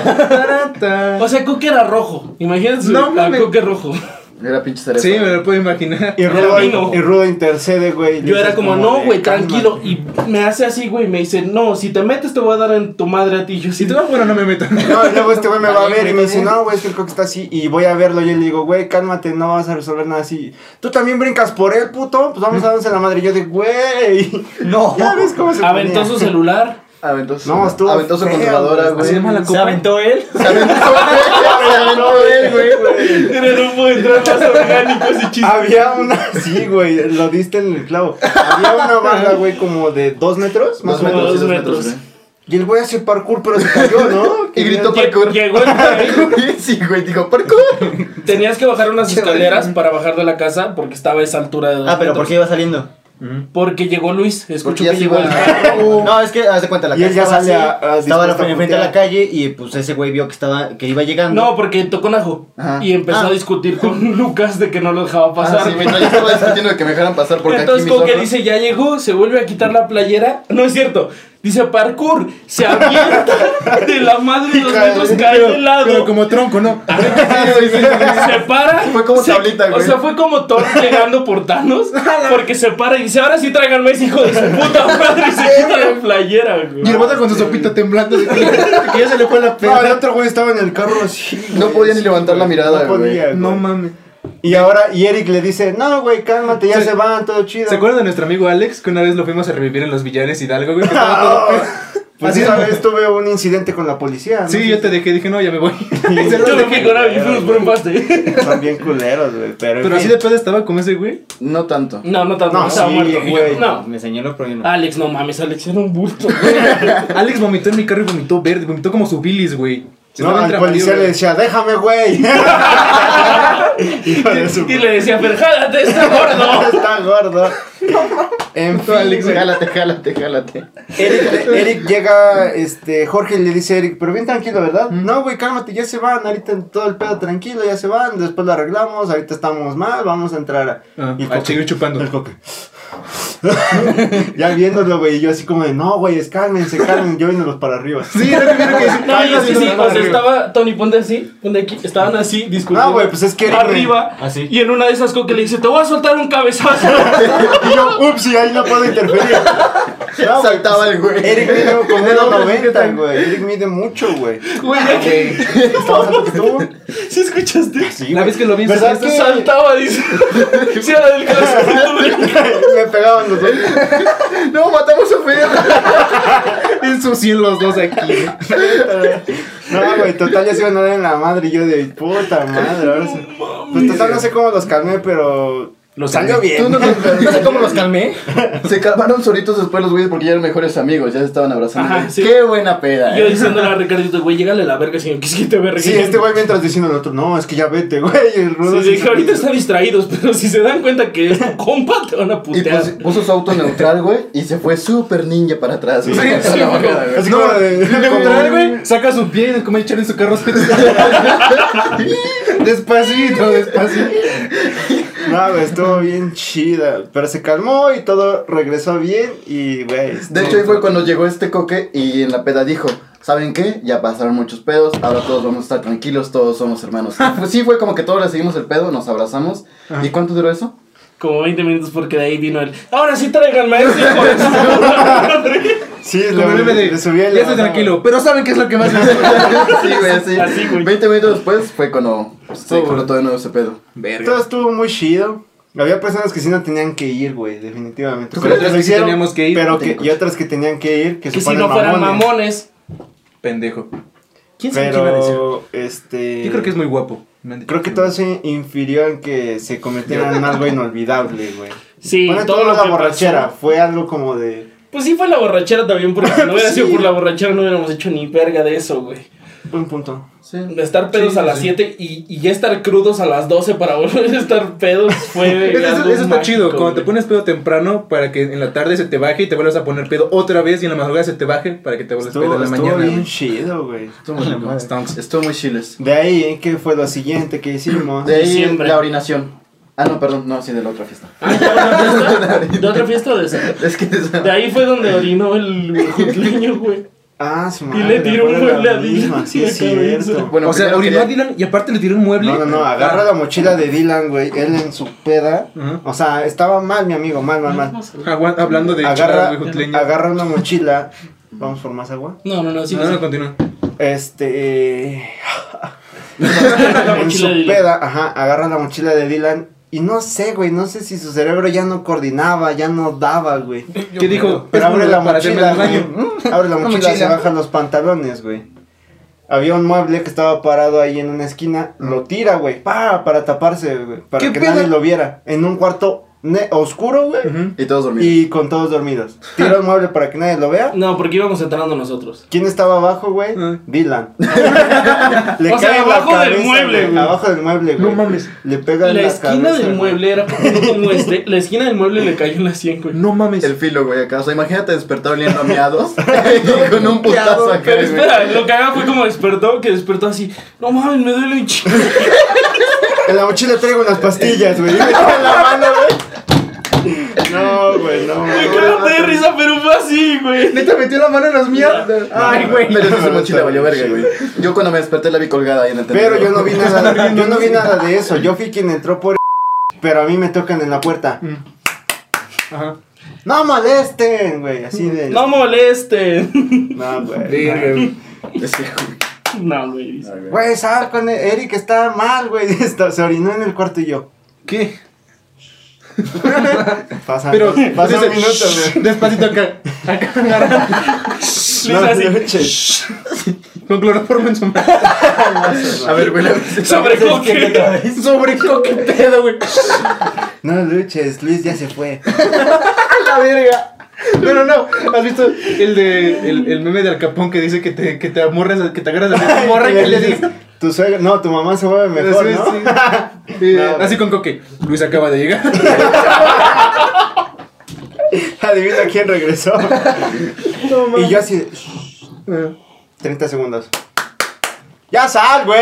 [SPEAKER 2] Taranta.
[SPEAKER 3] o sea, Coque era rojo. Imagínense
[SPEAKER 2] No
[SPEAKER 3] a
[SPEAKER 2] mames.
[SPEAKER 3] Coque rojo.
[SPEAKER 5] Era pinche cerezo.
[SPEAKER 2] Sí, me lo puedo imaginar.
[SPEAKER 1] Y
[SPEAKER 3] vino.
[SPEAKER 1] Rudo, y Rudo intercede, güey. y
[SPEAKER 3] Yo
[SPEAKER 1] dices
[SPEAKER 3] era como, no,
[SPEAKER 1] de,
[SPEAKER 3] güey,
[SPEAKER 1] "Calma".
[SPEAKER 3] tranquilo. Y me hace así, güey, me dice, no, si te metes te voy a dar en tu madre a ti. Yo
[SPEAKER 2] Si
[SPEAKER 3] sí,
[SPEAKER 2] tú vas bueno, no me meto.
[SPEAKER 1] No, y luego este güey me va a ver y me dice,
[SPEAKER 2] Vale,
[SPEAKER 1] no, güey, es que el coque está así. Y voy a verlo. Y él le digo, güey, cálmate, no vas a resolver nada así. Tú también brincas por él, puto. Pues vamos a darse la madre. Y yo de, güey.
[SPEAKER 4] No.
[SPEAKER 1] Ya ves cómo se
[SPEAKER 3] aventó su
[SPEAKER 1] ponía.
[SPEAKER 3] celular.
[SPEAKER 5] Aventoso.
[SPEAKER 1] No, estuvo
[SPEAKER 5] Aventoso
[SPEAKER 1] feo,
[SPEAKER 5] controladora,
[SPEAKER 1] güey.
[SPEAKER 5] güey.
[SPEAKER 2] Así
[SPEAKER 5] Se
[SPEAKER 2] de mala
[SPEAKER 4] ¿Se
[SPEAKER 2] copa.
[SPEAKER 4] aventó él?
[SPEAKER 5] aventó, güey. Se aventó él, güey.
[SPEAKER 3] Era el humo de trampas orgánicos y chistes.
[SPEAKER 1] Había una, sí, güey, lo diste en el clavo. Había una barra, güey, como de dos metros, más
[SPEAKER 5] Dos
[SPEAKER 1] o menos.
[SPEAKER 5] metros, sí,
[SPEAKER 3] dos
[SPEAKER 5] dos
[SPEAKER 3] metros.
[SPEAKER 5] metros. güey.
[SPEAKER 1] Y el güey hace parkour, pero se cayó, ¿no?
[SPEAKER 5] Y gritó
[SPEAKER 3] Lle-
[SPEAKER 5] parkour.
[SPEAKER 3] Llegó el
[SPEAKER 5] Sí, güey, dijo parkour.
[SPEAKER 3] Tenías que bajar unas escaleras para bajar de la casa porque estaba a esa altura de dos
[SPEAKER 4] Ah, pero
[SPEAKER 3] metros.
[SPEAKER 4] ¿por qué iba saliendo?
[SPEAKER 3] Porque llegó Luis, escuchó
[SPEAKER 5] Porque ya
[SPEAKER 3] que
[SPEAKER 5] se
[SPEAKER 3] llegó
[SPEAKER 5] iba
[SPEAKER 3] el
[SPEAKER 4] No, es que haz de cuenta la
[SPEAKER 1] Y él ya
[SPEAKER 4] estaba
[SPEAKER 1] sale a- a
[SPEAKER 4] estaba la-
[SPEAKER 1] dispuesto a
[SPEAKER 4] enfrente de la
[SPEAKER 1] putear.
[SPEAKER 4] calle y pues ese güey vio que estaba que iba llegando.
[SPEAKER 3] No, porque tocó Najo
[SPEAKER 5] Ajá.
[SPEAKER 3] y empezó
[SPEAKER 4] Ah.
[SPEAKER 3] a discutir con Lucas de que no lo dejaba pasar.
[SPEAKER 5] Ah, sí, mientras yo estaba discutiendo de que me dejaran pasar porque aquí
[SPEAKER 3] Entonces
[SPEAKER 5] mis
[SPEAKER 3] como que
[SPEAKER 5] ojos-
[SPEAKER 3] dice, ya llegó, se vuelve a quitar la playera. No es cierto. Dice parkour, se avienta de la madre de los
[SPEAKER 1] Hija de-
[SPEAKER 3] metros, cae de lado.
[SPEAKER 2] Pero como tronco, ¿no?
[SPEAKER 5] Sí, sí, sí.
[SPEAKER 3] se para.
[SPEAKER 5] Fue como
[SPEAKER 3] se-
[SPEAKER 5] tablita, güey.
[SPEAKER 3] O sea, fue como Thor llegando por Thanos. porque se para y dice, ahora sí tráiganme a ese hijo de su puta madre. Y se quita la playera, güey.
[SPEAKER 2] Y el vato con su sopita temblando. de Que ya se le fue la
[SPEAKER 1] No, el
[SPEAKER 2] pena.
[SPEAKER 1] otro güey estaba en el carro así. güey,
[SPEAKER 5] No podía ni
[SPEAKER 1] así,
[SPEAKER 5] levantar la
[SPEAKER 1] güey,
[SPEAKER 5] mirada,
[SPEAKER 1] No podía,
[SPEAKER 5] güey.
[SPEAKER 1] güey.
[SPEAKER 2] No mames.
[SPEAKER 1] Y ahora, y Eric le dice, no, güey, cálmate, ya
[SPEAKER 2] Se-
[SPEAKER 1] se, van, todo chido.
[SPEAKER 2] ¿Se acuerdan de nuestro amigo Alex? Que una vez lo fuimos a revivir en los villanes Hidalgo, güey. que estaba todo pe-
[SPEAKER 1] Pues
[SPEAKER 2] Así
[SPEAKER 1] esa
[SPEAKER 2] es.
[SPEAKER 1] vez tuve un incidente con la policía. ¿no?
[SPEAKER 2] Sí, yo te dejé, dije, no, ya me voy. Y se lo
[SPEAKER 3] Yo me
[SPEAKER 2] dejé.
[SPEAKER 3] fui con Abby, fuimos por un pastel.
[SPEAKER 1] Son bien culeros, güey. Pero, en
[SPEAKER 2] Pero así
[SPEAKER 1] fin.
[SPEAKER 2] de pedo estaba como ese güey.
[SPEAKER 5] No tanto.
[SPEAKER 3] No, no tanto,
[SPEAKER 1] No,
[SPEAKER 3] estaba
[SPEAKER 1] sí,
[SPEAKER 3] muerto.
[SPEAKER 1] güey.
[SPEAKER 3] No.
[SPEAKER 4] Me señaló pero yo no.
[SPEAKER 3] Alex, no mames, Alex era un bulto.
[SPEAKER 2] Alex vomitó en mi carro y vomitó verde, vomitó como su bilis, güey. Se
[SPEAKER 1] No,
[SPEAKER 2] estaba
[SPEAKER 1] al
[SPEAKER 2] entrapadido,
[SPEAKER 1] policía le
[SPEAKER 2] güey.
[SPEAKER 1] decía, déjame, güey. Hijo de su
[SPEAKER 3] Y le decía, pero jálate, está gordo.
[SPEAKER 1] Está gordo. En fin,
[SPEAKER 5] Alex,
[SPEAKER 1] güey.
[SPEAKER 5] jálate, jálate, jálate.
[SPEAKER 1] Eric, Eric llega, este, Jorge y le dice a Eric, pero bien tranquilo, ¿verdad? No, güey, cálmate, ya se van, ahorita en todo el pedo tranquilo, ya se van, después lo arreglamos, ahorita estamos mal, vamos a entrar a...
[SPEAKER 2] Ah,
[SPEAKER 1] y el
[SPEAKER 2] a
[SPEAKER 1] Coque-
[SPEAKER 2] seguir chupando.
[SPEAKER 1] el Coque. ya viéndolo, güey, y yo así como de, no, güey, es- cálmense, cálmense, yo viéndolos para arriba.
[SPEAKER 2] Sí, era lo primero que decía.
[SPEAKER 3] No, yo sí, sí,
[SPEAKER 2] no,
[SPEAKER 3] o sea,
[SPEAKER 2] arriba.
[SPEAKER 3] estaba Tony, ponte así, ponte aquí, estaban así discutiendo.
[SPEAKER 1] No, güey, pues es que Eric,
[SPEAKER 3] Arriba,
[SPEAKER 4] Así.
[SPEAKER 3] y en una de esas coque le dice, te voy a soltar un cabezazo.
[SPEAKER 1] Y yo, ups, y ahí no puedo interferir. No, güey,
[SPEAKER 5] Saltaba el güey.
[SPEAKER 1] Eric mide como 1.90, güey. Eric mide mucho, güey.
[SPEAKER 3] Güey, ya que-
[SPEAKER 1] Está más alto que tú.
[SPEAKER 3] ¿Sí escuchaste?
[SPEAKER 1] Sí,
[SPEAKER 2] La
[SPEAKER 1] güey.
[SPEAKER 2] vez que lo vi en
[SPEAKER 1] ¿Verdad
[SPEAKER 2] su
[SPEAKER 1] que-
[SPEAKER 3] Saltaba, dice. Se era del calzón.
[SPEAKER 1] Me pegaban los dos.
[SPEAKER 5] No, matamos a Fer.
[SPEAKER 2] Eso sí, los dos aquí.
[SPEAKER 1] No, güey, total ya se iban a dar en la madre. Y yo de puta madre. Ahora sí. Pues total no sé cómo los calmé, pero.
[SPEAKER 2] Los
[SPEAKER 1] salió
[SPEAKER 2] calmé.
[SPEAKER 1] bien.
[SPEAKER 5] Tú no te
[SPEAKER 4] No sé cómo los calmé.
[SPEAKER 5] Se calmaron solitos después los güeyes porque ya eran mejores amigos, ya se estaban abrazando.
[SPEAKER 3] Ajá, sí.
[SPEAKER 5] Qué buena peda.
[SPEAKER 3] Yo
[SPEAKER 5] eh.
[SPEAKER 3] diciéndole a Ricardito, güey, llégale a la verga, señor, que es que te verga.
[SPEAKER 1] Sí, este güey mientras diciendo al otro, no, es que ya vete, güey. y El
[SPEAKER 3] Sí,
[SPEAKER 1] rudo
[SPEAKER 3] le dije, ahorita están distraídos, pero si se dan cuenta que es tu compa, te van a
[SPEAKER 5] Y
[SPEAKER 3] putear.
[SPEAKER 5] pues, puso su auto neutral, güey, y se fue súper ninja para atrás. güey.
[SPEAKER 2] Sí,
[SPEAKER 5] A la
[SPEAKER 2] güey.
[SPEAKER 5] bajada, güey.
[SPEAKER 1] Así como de.
[SPEAKER 2] Neutral, güey. Saca su pie y come el char en su carro. Despacito, despacito.
[SPEAKER 1] No, güey, estuvo bien chida. Pero se calmó y todo regresó bien. Y, güey.
[SPEAKER 5] De hecho, ahí fue cuando llegó este coque y en la peda dijo, ¿saben qué? Ya pasaron muchos pedos, ahora todos vamos a estar tranquilos, todos somos hermanos. Pues sí, fue como que todos le seguimos el pedo, nos abrazamos. ¿Y cuánto duró eso?
[SPEAKER 3] Como 20 minutos porque de ahí vino el. Ahora sí tráiganme a ese hijo de su madre".
[SPEAKER 1] Sí,
[SPEAKER 2] Como el meme de,
[SPEAKER 1] le subí el-
[SPEAKER 2] Ya estoy tranquilo, pero ¿saben qué es lo que más me
[SPEAKER 5] sí, güey, así.
[SPEAKER 3] Así, güey.
[SPEAKER 5] 20 minutos después fue cuando se
[SPEAKER 2] Todo.
[SPEAKER 5] coló todo de nuevo ese pedo.
[SPEAKER 1] Todo
[SPEAKER 2] Verga.
[SPEAKER 1] estuvo muy chido. Había personas que sí no tenían que ir, güey, definitivamente.
[SPEAKER 2] ¿Tú
[SPEAKER 1] Pero
[SPEAKER 2] crees
[SPEAKER 1] lo
[SPEAKER 2] que sí
[SPEAKER 1] hicieron,
[SPEAKER 2] teníamos que ir?
[SPEAKER 1] Pero
[SPEAKER 5] No
[SPEAKER 1] que,
[SPEAKER 5] tenía
[SPEAKER 1] y
[SPEAKER 5] coche.
[SPEAKER 1] otras que tenían que ir, que,
[SPEAKER 3] Que
[SPEAKER 1] se
[SPEAKER 3] si
[SPEAKER 1] ponen
[SPEAKER 3] no fueran
[SPEAKER 2] ¿eh?
[SPEAKER 1] mamones.
[SPEAKER 3] mamones.
[SPEAKER 2] Pendejo.
[SPEAKER 3] ¿Quién sabe quién iba a decir?
[SPEAKER 1] Pero, este...
[SPEAKER 2] Yo creo que es muy guapo. me han dicho.
[SPEAKER 1] Creo que todo eso infirió en que se cometieran en algo inolvidable, güey.
[SPEAKER 3] Sí,
[SPEAKER 1] Bueno,
[SPEAKER 3] todo
[SPEAKER 1] todo
[SPEAKER 3] lo
[SPEAKER 1] la
[SPEAKER 3] que
[SPEAKER 1] borrachera.
[SPEAKER 3] pasó.
[SPEAKER 1] Fue algo como de...
[SPEAKER 3] Pues sí fue la borrachera también, porque si no hubiera
[SPEAKER 1] Pues
[SPEAKER 3] sido
[SPEAKER 1] sí.
[SPEAKER 3] por la borrachera no hubiéramos hecho ni verga de eso, güey.
[SPEAKER 1] Un punto.
[SPEAKER 5] Sí.
[SPEAKER 3] De estar pedos
[SPEAKER 2] Sí,
[SPEAKER 3] a
[SPEAKER 2] sí,
[SPEAKER 3] las
[SPEAKER 2] sí.
[SPEAKER 3] 7 y, y ya estar crudos a las 12 para volver a estar pedos fue.
[SPEAKER 2] Eso, eso-
[SPEAKER 3] algo
[SPEAKER 2] eso está
[SPEAKER 3] mágico,
[SPEAKER 2] chido, cuando te
[SPEAKER 3] güey.
[SPEAKER 2] pones pedo temprano para que en la tarde se te baje y te vuelvas a poner pedo otra vez y en la madrugada se te baje para que te vuelvas pedo
[SPEAKER 1] Estuvo,
[SPEAKER 2] en la
[SPEAKER 1] estuvo
[SPEAKER 2] mañana.
[SPEAKER 1] bien
[SPEAKER 2] güey.
[SPEAKER 1] chido, güey.
[SPEAKER 5] Estuvo muy rico.
[SPEAKER 2] Stonks.
[SPEAKER 5] Estuvo muy chiles.
[SPEAKER 1] De ahí, ¿eh? ¿qué fue lo siguiente que hicimos?
[SPEAKER 5] De ahí
[SPEAKER 3] Diciembre.
[SPEAKER 5] la orinación. Ah, no, perdón, no, sí, de la otra fiesta.
[SPEAKER 3] Ah, ¿de otra fiesta? ¿De otra fiesta o de esa?
[SPEAKER 5] Es que
[SPEAKER 3] De ahí fue donde orinó el jutleño, güey.
[SPEAKER 1] Ah, su
[SPEAKER 3] Y
[SPEAKER 1] madre.
[SPEAKER 3] le tiró un
[SPEAKER 1] fue la
[SPEAKER 3] mueble a Dylan
[SPEAKER 1] misma, Sí, es
[SPEAKER 3] en la cabeza.
[SPEAKER 1] cierto.
[SPEAKER 5] Bueno,
[SPEAKER 2] o sea,
[SPEAKER 5] primero
[SPEAKER 2] orinó a
[SPEAKER 5] quería-
[SPEAKER 2] Dylan y aparte le tiró un mueble.
[SPEAKER 1] No, no, no, agarra
[SPEAKER 2] Ah.
[SPEAKER 1] la mochila de Dylan, güey. Él en su peda.
[SPEAKER 2] Ajá.
[SPEAKER 1] O sea, estaba mal, mi amigo, mal, mal, mal.
[SPEAKER 2] Ah, Agua- hablando de
[SPEAKER 1] Agarra,
[SPEAKER 2] chicas, güey, jutleño.
[SPEAKER 1] agarra una mochila. Vamos por más agua.
[SPEAKER 3] No, no, no, sí.
[SPEAKER 2] No, no, continúa.
[SPEAKER 1] Este.
[SPEAKER 3] La
[SPEAKER 1] en su
[SPEAKER 3] mochila de Dylan.
[SPEAKER 1] peda, ajá, agarra la mochila de Dylan. Y no sé, güey, no sé si su cerebro ya no coordinaba, ya no daba, güey.
[SPEAKER 2] ¿Qué dijo?
[SPEAKER 3] "Pues,
[SPEAKER 1] Pero
[SPEAKER 2] Es
[SPEAKER 1] abre la
[SPEAKER 2] para hacerme
[SPEAKER 1] mochila,
[SPEAKER 2] el
[SPEAKER 1] güey.
[SPEAKER 2] baño.
[SPEAKER 3] ¿Mm?
[SPEAKER 1] Abre la
[SPEAKER 5] Una
[SPEAKER 1] mochila, se
[SPEAKER 5] mochila.
[SPEAKER 1] bajan los pantalones, güey. Había un mueble que estaba parado ahí en una esquina, lo tira, güey, pa, para taparse, güey, para
[SPEAKER 2] ¿Qué
[SPEAKER 1] que
[SPEAKER 2] pedo?
[SPEAKER 1] nadie lo viera. En un cuarto ne- oscuro, güey,
[SPEAKER 2] Ujú.
[SPEAKER 5] Y todos dormimos.
[SPEAKER 1] y con todos dormidos. Tira el mueble para que nadie lo vea.
[SPEAKER 3] No, porque íbamos entrando nosotros.
[SPEAKER 1] ¿Quién estaba abajo, güey?
[SPEAKER 2] Ah.
[SPEAKER 1] Dylan.
[SPEAKER 3] O sea,
[SPEAKER 1] cae en la
[SPEAKER 3] abajo del
[SPEAKER 1] cabeza,
[SPEAKER 3] mueble, güey.
[SPEAKER 1] Abajo del mueble, güey.
[SPEAKER 2] No mames.
[SPEAKER 1] Le pega en
[SPEAKER 3] La
[SPEAKER 1] la
[SPEAKER 3] esquina
[SPEAKER 1] cabeza,
[SPEAKER 3] del
[SPEAKER 1] güey.
[SPEAKER 3] mueble era no como este. La esquina del mueble le cayó en la 100, güey.
[SPEAKER 2] No mames.
[SPEAKER 5] El filo, güey, acá. O sea, imagínate despertar oliendo a miados. y con un putazo acá,
[SPEAKER 3] Pero
[SPEAKER 5] güey.
[SPEAKER 3] espera, lo que haga fue como despertó, que despertó así. No mames, me duele un chingo.
[SPEAKER 1] En la mochila traigo unas pastillas, güey. Y me toma en la mano, güey. No, güey, no.
[SPEAKER 3] Me
[SPEAKER 1] no,
[SPEAKER 3] cago
[SPEAKER 1] no,
[SPEAKER 3] de
[SPEAKER 1] no.
[SPEAKER 3] risa, pero fue así, güey.
[SPEAKER 5] Neta metió la mano en los mierdas. Ay, güey. Pero eso es su
[SPEAKER 1] No,
[SPEAKER 5] mochila,
[SPEAKER 1] está
[SPEAKER 5] valió
[SPEAKER 1] bien
[SPEAKER 5] verga,
[SPEAKER 1] chido.
[SPEAKER 5] güey. Yo cuando me desperté la vi colgada ahí en el
[SPEAKER 1] Pero yo
[SPEAKER 5] tendedero.
[SPEAKER 1] no vi nada, yo no vi nada de eso. Yo fui quien entró por pero a mí me tocan en la puerta.
[SPEAKER 2] Mm. Ajá.
[SPEAKER 1] No molesten, güey, así de
[SPEAKER 3] No molesten.
[SPEAKER 1] No, güey.
[SPEAKER 2] Verga, güey.
[SPEAKER 5] Es que, güey.
[SPEAKER 3] No, güey.
[SPEAKER 5] Ay, güey.
[SPEAKER 1] Güey, sal con e- Eric está mal, güey. Está- Se orinó en el cuarto y yo.
[SPEAKER 2] ¿Qué?
[SPEAKER 1] Pasa.
[SPEAKER 2] Pero.
[SPEAKER 1] pasa
[SPEAKER 2] dice,
[SPEAKER 1] un minuto,
[SPEAKER 2] "Shh",
[SPEAKER 1] güey.
[SPEAKER 2] Despacito acá. Acá agarra.
[SPEAKER 3] Le hice así.
[SPEAKER 1] No, no, che.
[SPEAKER 2] Con cloroformo en su mano.
[SPEAKER 5] A ver, güey.
[SPEAKER 3] Sobre coque.
[SPEAKER 2] Sobre qué pedo, güey.
[SPEAKER 1] No luches, Luis ya se fue.
[SPEAKER 2] la verga. Pero no, ¿has visto el de el, el meme de Al Capón que dice que te, que te amorras, que te agarras de tu morra y que le dices?
[SPEAKER 1] Tu suegra, no, tu mamá se mueve mejor,
[SPEAKER 2] Sí,
[SPEAKER 1] ¿no?
[SPEAKER 2] sí. Sí,
[SPEAKER 1] No,
[SPEAKER 2] así con Coque. Luis acaba de llegar.
[SPEAKER 1] Adivina quién regresó. y yo así, de, "Shh,
[SPEAKER 2] Eh,
[SPEAKER 1] 30 segundos. Ya sal, güey.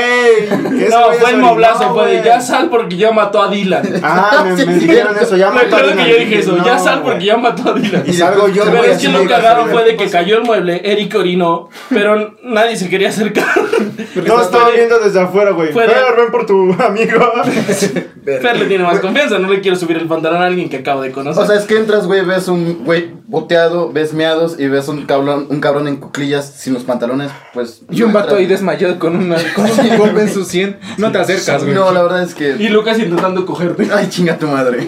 [SPEAKER 1] Que ese
[SPEAKER 3] No,
[SPEAKER 1] güey se
[SPEAKER 3] fue el
[SPEAKER 1] orinó,
[SPEAKER 3] moblazo, fue de
[SPEAKER 1] güey.
[SPEAKER 3] ya sal porque ya mató a Dylan.
[SPEAKER 1] Ah, me,
[SPEAKER 5] Sí,
[SPEAKER 1] me
[SPEAKER 5] es
[SPEAKER 1] dijeron
[SPEAKER 5] cierto.
[SPEAKER 1] eso, ya
[SPEAKER 3] Me
[SPEAKER 1] mató a
[SPEAKER 3] acuerdo que
[SPEAKER 1] Dylan.
[SPEAKER 3] yo dije eso, ya
[SPEAKER 1] No,
[SPEAKER 3] sal porque
[SPEAKER 1] güey.
[SPEAKER 3] ya mató a Dylan.
[SPEAKER 1] Y salgo yo,
[SPEAKER 3] Pero
[SPEAKER 1] güey,
[SPEAKER 3] es que
[SPEAKER 1] así,
[SPEAKER 3] lo
[SPEAKER 1] güey,
[SPEAKER 3] cagaron
[SPEAKER 1] así,
[SPEAKER 3] fue de que cayó el mueble, Eric orinó, pero nadie se quería acercar.
[SPEAKER 1] Todo estaba viendo desde afuera, güey.
[SPEAKER 3] Fue de-
[SPEAKER 1] Pero ven por tu amigo.
[SPEAKER 3] Fer le tiene más confianza, no le quiero subir el pantalón a alguien que acabo de conocer.
[SPEAKER 5] O sea, es que entras, güey, ves un güey boteado, ves meados y ves un cabrón, un cabrón en cuclillas sin los pantalones, pues.
[SPEAKER 2] Y un vato ahí desmayado con, una, con un golpe en su 100. No te acercas, güey.
[SPEAKER 5] No, la verdad es que.
[SPEAKER 3] y Lucas intentando cogerte.
[SPEAKER 5] Ay, chinga tu madre.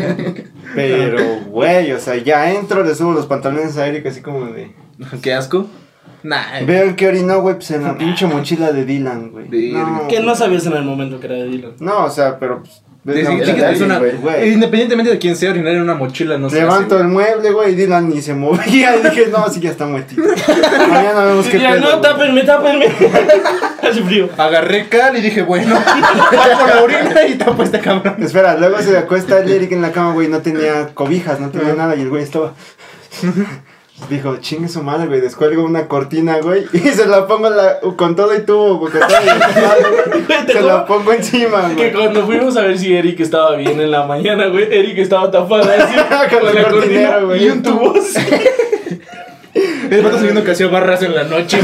[SPEAKER 1] Pero, güey, o sea, ya entro, le subo los pantalones a Eric así como de.
[SPEAKER 2] Qué asco. Nah.
[SPEAKER 1] Veo el que orinó, güey, pues en la pinche mochila de Dylan, güey.
[SPEAKER 2] Verga.
[SPEAKER 1] No,
[SPEAKER 3] Que no sabías en el momento que era de Dylan.
[SPEAKER 1] No, o sea, pero. pues, ves
[SPEAKER 2] Sí,
[SPEAKER 1] la
[SPEAKER 2] sí,
[SPEAKER 1] mochila
[SPEAKER 2] chiquita,
[SPEAKER 1] de
[SPEAKER 2] es
[SPEAKER 1] Dylan,
[SPEAKER 2] una-
[SPEAKER 1] güey.
[SPEAKER 2] Independientemente de quién sea, orinar en una mochila no se hace,
[SPEAKER 1] Levanto
[SPEAKER 2] güey.
[SPEAKER 1] el mueble, güey, y Dylan ni se movía. Y dije, no, sí, ya está muertito. Mañana vemos Pues, qué
[SPEAKER 3] Diría,
[SPEAKER 1] pedo.
[SPEAKER 3] no,
[SPEAKER 1] güey".
[SPEAKER 3] tápenme, tápenme. Hace frío.
[SPEAKER 2] Agarré cal y dije, bueno, tapo la orina y tapo este
[SPEAKER 3] pues.
[SPEAKER 2] cabrón.
[SPEAKER 1] Espera, luego se acuesta el Eric en la cama, güey, no tenía cobijas, no tenía nada, y el güey estaba. Dijo, chingue su madre, güey, descuelgo una cortina, güey, y se la pongo a la- con todo y tubo, güey, con todo y
[SPEAKER 3] Güey, te
[SPEAKER 1] Se
[SPEAKER 3] juro
[SPEAKER 1] la pongo encima,
[SPEAKER 3] Que
[SPEAKER 1] güey.
[SPEAKER 3] cuando fuimos a ver si Eric estaba bien en la mañana, güey, Eric estaba tapada así,
[SPEAKER 1] Con
[SPEAKER 3] con
[SPEAKER 1] el
[SPEAKER 3] la cortina
[SPEAKER 1] cortinero, güey.
[SPEAKER 3] y un tubo. así.
[SPEAKER 2] El vato subiendo que hacía barras en la noche.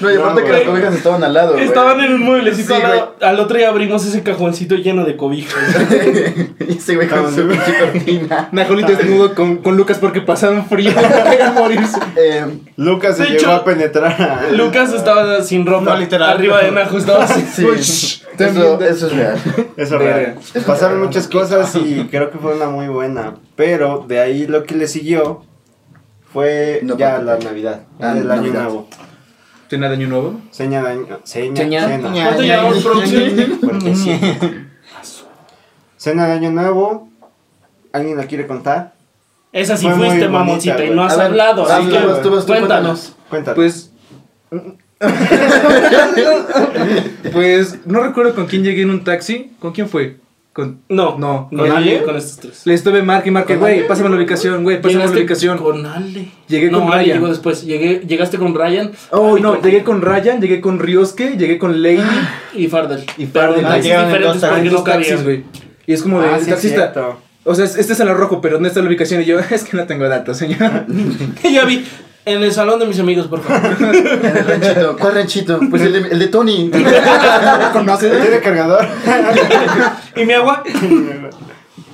[SPEAKER 5] No, y
[SPEAKER 1] No,
[SPEAKER 5] aparte que
[SPEAKER 1] güey.
[SPEAKER 5] las cobijas estaban al lado, güey.
[SPEAKER 3] Estaban en un mueblecito al,
[SPEAKER 5] Sí,
[SPEAKER 3] lado. al otro día abrimos ese cajoncito lleno de cobijas.
[SPEAKER 5] Y ese güey con su pinche cortina.
[SPEAKER 2] Najolita desnudo con, con Lucas porque pasaban frío. Iban a morirse.
[SPEAKER 5] Eh,
[SPEAKER 1] Lucas se
[SPEAKER 3] De
[SPEAKER 1] llegó
[SPEAKER 3] hecho,
[SPEAKER 1] a penetrar a...
[SPEAKER 3] Lucas estaba sin ropa,
[SPEAKER 4] No, literal.
[SPEAKER 3] arriba de Najo estaba así.
[SPEAKER 5] sí, eso, eso es real.
[SPEAKER 1] Eso
[SPEAKER 2] Verga.
[SPEAKER 1] real. Pasaron muchas cosas y creo que fue una muy buena. Pero de ahí lo que le siguió fue
[SPEAKER 5] No,
[SPEAKER 1] ya
[SPEAKER 5] porque-
[SPEAKER 1] la Navidad,
[SPEAKER 5] Ah,
[SPEAKER 1] el año
[SPEAKER 5] Navidad.
[SPEAKER 1] nuevo.
[SPEAKER 2] ¿Cena de año nuevo?
[SPEAKER 1] Seña de año. Seña,
[SPEAKER 2] Seña.
[SPEAKER 1] cena.
[SPEAKER 3] ¿Cuánto llevamos, producción?
[SPEAKER 1] Porque sí. Cena de año nuevo. ¿Alguien la quiere contar?
[SPEAKER 3] Esa sí
[SPEAKER 1] Fue muy
[SPEAKER 3] fuiste,
[SPEAKER 1] bonita,
[SPEAKER 3] mamoncita, y
[SPEAKER 1] güey.
[SPEAKER 3] no has
[SPEAKER 5] A ver,
[SPEAKER 3] hablado.
[SPEAKER 5] vas
[SPEAKER 3] así
[SPEAKER 5] tú,
[SPEAKER 3] que
[SPEAKER 5] vas tú, vas tú,
[SPEAKER 3] cuéntanos.
[SPEAKER 1] Cuéntala.
[SPEAKER 2] Pues. pues no recuerdo con quién llegué en un taxi. ¿Con quién fue? Con.
[SPEAKER 3] No,
[SPEAKER 2] No,
[SPEAKER 3] con
[SPEAKER 2] ¿con
[SPEAKER 3] Ale,
[SPEAKER 2] Ale?
[SPEAKER 3] con estos tres.
[SPEAKER 2] Le estuve marque y marque,
[SPEAKER 5] ¿Con
[SPEAKER 2] güey,
[SPEAKER 5] alguien?
[SPEAKER 2] pásame la ubicación, güey, pásame la
[SPEAKER 3] Llegaste
[SPEAKER 2] ubicación.
[SPEAKER 3] Con Ale.
[SPEAKER 2] Llegué
[SPEAKER 3] no,
[SPEAKER 2] con
[SPEAKER 3] Ale
[SPEAKER 2] Brian.
[SPEAKER 3] llegó después. Llegué, llegaste con Brian.
[SPEAKER 2] Oh,
[SPEAKER 3] Ale
[SPEAKER 2] no, llegué con Ryan, llegué con Rioske, llegué con Lady.
[SPEAKER 3] Y Fardel.
[SPEAKER 2] Y Fardel.
[SPEAKER 3] Pero
[SPEAKER 2] Ah,
[SPEAKER 3] taxis
[SPEAKER 4] llegaron en
[SPEAKER 3] diferentes
[SPEAKER 4] dos
[SPEAKER 3] porque
[SPEAKER 2] en
[SPEAKER 3] no
[SPEAKER 2] dos taxis,
[SPEAKER 3] cabían.
[SPEAKER 2] güey. Y es como de
[SPEAKER 1] Ah,
[SPEAKER 2] el
[SPEAKER 1] sí, es
[SPEAKER 2] taxista.
[SPEAKER 1] cierto.
[SPEAKER 2] o sea, es- este es el rojo, pero ¿dónde está la ubicación? Y yo, es que no tengo datos, señor.
[SPEAKER 3] Y yo vi en el salón de mis amigos, por favor.
[SPEAKER 5] En el ranchito. ¿Cuál ranchito? Pues el de, el de Tony.
[SPEAKER 1] Ah,
[SPEAKER 5] eh.
[SPEAKER 1] ¿Tiene cargador?
[SPEAKER 3] ¿Y mi agua?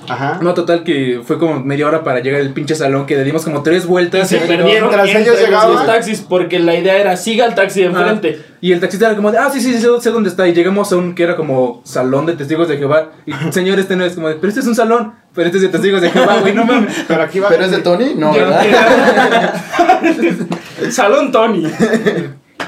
[SPEAKER 1] Ajá.
[SPEAKER 2] No, total, que fue como media hora para llegar al pinche salón, que le dimos como tres vueltas.
[SPEAKER 3] Se
[SPEAKER 2] y-
[SPEAKER 3] perdieron
[SPEAKER 1] mientras
[SPEAKER 3] entre
[SPEAKER 1] ellos llegaban.
[SPEAKER 3] los taxis porque la idea era siga el taxi de
[SPEAKER 2] Ah,
[SPEAKER 3] enfrente.
[SPEAKER 2] y el taxista era como de, ah, sí, sí, sí, sé, sé dónde está. Y llegamos a un que era como salón de testigos de Jehová. Y señor, este no es como de, pero este es un salón, pero este es de testigos de Jehová, güey, no mames.
[SPEAKER 1] Pero aquí va.
[SPEAKER 5] ¿Pero es de Tony? No, ¿verdad?
[SPEAKER 3] salón Tony.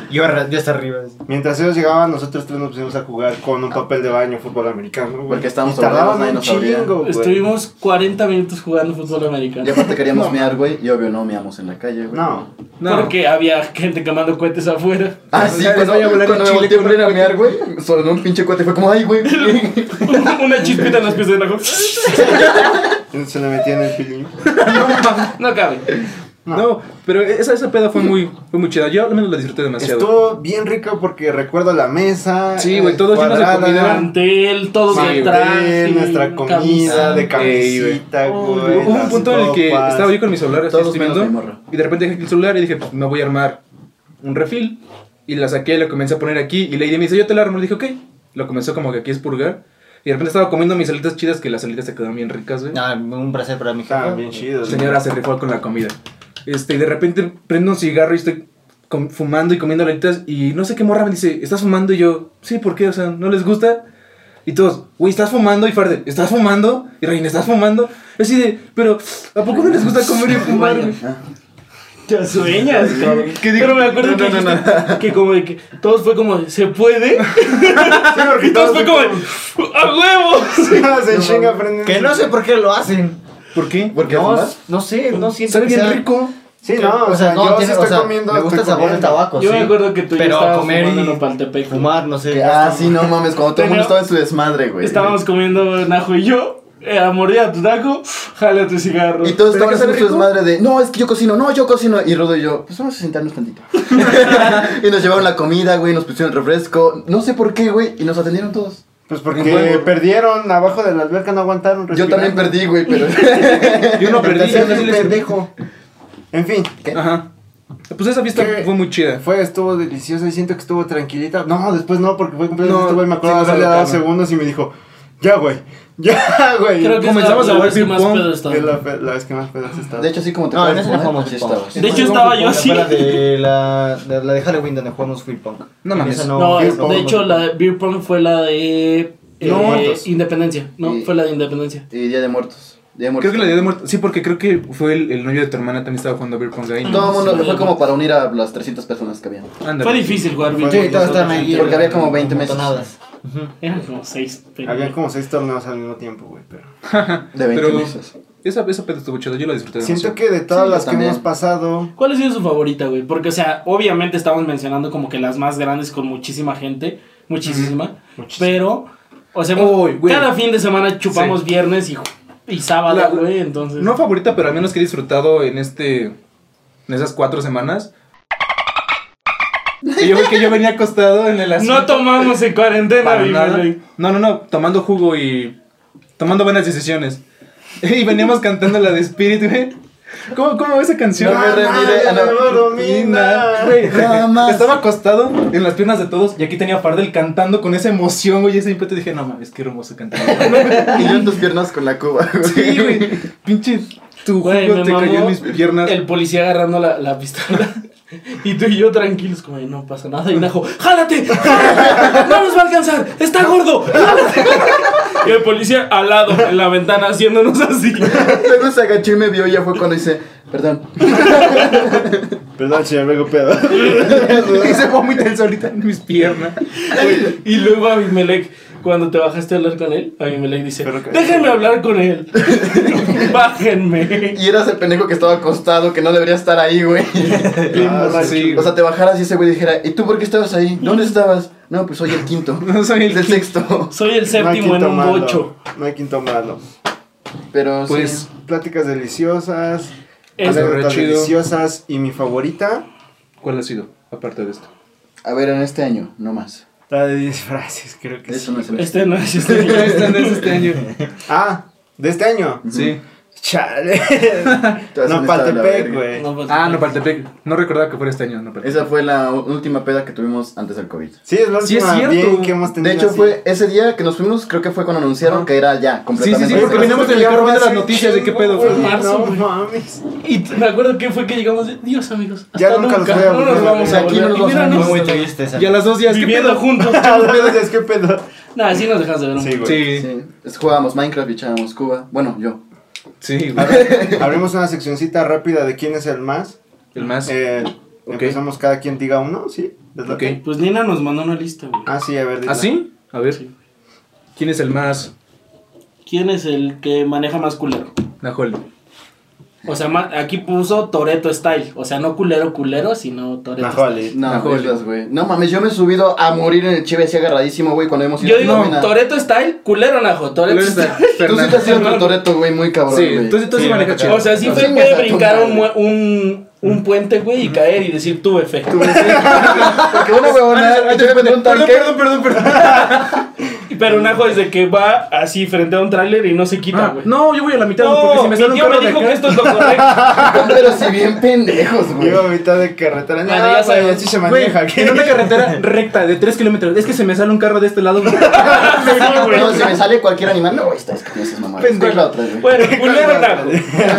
[SPEAKER 4] Yo, arra- yo hasta arriba. así.
[SPEAKER 1] Mientras ellos llegaban, nosotros tres nos pusimos a jugar con un papel de baño fútbol americano, güey.
[SPEAKER 5] Ah. Porque estábamos
[SPEAKER 1] Y tardaban
[SPEAKER 5] sobrados, nadie
[SPEAKER 1] un
[SPEAKER 5] nos abría.
[SPEAKER 1] chingo, güey.
[SPEAKER 3] Estuvimos 40 minutos jugando fútbol
[SPEAKER 5] Y
[SPEAKER 3] americano.
[SPEAKER 5] aparte queríamos mear, güey. Y obvio no meamos en la calle, güey.
[SPEAKER 1] No.
[SPEAKER 2] No.
[SPEAKER 3] Porque había gente quemando cohetes afuera.
[SPEAKER 5] Ah, sí,
[SPEAKER 2] Les
[SPEAKER 5] cuando,
[SPEAKER 2] voy a volar
[SPEAKER 5] cuando
[SPEAKER 2] en
[SPEAKER 5] me
[SPEAKER 2] Chile
[SPEAKER 5] volteé a
[SPEAKER 2] con
[SPEAKER 5] poner a
[SPEAKER 2] un
[SPEAKER 5] mear, güey, sonó un pinche cuate. Fue como, ay, güey.
[SPEAKER 3] Una chispita en las piezas de la
[SPEAKER 1] Se le metían el pilín.
[SPEAKER 3] No cabe.
[SPEAKER 2] No, pero esa, esa peda fue muy, fue muy chida. Yo al menos la disfruté demasiado.
[SPEAKER 1] Estuvo bien rico porque recuerdo la mesa. eh,
[SPEAKER 2] Sí, güey, todos llenos de
[SPEAKER 1] cuadrada,
[SPEAKER 2] comida.
[SPEAKER 3] Mantel, todo
[SPEAKER 2] Sí,
[SPEAKER 3] de
[SPEAKER 2] güey.
[SPEAKER 3] traje,
[SPEAKER 1] Mantel, nuestra comida
[SPEAKER 3] camisa.
[SPEAKER 1] de camisita,
[SPEAKER 2] Oh,
[SPEAKER 1] güey.
[SPEAKER 2] Hubo un
[SPEAKER 1] las
[SPEAKER 2] punto en el que
[SPEAKER 1] copas.
[SPEAKER 2] estaba yo con mi celular así
[SPEAKER 5] Todos
[SPEAKER 2] escribiendo,
[SPEAKER 5] menos mi morra.
[SPEAKER 2] y de repente dejé aquí el celular y dije, pues me voy a armar un refil. Y la saqué, la comencé a poner aquí y Lady me dice, yo te la armo. Le dije, ok. Lo comenzó como que aquí a expurgar. Y de repente estaba comiendo mis salitas chidas que las salitas se quedaron bien ricas, güey.
[SPEAKER 4] Ah, un placer para mi jefa.
[SPEAKER 1] Estaban bien chidos. güey.
[SPEAKER 2] Señora se rifó con la comida. Este, y de repente prendo un cigarro y estoy com- fumando y comiendo alitas y no sé qué morra me dice, ¿estás fumando? Y yo, sí, ¿por qué? O sea, ¿no les gusta? Y todos, güey, ¿estás fumando? Y Farde, ¿estás fumando? Y Reina, ¿estás fumando? Y así de, pero, ¿a poco no les gusta comer y fumar? güey?"
[SPEAKER 3] Te sueñas, cabrón. Pero me acuerdo que, dijiste que como de que todos fue como, de, ¿se puede?
[SPEAKER 1] Sí, porque
[SPEAKER 3] Y todos
[SPEAKER 1] todos
[SPEAKER 3] fue
[SPEAKER 1] se-
[SPEAKER 3] como, de, ¡a huevos!
[SPEAKER 1] todos en chinga prenden.
[SPEAKER 4] Que no sé por qué lo hacen.
[SPEAKER 2] ¿Por qué?
[SPEAKER 5] ¿Por qué
[SPEAKER 4] No,
[SPEAKER 5] fumas?
[SPEAKER 4] no sé, no siento
[SPEAKER 2] Sabe
[SPEAKER 4] que
[SPEAKER 2] bien
[SPEAKER 4] sea-
[SPEAKER 2] rico.
[SPEAKER 1] Sí, no, o sea, yo sí
[SPEAKER 4] tiene-
[SPEAKER 1] estoy
[SPEAKER 4] o sea,
[SPEAKER 1] comiendo.
[SPEAKER 4] Me gusta el
[SPEAKER 1] estoy
[SPEAKER 4] sabor del
[SPEAKER 1] comiendo.
[SPEAKER 4] tabaco,
[SPEAKER 3] Yo
[SPEAKER 4] sí.
[SPEAKER 3] me acuerdo que tú y yo
[SPEAKER 4] Pero
[SPEAKER 3] estabas
[SPEAKER 4] comer
[SPEAKER 3] fumando
[SPEAKER 4] y
[SPEAKER 3] Nopaltepec.
[SPEAKER 4] Fumar, no sé.
[SPEAKER 5] Que,
[SPEAKER 4] ya
[SPEAKER 5] ah,
[SPEAKER 4] está
[SPEAKER 5] sí, no mames. Cuando todo el
[SPEAKER 3] Tenía-
[SPEAKER 5] mundo estaba en su desmadre, güey.
[SPEAKER 3] Estábamos comiendo Najo y yo, eh, a morder a tu taco, jale a tu cigarro.
[SPEAKER 1] Eh,
[SPEAKER 5] Y todos
[SPEAKER 2] ¿Pero
[SPEAKER 5] estaban
[SPEAKER 2] qué
[SPEAKER 5] en
[SPEAKER 2] sabe
[SPEAKER 5] su
[SPEAKER 2] rico?
[SPEAKER 5] desmadre de, no, es que yo cocino, no, yo cocino. Y Rodo y yo, pues vamos a sentarnos tantito. y nos llevaron la comida, güey, nos pusieron el refresco. No sé por qué, güey, y nos atendieron todos.
[SPEAKER 1] Pues porque
[SPEAKER 2] Un huevo.
[SPEAKER 1] perdieron abajo de la alberca, no aguantaron.
[SPEAKER 5] Yo también
[SPEAKER 1] respirando.
[SPEAKER 5] perdí, güey, pero...
[SPEAKER 2] Yo
[SPEAKER 1] Pero
[SPEAKER 2] no perdí,
[SPEAKER 1] te hacías
[SPEAKER 2] yo sí
[SPEAKER 1] un
[SPEAKER 2] les-
[SPEAKER 1] pendejo. En fin,
[SPEAKER 2] Ajá. Pues esa fiesta
[SPEAKER 1] ¿Qué?
[SPEAKER 2] fue muy chida.
[SPEAKER 1] fue, estuvo deliciosa y siento que estuvo tranquilita. No, después no, porque fue cumpleaños
[SPEAKER 2] No,
[SPEAKER 1] de este güey, me acuerdo
[SPEAKER 2] sí
[SPEAKER 1] de
[SPEAKER 2] nos
[SPEAKER 1] haberle dado
[SPEAKER 2] alocaron.
[SPEAKER 1] segundos y me dijo, ya, güey, ya, güey.
[SPEAKER 3] Creo que
[SPEAKER 2] Comenzamos
[SPEAKER 3] es la,
[SPEAKER 2] a
[SPEAKER 3] la
[SPEAKER 2] jugar
[SPEAKER 3] vez que más
[SPEAKER 2] ping-pong.
[SPEAKER 3] pedo
[SPEAKER 1] Es
[SPEAKER 3] estaba.
[SPEAKER 1] la, fe- la vez que más pedas he estado.
[SPEAKER 5] De pues, hecho, así como te
[SPEAKER 4] No, en
[SPEAKER 5] puedes
[SPEAKER 4] ese no
[SPEAKER 5] poner,
[SPEAKER 4] jugamos
[SPEAKER 5] así
[SPEAKER 4] fútbol.
[SPEAKER 5] estabas.
[SPEAKER 3] De hecho, estaba yo así.
[SPEAKER 4] Fuera de la, de la de Halloween donde jugamos Free Punk.
[SPEAKER 2] No
[SPEAKER 4] En
[SPEAKER 2] mames.
[SPEAKER 4] esa
[SPEAKER 3] No,
[SPEAKER 1] beer
[SPEAKER 3] es-
[SPEAKER 1] pong,
[SPEAKER 3] de hecho, la de Beer Pong fue la de. eh,
[SPEAKER 1] No, muertos.
[SPEAKER 3] Independencia. No,
[SPEAKER 5] Y-
[SPEAKER 3] fue la de Independencia.
[SPEAKER 5] Y Día de Muertos. Día de
[SPEAKER 2] Creo
[SPEAKER 5] Muertos.
[SPEAKER 2] que la idea de muerto. Sí, porque creo que fue el, el novio de tu hermana también estaba jugando a Beer Pong ahí. ¿no?
[SPEAKER 5] Todo el mundo
[SPEAKER 3] Sí.
[SPEAKER 5] fue como para unir a las 300 personas que habían.
[SPEAKER 2] Ándale.
[SPEAKER 3] Fue difícil jugar Beer
[SPEAKER 1] Sí,
[SPEAKER 3] Pong.
[SPEAKER 1] todos estaban
[SPEAKER 3] nosotros.
[SPEAKER 1] ahí.
[SPEAKER 5] Porque había como 20 meses.
[SPEAKER 4] Montonadas.
[SPEAKER 3] Eran como seis. pero-
[SPEAKER 1] Habían como seis torneos al mismo tiempo, güey, pero...
[SPEAKER 5] De 20
[SPEAKER 2] Pero-
[SPEAKER 5] meses.
[SPEAKER 2] Esa, esa peda estuvo chida, yo la disfruté
[SPEAKER 1] Siento
[SPEAKER 2] demasiado.
[SPEAKER 1] que de todas
[SPEAKER 5] Sí, yo
[SPEAKER 1] las que
[SPEAKER 5] también.
[SPEAKER 1] hemos pasado,
[SPEAKER 3] ¿Cuál ha sido su favorita, güey? Porque, o sea, obviamente estamos mencionando como que las más grandes con muchísima gente. Muchísima.
[SPEAKER 1] Muchísima.
[SPEAKER 3] Pero, o sea, hemos-
[SPEAKER 2] Uy, güey.
[SPEAKER 3] cada fin de semana chupamos viernes y, y Y sábado,
[SPEAKER 2] La-
[SPEAKER 3] güey, entonces.
[SPEAKER 2] No favorita, pero al menos que he disfrutado en este. En esas cuatro semanas. Y yo vi que yo venía acostado en el asiento.
[SPEAKER 3] No tomamos en cuarentena,
[SPEAKER 2] para
[SPEAKER 3] mi
[SPEAKER 2] nada.
[SPEAKER 3] Melvin.
[SPEAKER 2] No, no, no. Tomando jugo y. Tomando buenas decisiones. Y veníamos cantando la de Spirit, güey. ¿Cómo, ¿Cómo va esa canción?
[SPEAKER 5] No
[SPEAKER 1] ¡Ah,
[SPEAKER 5] me rendiré a la-
[SPEAKER 1] domina.
[SPEAKER 2] Güey,
[SPEAKER 5] Jamás.
[SPEAKER 2] Estaba acostado en las piernas de todos y aquí tenía a Fardel cantando con esa emoción, güey, ese impeto. Dije, no mames, qué hermoso cantar.
[SPEAKER 5] Y yo en tus piernas con la cuba, güey.
[SPEAKER 2] sí, güey. Pinche tu
[SPEAKER 3] Güey,
[SPEAKER 2] jugo
[SPEAKER 3] me
[SPEAKER 2] te cayó en
[SPEAKER 3] mamó
[SPEAKER 2] mis piernas.
[SPEAKER 3] El policía agarrando la, la pistola. Y tú y yo tranquilos, como no pasa nada. Y Najo, ¡jálate! ¡Jálate! ¡No nos va a alcanzar! ¡Está gordo! ¡Jálate!" Y el policía al lado, en la ventana, haciéndonos así.
[SPEAKER 5] Luego se agachó y me vio y ya fue cuando hice, perdón.
[SPEAKER 1] Perdón, señor, vengo pedo.
[SPEAKER 2] Y se vomita él solita en mis piernas.
[SPEAKER 3] Y luego Abimelech, cuando te bajaste a hablar con él, Abimelech dice:
[SPEAKER 1] Pero que-
[SPEAKER 3] Déjenme hablar con él. Bájenme.
[SPEAKER 5] Y eras el pendejo que estaba acostado, que no debería estar ahí, güey.
[SPEAKER 1] Ah,
[SPEAKER 2] borracho. sí.
[SPEAKER 5] O sea, te bajaras y ese güey dijera, ¿y tú por qué estabas ahí? ¿Dónde estabas? No, pues soy el quinto.
[SPEAKER 2] No soy el
[SPEAKER 5] del
[SPEAKER 2] quinto.
[SPEAKER 5] sexto.
[SPEAKER 3] Soy
[SPEAKER 1] No
[SPEAKER 3] el
[SPEAKER 1] hay
[SPEAKER 3] séptimo en
[SPEAKER 1] quinto
[SPEAKER 3] un
[SPEAKER 1] malo,
[SPEAKER 3] bocho.
[SPEAKER 1] No hay quinto malo.
[SPEAKER 5] Pero
[SPEAKER 2] Pues,
[SPEAKER 5] sí.
[SPEAKER 1] Pláticas deliciosas,
[SPEAKER 3] Es-
[SPEAKER 1] anécdotas
[SPEAKER 2] Re chido.
[SPEAKER 1] deliciosas y mi favorita,
[SPEAKER 2] ¿cuál ha sido? Aparte de esto.
[SPEAKER 5] A ver, en este año, no más.
[SPEAKER 1] la de disfraces, creo que
[SPEAKER 5] Eso
[SPEAKER 1] sí.
[SPEAKER 5] no es el-
[SPEAKER 3] Este no es este. no es.
[SPEAKER 2] Esta no es este año.
[SPEAKER 1] Ah, de este año.
[SPEAKER 2] Sí.
[SPEAKER 1] Chale.
[SPEAKER 5] Te vas a
[SPEAKER 1] no,
[SPEAKER 5] estar de la
[SPEAKER 1] Paltepec,
[SPEAKER 5] verga.
[SPEAKER 1] güey.
[SPEAKER 3] No, pues,
[SPEAKER 2] Ah, Nopaltepec. No recordaba que fuera este año, Nopaltepec.
[SPEAKER 5] Esa fue la u- última peda que tuvimos antes del COVID.
[SPEAKER 1] Sí, es la
[SPEAKER 2] Sí, es
[SPEAKER 1] última
[SPEAKER 2] cierto.
[SPEAKER 1] bien que hemos tenido.
[SPEAKER 5] De hecho,
[SPEAKER 1] así.
[SPEAKER 5] fue ese día que nos fuimos, creo que fue cuando anunciaron
[SPEAKER 2] Ajá.
[SPEAKER 5] que era ya,
[SPEAKER 2] Sí, sí,
[SPEAKER 5] completamente.
[SPEAKER 2] sí, porque
[SPEAKER 5] cerrado.
[SPEAKER 2] veníamos en el carro viendo las noticias de qué pedo.
[SPEAKER 1] Güey,
[SPEAKER 2] güey.
[SPEAKER 3] marzo,
[SPEAKER 1] no
[SPEAKER 3] güey.
[SPEAKER 1] mames.
[SPEAKER 3] Y t- me acuerdo que fue que llegamos de, Dios amigos, hasta
[SPEAKER 1] Ya
[SPEAKER 3] nunca,
[SPEAKER 1] nunca los voy a
[SPEAKER 3] no
[SPEAKER 1] volver
[SPEAKER 3] nos
[SPEAKER 1] a
[SPEAKER 3] vamos
[SPEAKER 5] ver.
[SPEAKER 3] a
[SPEAKER 5] Aquí
[SPEAKER 3] volver.
[SPEAKER 5] nos
[SPEAKER 3] Y
[SPEAKER 5] vamos
[SPEAKER 3] mira,
[SPEAKER 5] a
[SPEAKER 3] nos
[SPEAKER 5] ver.
[SPEAKER 4] Fue muy
[SPEAKER 3] estamos
[SPEAKER 4] triste esa.
[SPEAKER 2] Y a las dos días, ¿qué
[SPEAKER 3] viviendo
[SPEAKER 2] pedo?
[SPEAKER 3] juntos.
[SPEAKER 1] A los dos días, qué pedo.
[SPEAKER 3] Nada, sí nos dejas de ver un
[SPEAKER 1] Sí,
[SPEAKER 3] poco.
[SPEAKER 1] güey.
[SPEAKER 2] Sí,
[SPEAKER 5] Sí, es- jugábamos Minecraft y echábamos Cuba. Bueno, yo.
[SPEAKER 2] sí, güey.
[SPEAKER 1] Abrimos una seccioncita rápida de quién es el más.
[SPEAKER 2] El más.
[SPEAKER 1] Eh,
[SPEAKER 2] Ok.
[SPEAKER 1] Empezamos cada quien diga uno, ¿sí? ¿Les late?
[SPEAKER 2] Ok.
[SPEAKER 3] Pues Nina nos mandó una lista, güey.
[SPEAKER 1] Ah, sí, a ver. dila.
[SPEAKER 2] ¿Ah, sí? A ver. ¿Quién es el más?
[SPEAKER 3] ¿Quién es el que maneja más culero?
[SPEAKER 2] Najol.
[SPEAKER 3] O sea, ma- aquí puso Toreto Style. O sea, no culero culero, sino Toreto
[SPEAKER 1] Najole.
[SPEAKER 5] No,
[SPEAKER 2] Ajá, güey.
[SPEAKER 5] esas, güey. No mames, yo me he subido a morir en el chive así agarradísimo, güey, cuando hemos
[SPEAKER 3] Style. Yo
[SPEAKER 5] ido a
[SPEAKER 3] digo
[SPEAKER 5] Domina.
[SPEAKER 3] Toreto Style, culero Najo, Toreto Style.
[SPEAKER 5] Tú sí te has
[SPEAKER 2] Fernando.
[SPEAKER 5] sido tu Toreto, güey, muy cabrón,
[SPEAKER 2] Sí,
[SPEAKER 5] güey.
[SPEAKER 2] entonces tú sí
[SPEAKER 1] Sí,
[SPEAKER 2] manejas chido.
[SPEAKER 3] O sea, sí
[SPEAKER 5] No
[SPEAKER 3] fue
[SPEAKER 5] chingas
[SPEAKER 3] puede
[SPEAKER 5] a tu
[SPEAKER 3] brincar un,
[SPEAKER 5] madre.
[SPEAKER 3] mue- un, un puente, güey, y caer y decir tuve fe.
[SPEAKER 5] Porque una huevona, yo te metí un tanque.
[SPEAKER 2] Ah, Perdón, perdón, perdón.
[SPEAKER 3] Pero Najo desde que va así frente a un tráiler y no se quita,
[SPEAKER 2] Ah,
[SPEAKER 3] güey.
[SPEAKER 2] no, yo voy a la mitad
[SPEAKER 3] No,
[SPEAKER 2] porque si me sale
[SPEAKER 3] mi
[SPEAKER 2] un
[SPEAKER 3] tío
[SPEAKER 2] carro
[SPEAKER 3] me
[SPEAKER 2] de
[SPEAKER 3] dijo
[SPEAKER 2] acá.
[SPEAKER 3] que esto es lo correcto.
[SPEAKER 5] Pero si bien pendejos, güey.
[SPEAKER 1] Llego a mitad de carretera. No,
[SPEAKER 3] Bueno, ya
[SPEAKER 1] ya
[SPEAKER 3] sabemos.
[SPEAKER 1] así se
[SPEAKER 2] Güey,
[SPEAKER 1] maneja. ¿qué?
[SPEAKER 2] en una carretera recta de 3 kilómetros. Es que se me sale un carro de este lado. güey.
[SPEAKER 3] Ah,
[SPEAKER 5] No, si me sale cualquier animal, no, güey, está es que no seas mamá.
[SPEAKER 2] Pendejo.
[SPEAKER 5] ¿Cuál la otra, güey?
[SPEAKER 3] Bueno, culero Najo.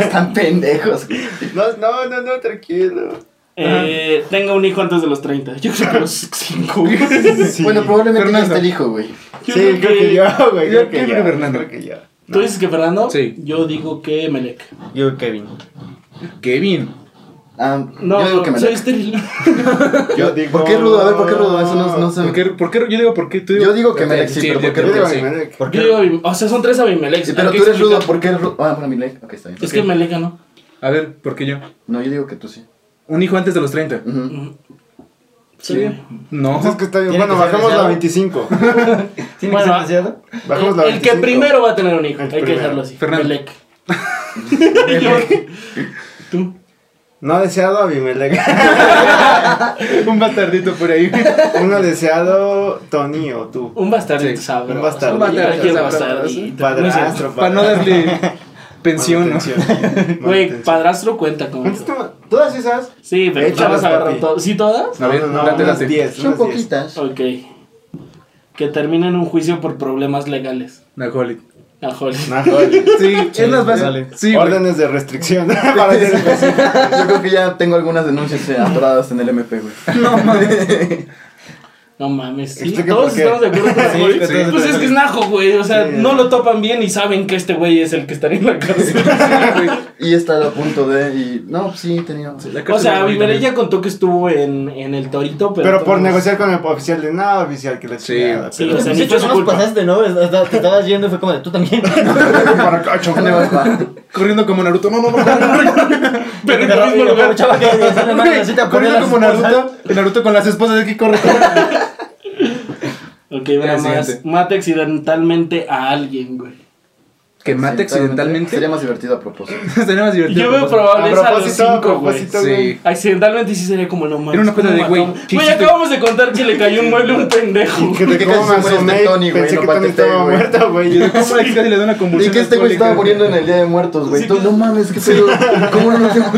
[SPEAKER 5] Están pendejos, güey.
[SPEAKER 1] No, no, no, no, tranquilo.
[SPEAKER 3] Eh, tenga un hijo antes de los 30. Yo creo que los 5.
[SPEAKER 1] Sí.
[SPEAKER 5] Bueno, probablemente ya
[SPEAKER 2] Fernando.
[SPEAKER 5] está el hijo, güey.
[SPEAKER 1] Sí, creo que yo, güey. Creo
[SPEAKER 2] Yo
[SPEAKER 1] que
[SPEAKER 2] creo que
[SPEAKER 1] yo.
[SPEAKER 2] Fernando.
[SPEAKER 1] Creo que yo.
[SPEAKER 3] ¿Tú dices que Fernando?
[SPEAKER 2] Sí.
[SPEAKER 3] Yo digo que Melec.
[SPEAKER 4] Yo, Kevin.
[SPEAKER 2] Kevin.
[SPEAKER 5] Ah,
[SPEAKER 3] No,
[SPEAKER 5] yo digo que me
[SPEAKER 3] soy este.
[SPEAKER 5] la-
[SPEAKER 3] estéril.
[SPEAKER 1] Yo digo.
[SPEAKER 5] ¿Por qué rudo? A ver, ¿por qué rudo? Eso no, no sé.
[SPEAKER 2] ¿Por qué, por qué- yo digo por qué tú
[SPEAKER 5] Yo digo que Melec sí, pero ¿por qué
[SPEAKER 1] Yo
[SPEAKER 2] creo
[SPEAKER 1] digo
[SPEAKER 2] que sí.
[SPEAKER 1] Abimelec.
[SPEAKER 4] ¿Por
[SPEAKER 3] Yo
[SPEAKER 4] qué?
[SPEAKER 3] digo Abim- O sea, son tres Abimelec.
[SPEAKER 5] Sí, pero tú eres rudo, ¿por qué eres rudo? Ah, para mi like. Ok, está bien.
[SPEAKER 3] Es que Melec ganó.
[SPEAKER 2] A ver, ¿por qué yo?
[SPEAKER 5] No, yo digo que tú sí.
[SPEAKER 2] Un hijo antes de los 30.
[SPEAKER 5] Ujú.
[SPEAKER 3] Mm. Sí.
[SPEAKER 2] No.
[SPEAKER 1] Entonces, que está bien.
[SPEAKER 4] Tiene
[SPEAKER 1] Bueno,
[SPEAKER 4] que ser
[SPEAKER 1] bajamos la
[SPEAKER 4] deseado.
[SPEAKER 1] 25.
[SPEAKER 4] ¿Tiene que ser
[SPEAKER 3] Bueno,
[SPEAKER 4] demasiado?
[SPEAKER 1] Bajamos la
[SPEAKER 3] El
[SPEAKER 1] 25.
[SPEAKER 3] que primero va a tener un hijo.
[SPEAKER 1] El
[SPEAKER 3] Hay que
[SPEAKER 1] primero.
[SPEAKER 3] dejarlo así.
[SPEAKER 2] Fernando.
[SPEAKER 3] Melec. Tú.
[SPEAKER 1] No deseado, Abimelec.
[SPEAKER 2] Un bastardito por ahí.
[SPEAKER 1] Uno deseado, Tony o tú.
[SPEAKER 3] Un bastardito
[SPEAKER 2] Sí,
[SPEAKER 3] sabroso.
[SPEAKER 1] un bastardito
[SPEAKER 3] Aquí el
[SPEAKER 2] sabroso.
[SPEAKER 3] bastardito. No sé.
[SPEAKER 1] Padrastro,
[SPEAKER 2] Para no darle pensión. ¿no?
[SPEAKER 1] Manutención.
[SPEAKER 3] Güey,
[SPEAKER 1] Manutención.
[SPEAKER 3] padrastro cuenta con
[SPEAKER 1] ¿Cuántas
[SPEAKER 3] eso.
[SPEAKER 1] toma- Todas esas.
[SPEAKER 3] Sí, pero ya
[SPEAKER 1] Échalas,
[SPEAKER 3] las agarró
[SPEAKER 1] papi.
[SPEAKER 3] todo. ¿Sí todas?
[SPEAKER 2] A ver, date,
[SPEAKER 1] unas
[SPEAKER 2] date.
[SPEAKER 1] 10,
[SPEAKER 5] Son
[SPEAKER 1] unas 10.
[SPEAKER 5] poquitas.
[SPEAKER 3] Ok. Que termina en un juicio por problemas legales.
[SPEAKER 2] Najoli.
[SPEAKER 3] Ajole.
[SPEAKER 1] Nah, joder.
[SPEAKER 2] Sí, es las bases.
[SPEAKER 4] dale.
[SPEAKER 2] Sí, güey.
[SPEAKER 1] Órdenes de restricción. para ser específico.
[SPEAKER 5] Yo creo que ya tengo algunas denuncias eh, atoradas en el MP, güey.
[SPEAKER 2] No mames.
[SPEAKER 3] No mames, sí.
[SPEAKER 1] Explica
[SPEAKER 3] Todos
[SPEAKER 1] por qué.
[SPEAKER 3] estamos de acuerdo con
[SPEAKER 2] Sí,
[SPEAKER 3] Ajole.
[SPEAKER 2] sí.
[SPEAKER 3] Pues es que es Najo, güey. O sea,
[SPEAKER 1] Sí.
[SPEAKER 3] no lo topan bien y saben que este güey es el que estaría en la cárcel.
[SPEAKER 5] Y he estado a punto de. Y, no, sí, he tenido.
[SPEAKER 3] o sea, Abimelech ya contó que estuvo en, en el Torito, pero.
[SPEAKER 1] Pero por
[SPEAKER 3] todos-
[SPEAKER 1] negociar con el oficial de nada, oficial, que la
[SPEAKER 2] Sí.
[SPEAKER 1] chingada.
[SPEAKER 3] Sí,
[SPEAKER 1] pero-
[SPEAKER 3] o sea,
[SPEAKER 4] Sí,
[SPEAKER 3] ni
[SPEAKER 4] tú
[SPEAKER 3] fue su
[SPEAKER 4] Pues no nos
[SPEAKER 3] culpa.
[SPEAKER 4] pasaste, ¿no? O sea, Te estabas yendo y fue como de tú también.
[SPEAKER 1] Para acá, chingada.
[SPEAKER 2] Corriendo como Naruto. No, no, no. no, no.
[SPEAKER 3] Pero en
[SPEAKER 4] Te
[SPEAKER 3] el
[SPEAKER 4] agarró
[SPEAKER 3] mismo
[SPEAKER 4] y le
[SPEAKER 3] lugar.
[SPEAKER 4] aprovechaba que decía, "No mames,
[SPEAKER 2] Güey,
[SPEAKER 4] así te apoyó
[SPEAKER 2] Corriendo
[SPEAKER 4] las
[SPEAKER 2] como
[SPEAKER 4] esposas".
[SPEAKER 2] Naruto. y Naruto con las esposas de aquí corre. corre.
[SPEAKER 3] Ok, una
[SPEAKER 2] El siguiente.
[SPEAKER 3] más. Mata accidentalmente a alguien, güey.
[SPEAKER 2] que mate accidentalmente.
[SPEAKER 5] Sería más divertido a propósito.
[SPEAKER 2] Sería más divertido.
[SPEAKER 3] Yo veo
[SPEAKER 1] A
[SPEAKER 3] probable esa a los
[SPEAKER 1] propósito, a
[SPEAKER 3] cinco, güey.
[SPEAKER 1] propósito,
[SPEAKER 2] Sí.
[SPEAKER 1] güey.
[SPEAKER 3] Accidentalmente sí sería como no mames.
[SPEAKER 2] Era una
[SPEAKER 3] ¿cómo
[SPEAKER 2] peda de, güey,
[SPEAKER 3] matamos? Güey,
[SPEAKER 2] chichito.
[SPEAKER 3] acabamos de contar que le cayó un mueble a un pendejo.
[SPEAKER 1] Que te
[SPEAKER 5] ¿Qué casi
[SPEAKER 1] comas,
[SPEAKER 5] mueres de
[SPEAKER 1] Omey.
[SPEAKER 5] Tony, güey?
[SPEAKER 1] Pensé
[SPEAKER 5] No
[SPEAKER 1] que Tony
[SPEAKER 5] pateté,
[SPEAKER 1] estaba
[SPEAKER 5] güey.
[SPEAKER 1] muerta,
[SPEAKER 2] Y de
[SPEAKER 1] güey.
[SPEAKER 2] cómo la chica le da una
[SPEAKER 5] Y
[SPEAKER 2] convulsión.
[SPEAKER 5] que este güey
[SPEAKER 2] alcohólica.
[SPEAKER 5] estaba muriendo en el Día de Muertos, güey.
[SPEAKER 3] Sí,
[SPEAKER 5] Tú,
[SPEAKER 3] que-
[SPEAKER 5] No mames, qué pedo. ¿Cómo no nos hemos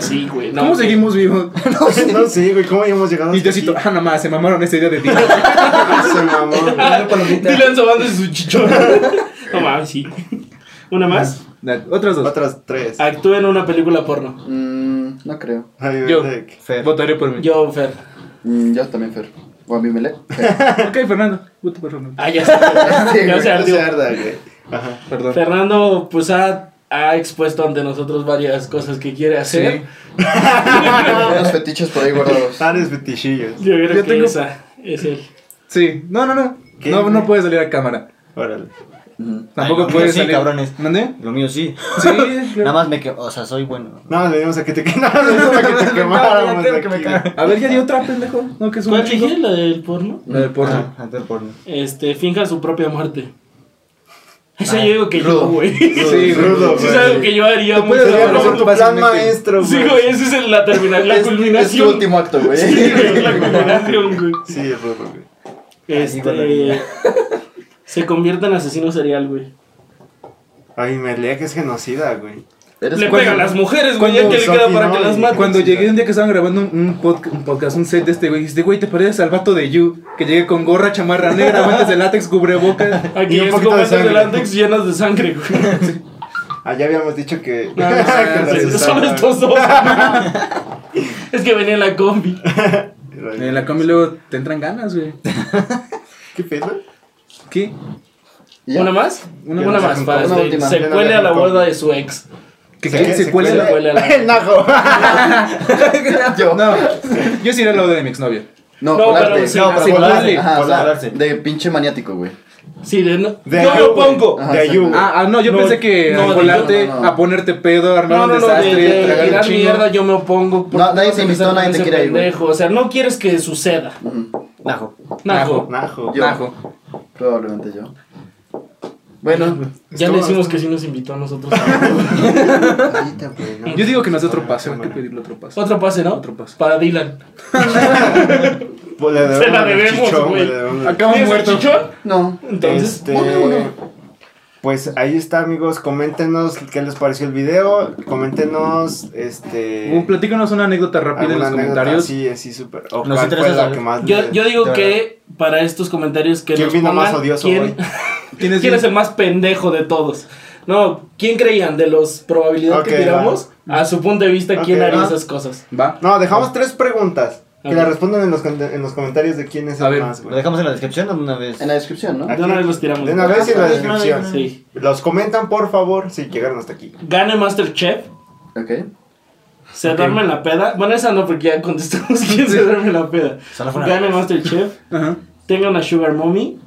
[SPEAKER 3] Sí, güey. No,
[SPEAKER 2] ¿Cómo
[SPEAKER 3] güey.
[SPEAKER 2] seguimos vivos?
[SPEAKER 1] No sé, güey, ¿cómo hemos llegado
[SPEAKER 2] Y
[SPEAKER 1] hasta
[SPEAKER 2] te cito, ah, nada más, se mamaron ese día de ti.
[SPEAKER 1] aquí? Se mamó, güey.
[SPEAKER 3] Dylan sobándose su chichón. no mames, sí. Una más.
[SPEAKER 2] Otras dos.
[SPEAKER 1] Otras tres.
[SPEAKER 2] Ah,
[SPEAKER 3] Actúa en una película porno.
[SPEAKER 5] Mm, no creo.
[SPEAKER 1] Ay,
[SPEAKER 2] Yo.
[SPEAKER 1] de-
[SPEAKER 5] Fer.
[SPEAKER 2] Votaré por mí.
[SPEAKER 3] Yo, Fer.
[SPEAKER 5] Mm, yo también, Fer. O a mí me le.
[SPEAKER 2] Ok, Fernando. Voto por Fernando.
[SPEAKER 3] Ah, ya está.
[SPEAKER 5] Sí,
[SPEAKER 3] ya
[SPEAKER 5] güey,
[SPEAKER 3] se
[SPEAKER 1] No
[SPEAKER 3] ardió.
[SPEAKER 1] se arda, güey. Ajá.
[SPEAKER 2] Perdón.
[SPEAKER 3] Fernando, pues ha, ha expuesto ante nosotros varias cosas que quiere hacer. Ah.
[SPEAKER 5] Unos fetiches por ahí guardados.
[SPEAKER 1] Tares fetichillos.
[SPEAKER 3] Yo creo
[SPEAKER 2] Yo
[SPEAKER 3] que
[SPEAKER 2] tengo-
[SPEAKER 3] esa es él.
[SPEAKER 2] Sí. No, no, no.
[SPEAKER 1] ¿Qué,
[SPEAKER 2] No, no
[SPEAKER 1] güey?
[SPEAKER 2] puede salir a cámara.
[SPEAKER 1] Órale.
[SPEAKER 2] Tampoco
[SPEAKER 4] Ay, no,
[SPEAKER 2] puede
[SPEAKER 4] sí,
[SPEAKER 2] salir.
[SPEAKER 4] cabrones.
[SPEAKER 2] ¿Mande?
[SPEAKER 4] Lo mío sí.
[SPEAKER 2] Sí.
[SPEAKER 4] Nada más me que, o sea, soy bueno.
[SPEAKER 1] Nada más venimos a que te quemáramos, a que te quemáramos.
[SPEAKER 4] Creo que me
[SPEAKER 1] aquí.
[SPEAKER 4] cago.
[SPEAKER 2] A ver, ya di otra, pendejo. No, que es un
[SPEAKER 3] ¿Cuál
[SPEAKER 2] chingo.
[SPEAKER 3] dije? ¿La del porno?
[SPEAKER 2] La del porno.
[SPEAKER 4] Ah, ante el porno.
[SPEAKER 3] Este, finja su propia muerte. Esa
[SPEAKER 2] Ah,
[SPEAKER 3] yo digo que yo,
[SPEAKER 5] rudo.
[SPEAKER 3] güey.
[SPEAKER 2] Sí,
[SPEAKER 1] rudo,
[SPEAKER 2] güey.
[SPEAKER 3] Eso es algo que yo haría.
[SPEAKER 2] Te
[SPEAKER 3] muy
[SPEAKER 2] puedes
[SPEAKER 1] Sería
[SPEAKER 3] cabrón.
[SPEAKER 2] Pero
[SPEAKER 1] como tu plan
[SPEAKER 2] básicamente-
[SPEAKER 1] maestro,
[SPEAKER 3] Sí,
[SPEAKER 1] güey.
[SPEAKER 3] güey, esa es la terminal, la
[SPEAKER 5] Es- Es tu
[SPEAKER 3] culminación.
[SPEAKER 5] último acto, güey.
[SPEAKER 3] Sí, güey, la culminación, güey.
[SPEAKER 1] Sí, es rudo, güey.
[SPEAKER 3] Este. Se convierte en asesino serial, güey.
[SPEAKER 1] Ay, me lea que es genocida, güey.
[SPEAKER 5] Eres
[SPEAKER 3] Le
[SPEAKER 5] cuando-
[SPEAKER 3] pega a las mujeres, güey.
[SPEAKER 2] cuando
[SPEAKER 3] Ya que le queda
[SPEAKER 1] Sophie
[SPEAKER 3] para
[SPEAKER 1] no,
[SPEAKER 3] que las
[SPEAKER 1] y-
[SPEAKER 3] mate.
[SPEAKER 2] Cuando llegué un día que estaban grabando un, un podca- un podcast, un set de este güey, dijiste, güey, ¿te pareces al vato de You? Que llegué con gorra, chamarra negra, guantes de látex, cubrebocas.
[SPEAKER 3] Aquí
[SPEAKER 1] Y un
[SPEAKER 3] es
[SPEAKER 1] poquito de
[SPEAKER 3] gomas de
[SPEAKER 1] sangre.
[SPEAKER 3] látex llenas de sangre, güey.
[SPEAKER 1] Ah, ya habíamos dicho que. que
[SPEAKER 2] No, no, no,
[SPEAKER 1] las
[SPEAKER 2] sí,
[SPEAKER 1] estaba-
[SPEAKER 3] Son estos dos. Es que venía en la combi.
[SPEAKER 2] En la combi luego te entran ganas, güey.
[SPEAKER 1] ¿Qué pedo?
[SPEAKER 2] ¿Qué?
[SPEAKER 5] Y ya.
[SPEAKER 3] ¿Una más? Una,
[SPEAKER 2] Una
[SPEAKER 1] más.
[SPEAKER 3] más para
[SPEAKER 5] Una
[SPEAKER 3] este,
[SPEAKER 5] última.
[SPEAKER 3] Se
[SPEAKER 1] Yo no
[SPEAKER 3] cuele
[SPEAKER 1] había
[SPEAKER 3] a la
[SPEAKER 1] contado.
[SPEAKER 3] boda de su ex.
[SPEAKER 2] ¿Qué? ¿Qué? ¿Se cuela?
[SPEAKER 3] cuela?
[SPEAKER 1] cuele la- El najo.
[SPEAKER 5] Yo. No,
[SPEAKER 2] No, yo sí era la boda de mi exnovia.
[SPEAKER 5] no,
[SPEAKER 3] No,
[SPEAKER 5] colarte.
[SPEAKER 3] pero sí,
[SPEAKER 5] no,
[SPEAKER 3] sí,
[SPEAKER 5] colarte.
[SPEAKER 2] vale.
[SPEAKER 5] Ajá, o sea,
[SPEAKER 4] Colarte.
[SPEAKER 5] de pinche maniático, güey.
[SPEAKER 3] Sí, de no.
[SPEAKER 1] De
[SPEAKER 3] yo
[SPEAKER 1] ayú,
[SPEAKER 3] lo
[SPEAKER 1] güey.
[SPEAKER 3] pongo.
[SPEAKER 5] Ajá,
[SPEAKER 1] De ayú.
[SPEAKER 5] exacto.
[SPEAKER 2] Ah, ah, no, yo
[SPEAKER 3] No,
[SPEAKER 2] pensé que
[SPEAKER 3] no,
[SPEAKER 2] a colarte,
[SPEAKER 5] no, no, no.
[SPEAKER 2] a ponerte pedo, a armar
[SPEAKER 3] No,
[SPEAKER 2] un
[SPEAKER 3] no, no, de,
[SPEAKER 2] desastre,
[SPEAKER 3] de
[SPEAKER 2] tragar un
[SPEAKER 3] tirar
[SPEAKER 2] chingo.
[SPEAKER 3] mierda yo me opongo. porque
[SPEAKER 5] No, nadie
[SPEAKER 3] vas
[SPEAKER 5] te
[SPEAKER 3] a
[SPEAKER 5] invitó,
[SPEAKER 3] empezar
[SPEAKER 5] nadie
[SPEAKER 3] con
[SPEAKER 5] te
[SPEAKER 3] ese
[SPEAKER 5] quiere ahí, güey.
[SPEAKER 3] pendejo. O sea, no quieres que suceda.
[SPEAKER 5] Ujú,
[SPEAKER 4] Najo.
[SPEAKER 3] Najo.
[SPEAKER 1] Najo.
[SPEAKER 5] Yo.
[SPEAKER 2] Najo.
[SPEAKER 5] Probablemente yo. Bueno,
[SPEAKER 3] Ya le decimos que sí nos invitó a nosotros.
[SPEAKER 2] Yo digo que no es de otro paso, hay que pedirle otro paso.
[SPEAKER 3] Otro pase, ¿no?
[SPEAKER 2] Otro pase.
[SPEAKER 3] Para Dylan.
[SPEAKER 1] Pues le
[SPEAKER 3] Se la
[SPEAKER 1] al
[SPEAKER 3] debemos,
[SPEAKER 1] chichón,
[SPEAKER 3] güey.
[SPEAKER 1] le debemos al-
[SPEAKER 2] Acabo
[SPEAKER 3] ¿Tienes el
[SPEAKER 2] muerto.
[SPEAKER 3] chichón?
[SPEAKER 5] no.
[SPEAKER 3] Entonces,
[SPEAKER 1] Este, Pues ahí está, amigos. Coméntenos qué les pareció el video. Coméntenos, este.
[SPEAKER 2] Un- Platícanos una anécdota rápida en
[SPEAKER 1] alguna
[SPEAKER 2] los
[SPEAKER 1] anécdota.
[SPEAKER 2] comentarios.
[SPEAKER 1] Sí, sí, súper. O
[SPEAKER 4] Nos
[SPEAKER 1] cuál fue
[SPEAKER 4] interesa
[SPEAKER 1] la
[SPEAKER 4] saber.
[SPEAKER 1] que más.
[SPEAKER 3] yo,
[SPEAKER 1] le-
[SPEAKER 3] yo
[SPEAKER 4] de
[SPEAKER 3] digo
[SPEAKER 4] verdad.
[SPEAKER 3] que para estos comentarios que
[SPEAKER 1] ¿Quién
[SPEAKER 3] nos
[SPEAKER 1] vino más
[SPEAKER 3] pongan,
[SPEAKER 1] odioso, güey?
[SPEAKER 3] ¿quién-
[SPEAKER 2] ¿Quién es
[SPEAKER 3] ¿Quién es
[SPEAKER 2] bien?
[SPEAKER 3] el más pendejo de todos? No, ¿quién creían de los probabilidades
[SPEAKER 1] Ok,
[SPEAKER 3] que tiramos? A su punto de vista, ¿quién
[SPEAKER 1] Ok,
[SPEAKER 3] haría
[SPEAKER 1] va.
[SPEAKER 3] esas cosas?
[SPEAKER 2] Va.
[SPEAKER 1] No, dejamos tres preguntas. Que
[SPEAKER 3] Ok.
[SPEAKER 1] las respondan en los, con- en los comentarios de quién es
[SPEAKER 2] A
[SPEAKER 1] el
[SPEAKER 2] ver,
[SPEAKER 1] más,
[SPEAKER 4] ¿Lo
[SPEAKER 1] güey.
[SPEAKER 4] dejamos en la descripción o de una vez?
[SPEAKER 5] En la descripción, ¿no?
[SPEAKER 1] Aquí.
[SPEAKER 3] una vez los tiramos.
[SPEAKER 1] De una vez y en la
[SPEAKER 5] Ah,
[SPEAKER 1] descripción.
[SPEAKER 5] no, no, no.
[SPEAKER 3] Sí.
[SPEAKER 1] Los comentan, por favor, si llegaron hasta aquí.
[SPEAKER 3] ¿Gane Masterchef?
[SPEAKER 5] Ok.
[SPEAKER 3] ¿Se
[SPEAKER 2] Ok.
[SPEAKER 3] duerme en la peda? Bueno, esa no, porque ya contestamos quién se duerme en la peda.
[SPEAKER 4] Solo fue una
[SPEAKER 3] ¿Gane
[SPEAKER 4] vez.
[SPEAKER 3] Masterchef?
[SPEAKER 2] Ajá.
[SPEAKER 3] ¿Tenga una Sugar Mommy?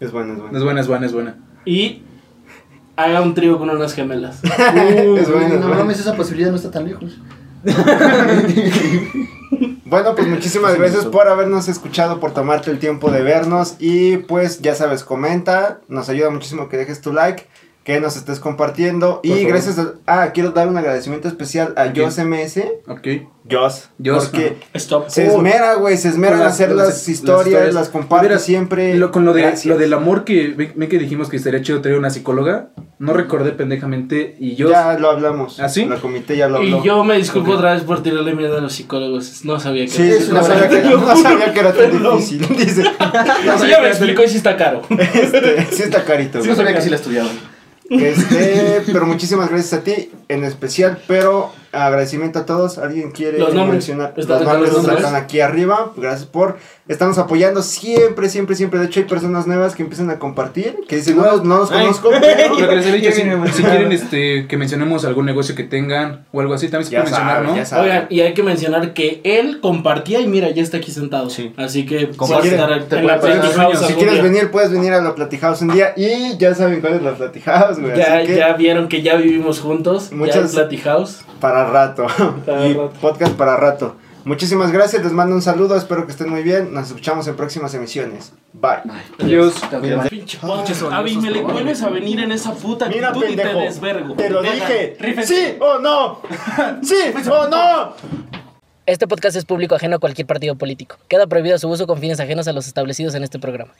[SPEAKER 1] Es bueno, es bueno.
[SPEAKER 2] Es buena, es buena, es buena.
[SPEAKER 3] Y haga un trío con unas gemelas. Uh,
[SPEAKER 1] es bueno, es
[SPEAKER 5] no
[SPEAKER 1] bueno.
[SPEAKER 5] mames, esa posibilidad no está tan lejos.
[SPEAKER 1] Bueno, pues muchísimas gracias por habernos escuchado, por tomarte el tiempo de vernos. Y pues ya sabes, comenta. Nos ayuda muchísimo que dejes tu like, que nos estés compartiendo. y
[SPEAKER 2] favor.
[SPEAKER 1] gracias a. Ah, quiero dar un agradecimiento especial a
[SPEAKER 2] quién?
[SPEAKER 1] Jos MS.
[SPEAKER 2] Ok.
[SPEAKER 1] Jos.
[SPEAKER 2] Jos,
[SPEAKER 1] Porque
[SPEAKER 3] Stop.
[SPEAKER 1] se esmera, güey. Se esmera en
[SPEAKER 2] Con las-
[SPEAKER 1] hacer las,
[SPEAKER 2] las- las
[SPEAKER 1] historias, las,
[SPEAKER 2] historias.
[SPEAKER 1] comparte
[SPEAKER 2] Mira,
[SPEAKER 1] siempre.
[SPEAKER 2] Lo- con lo, de,
[SPEAKER 1] Gracias.
[SPEAKER 2] lo del amor que ven ven que dijimos que estaría chido tener una psicóloga, no recordé pendejamente y yo...
[SPEAKER 1] Ya lo hablamos.
[SPEAKER 2] ¿Ah, sí?
[SPEAKER 1] La comité ya lo habló.
[SPEAKER 3] Y yo me disculpo otra vez por tirarle miedo a los psicólogos. No sabía que
[SPEAKER 1] Sí,
[SPEAKER 3] era
[SPEAKER 1] sí, no sabía que,
[SPEAKER 3] te lo
[SPEAKER 1] no
[SPEAKER 3] juro.
[SPEAKER 1] sabía que era tan
[SPEAKER 3] Perdón.
[SPEAKER 1] difícil. Dice,
[SPEAKER 3] Sí, ya me explicó y sí está caro.
[SPEAKER 1] este, sí está carito.
[SPEAKER 5] Sí,
[SPEAKER 1] güey.
[SPEAKER 5] no sabía que sí la estudiaba.
[SPEAKER 1] Este, pero muchísimas gracias a ti, en especial, pero agradecimiento a todos. ¿Alguien quiere
[SPEAKER 3] Los nombres.
[SPEAKER 1] mencionar?
[SPEAKER 3] Están
[SPEAKER 1] Los
[SPEAKER 3] acá
[SPEAKER 1] nombres
[SPEAKER 3] los nombres.
[SPEAKER 1] están aquí arriba. Gracias por estarnos apoyando siempre, siempre, siempre. De hecho, hay personas nuevas que empiezan a compartir, que dicen, no, no los
[SPEAKER 4] Ay.
[SPEAKER 1] conozco, pero
[SPEAKER 2] Lo que les he dicho,
[SPEAKER 4] Ya viene
[SPEAKER 2] si,
[SPEAKER 4] emocionado.
[SPEAKER 2] si quieren este, que mencionemos algún negocio que tengan o algo así, también se
[SPEAKER 1] ya
[SPEAKER 2] puede mencionar,
[SPEAKER 1] saben,
[SPEAKER 2] ¿no?
[SPEAKER 1] ya saben.
[SPEAKER 3] Oigan, y hay que mencionar que él compartía y mira, ya está aquí sentado.
[SPEAKER 4] Sí.
[SPEAKER 3] Así que
[SPEAKER 1] Comparte.
[SPEAKER 3] puedes estar
[SPEAKER 5] Te
[SPEAKER 3] en la
[SPEAKER 5] puedes
[SPEAKER 3] Platy
[SPEAKER 2] pasar
[SPEAKER 3] House
[SPEAKER 2] sueños.
[SPEAKER 1] Si
[SPEAKER 3] algún
[SPEAKER 1] quieres
[SPEAKER 3] día.
[SPEAKER 1] venir, puedes venir a la Platijados un día. Y ya saben cuál es la Platijados, güey.
[SPEAKER 3] Ya,
[SPEAKER 1] así que
[SPEAKER 3] ya vieron que ya vivimos juntos.
[SPEAKER 1] Muchas-
[SPEAKER 3] Ya en Platy House.
[SPEAKER 1] para rato.
[SPEAKER 3] Para
[SPEAKER 1] y
[SPEAKER 3] rato.
[SPEAKER 1] podcast para rato. Muchísimas gracias, les mando un saludo, espero que estén muy bien. Nos escuchamos en próximas emisiones. Bye.
[SPEAKER 2] Adiós.
[SPEAKER 3] Pinche Abimelec, vuelves a venir en esa puta
[SPEAKER 1] Ah, Mira,
[SPEAKER 3] actitud y te
[SPEAKER 1] pendejo.
[SPEAKER 3] desvergo.
[SPEAKER 1] Te lo
[SPEAKER 3] Venga,
[SPEAKER 1] dije.
[SPEAKER 3] rífense.
[SPEAKER 1] ¿Sí o no? ¿Sí o no?
[SPEAKER 6] Este podcast es público ajeno a cualquier partido político. Queda prohibido su uso con fines ajenos a los establecidos en este programa.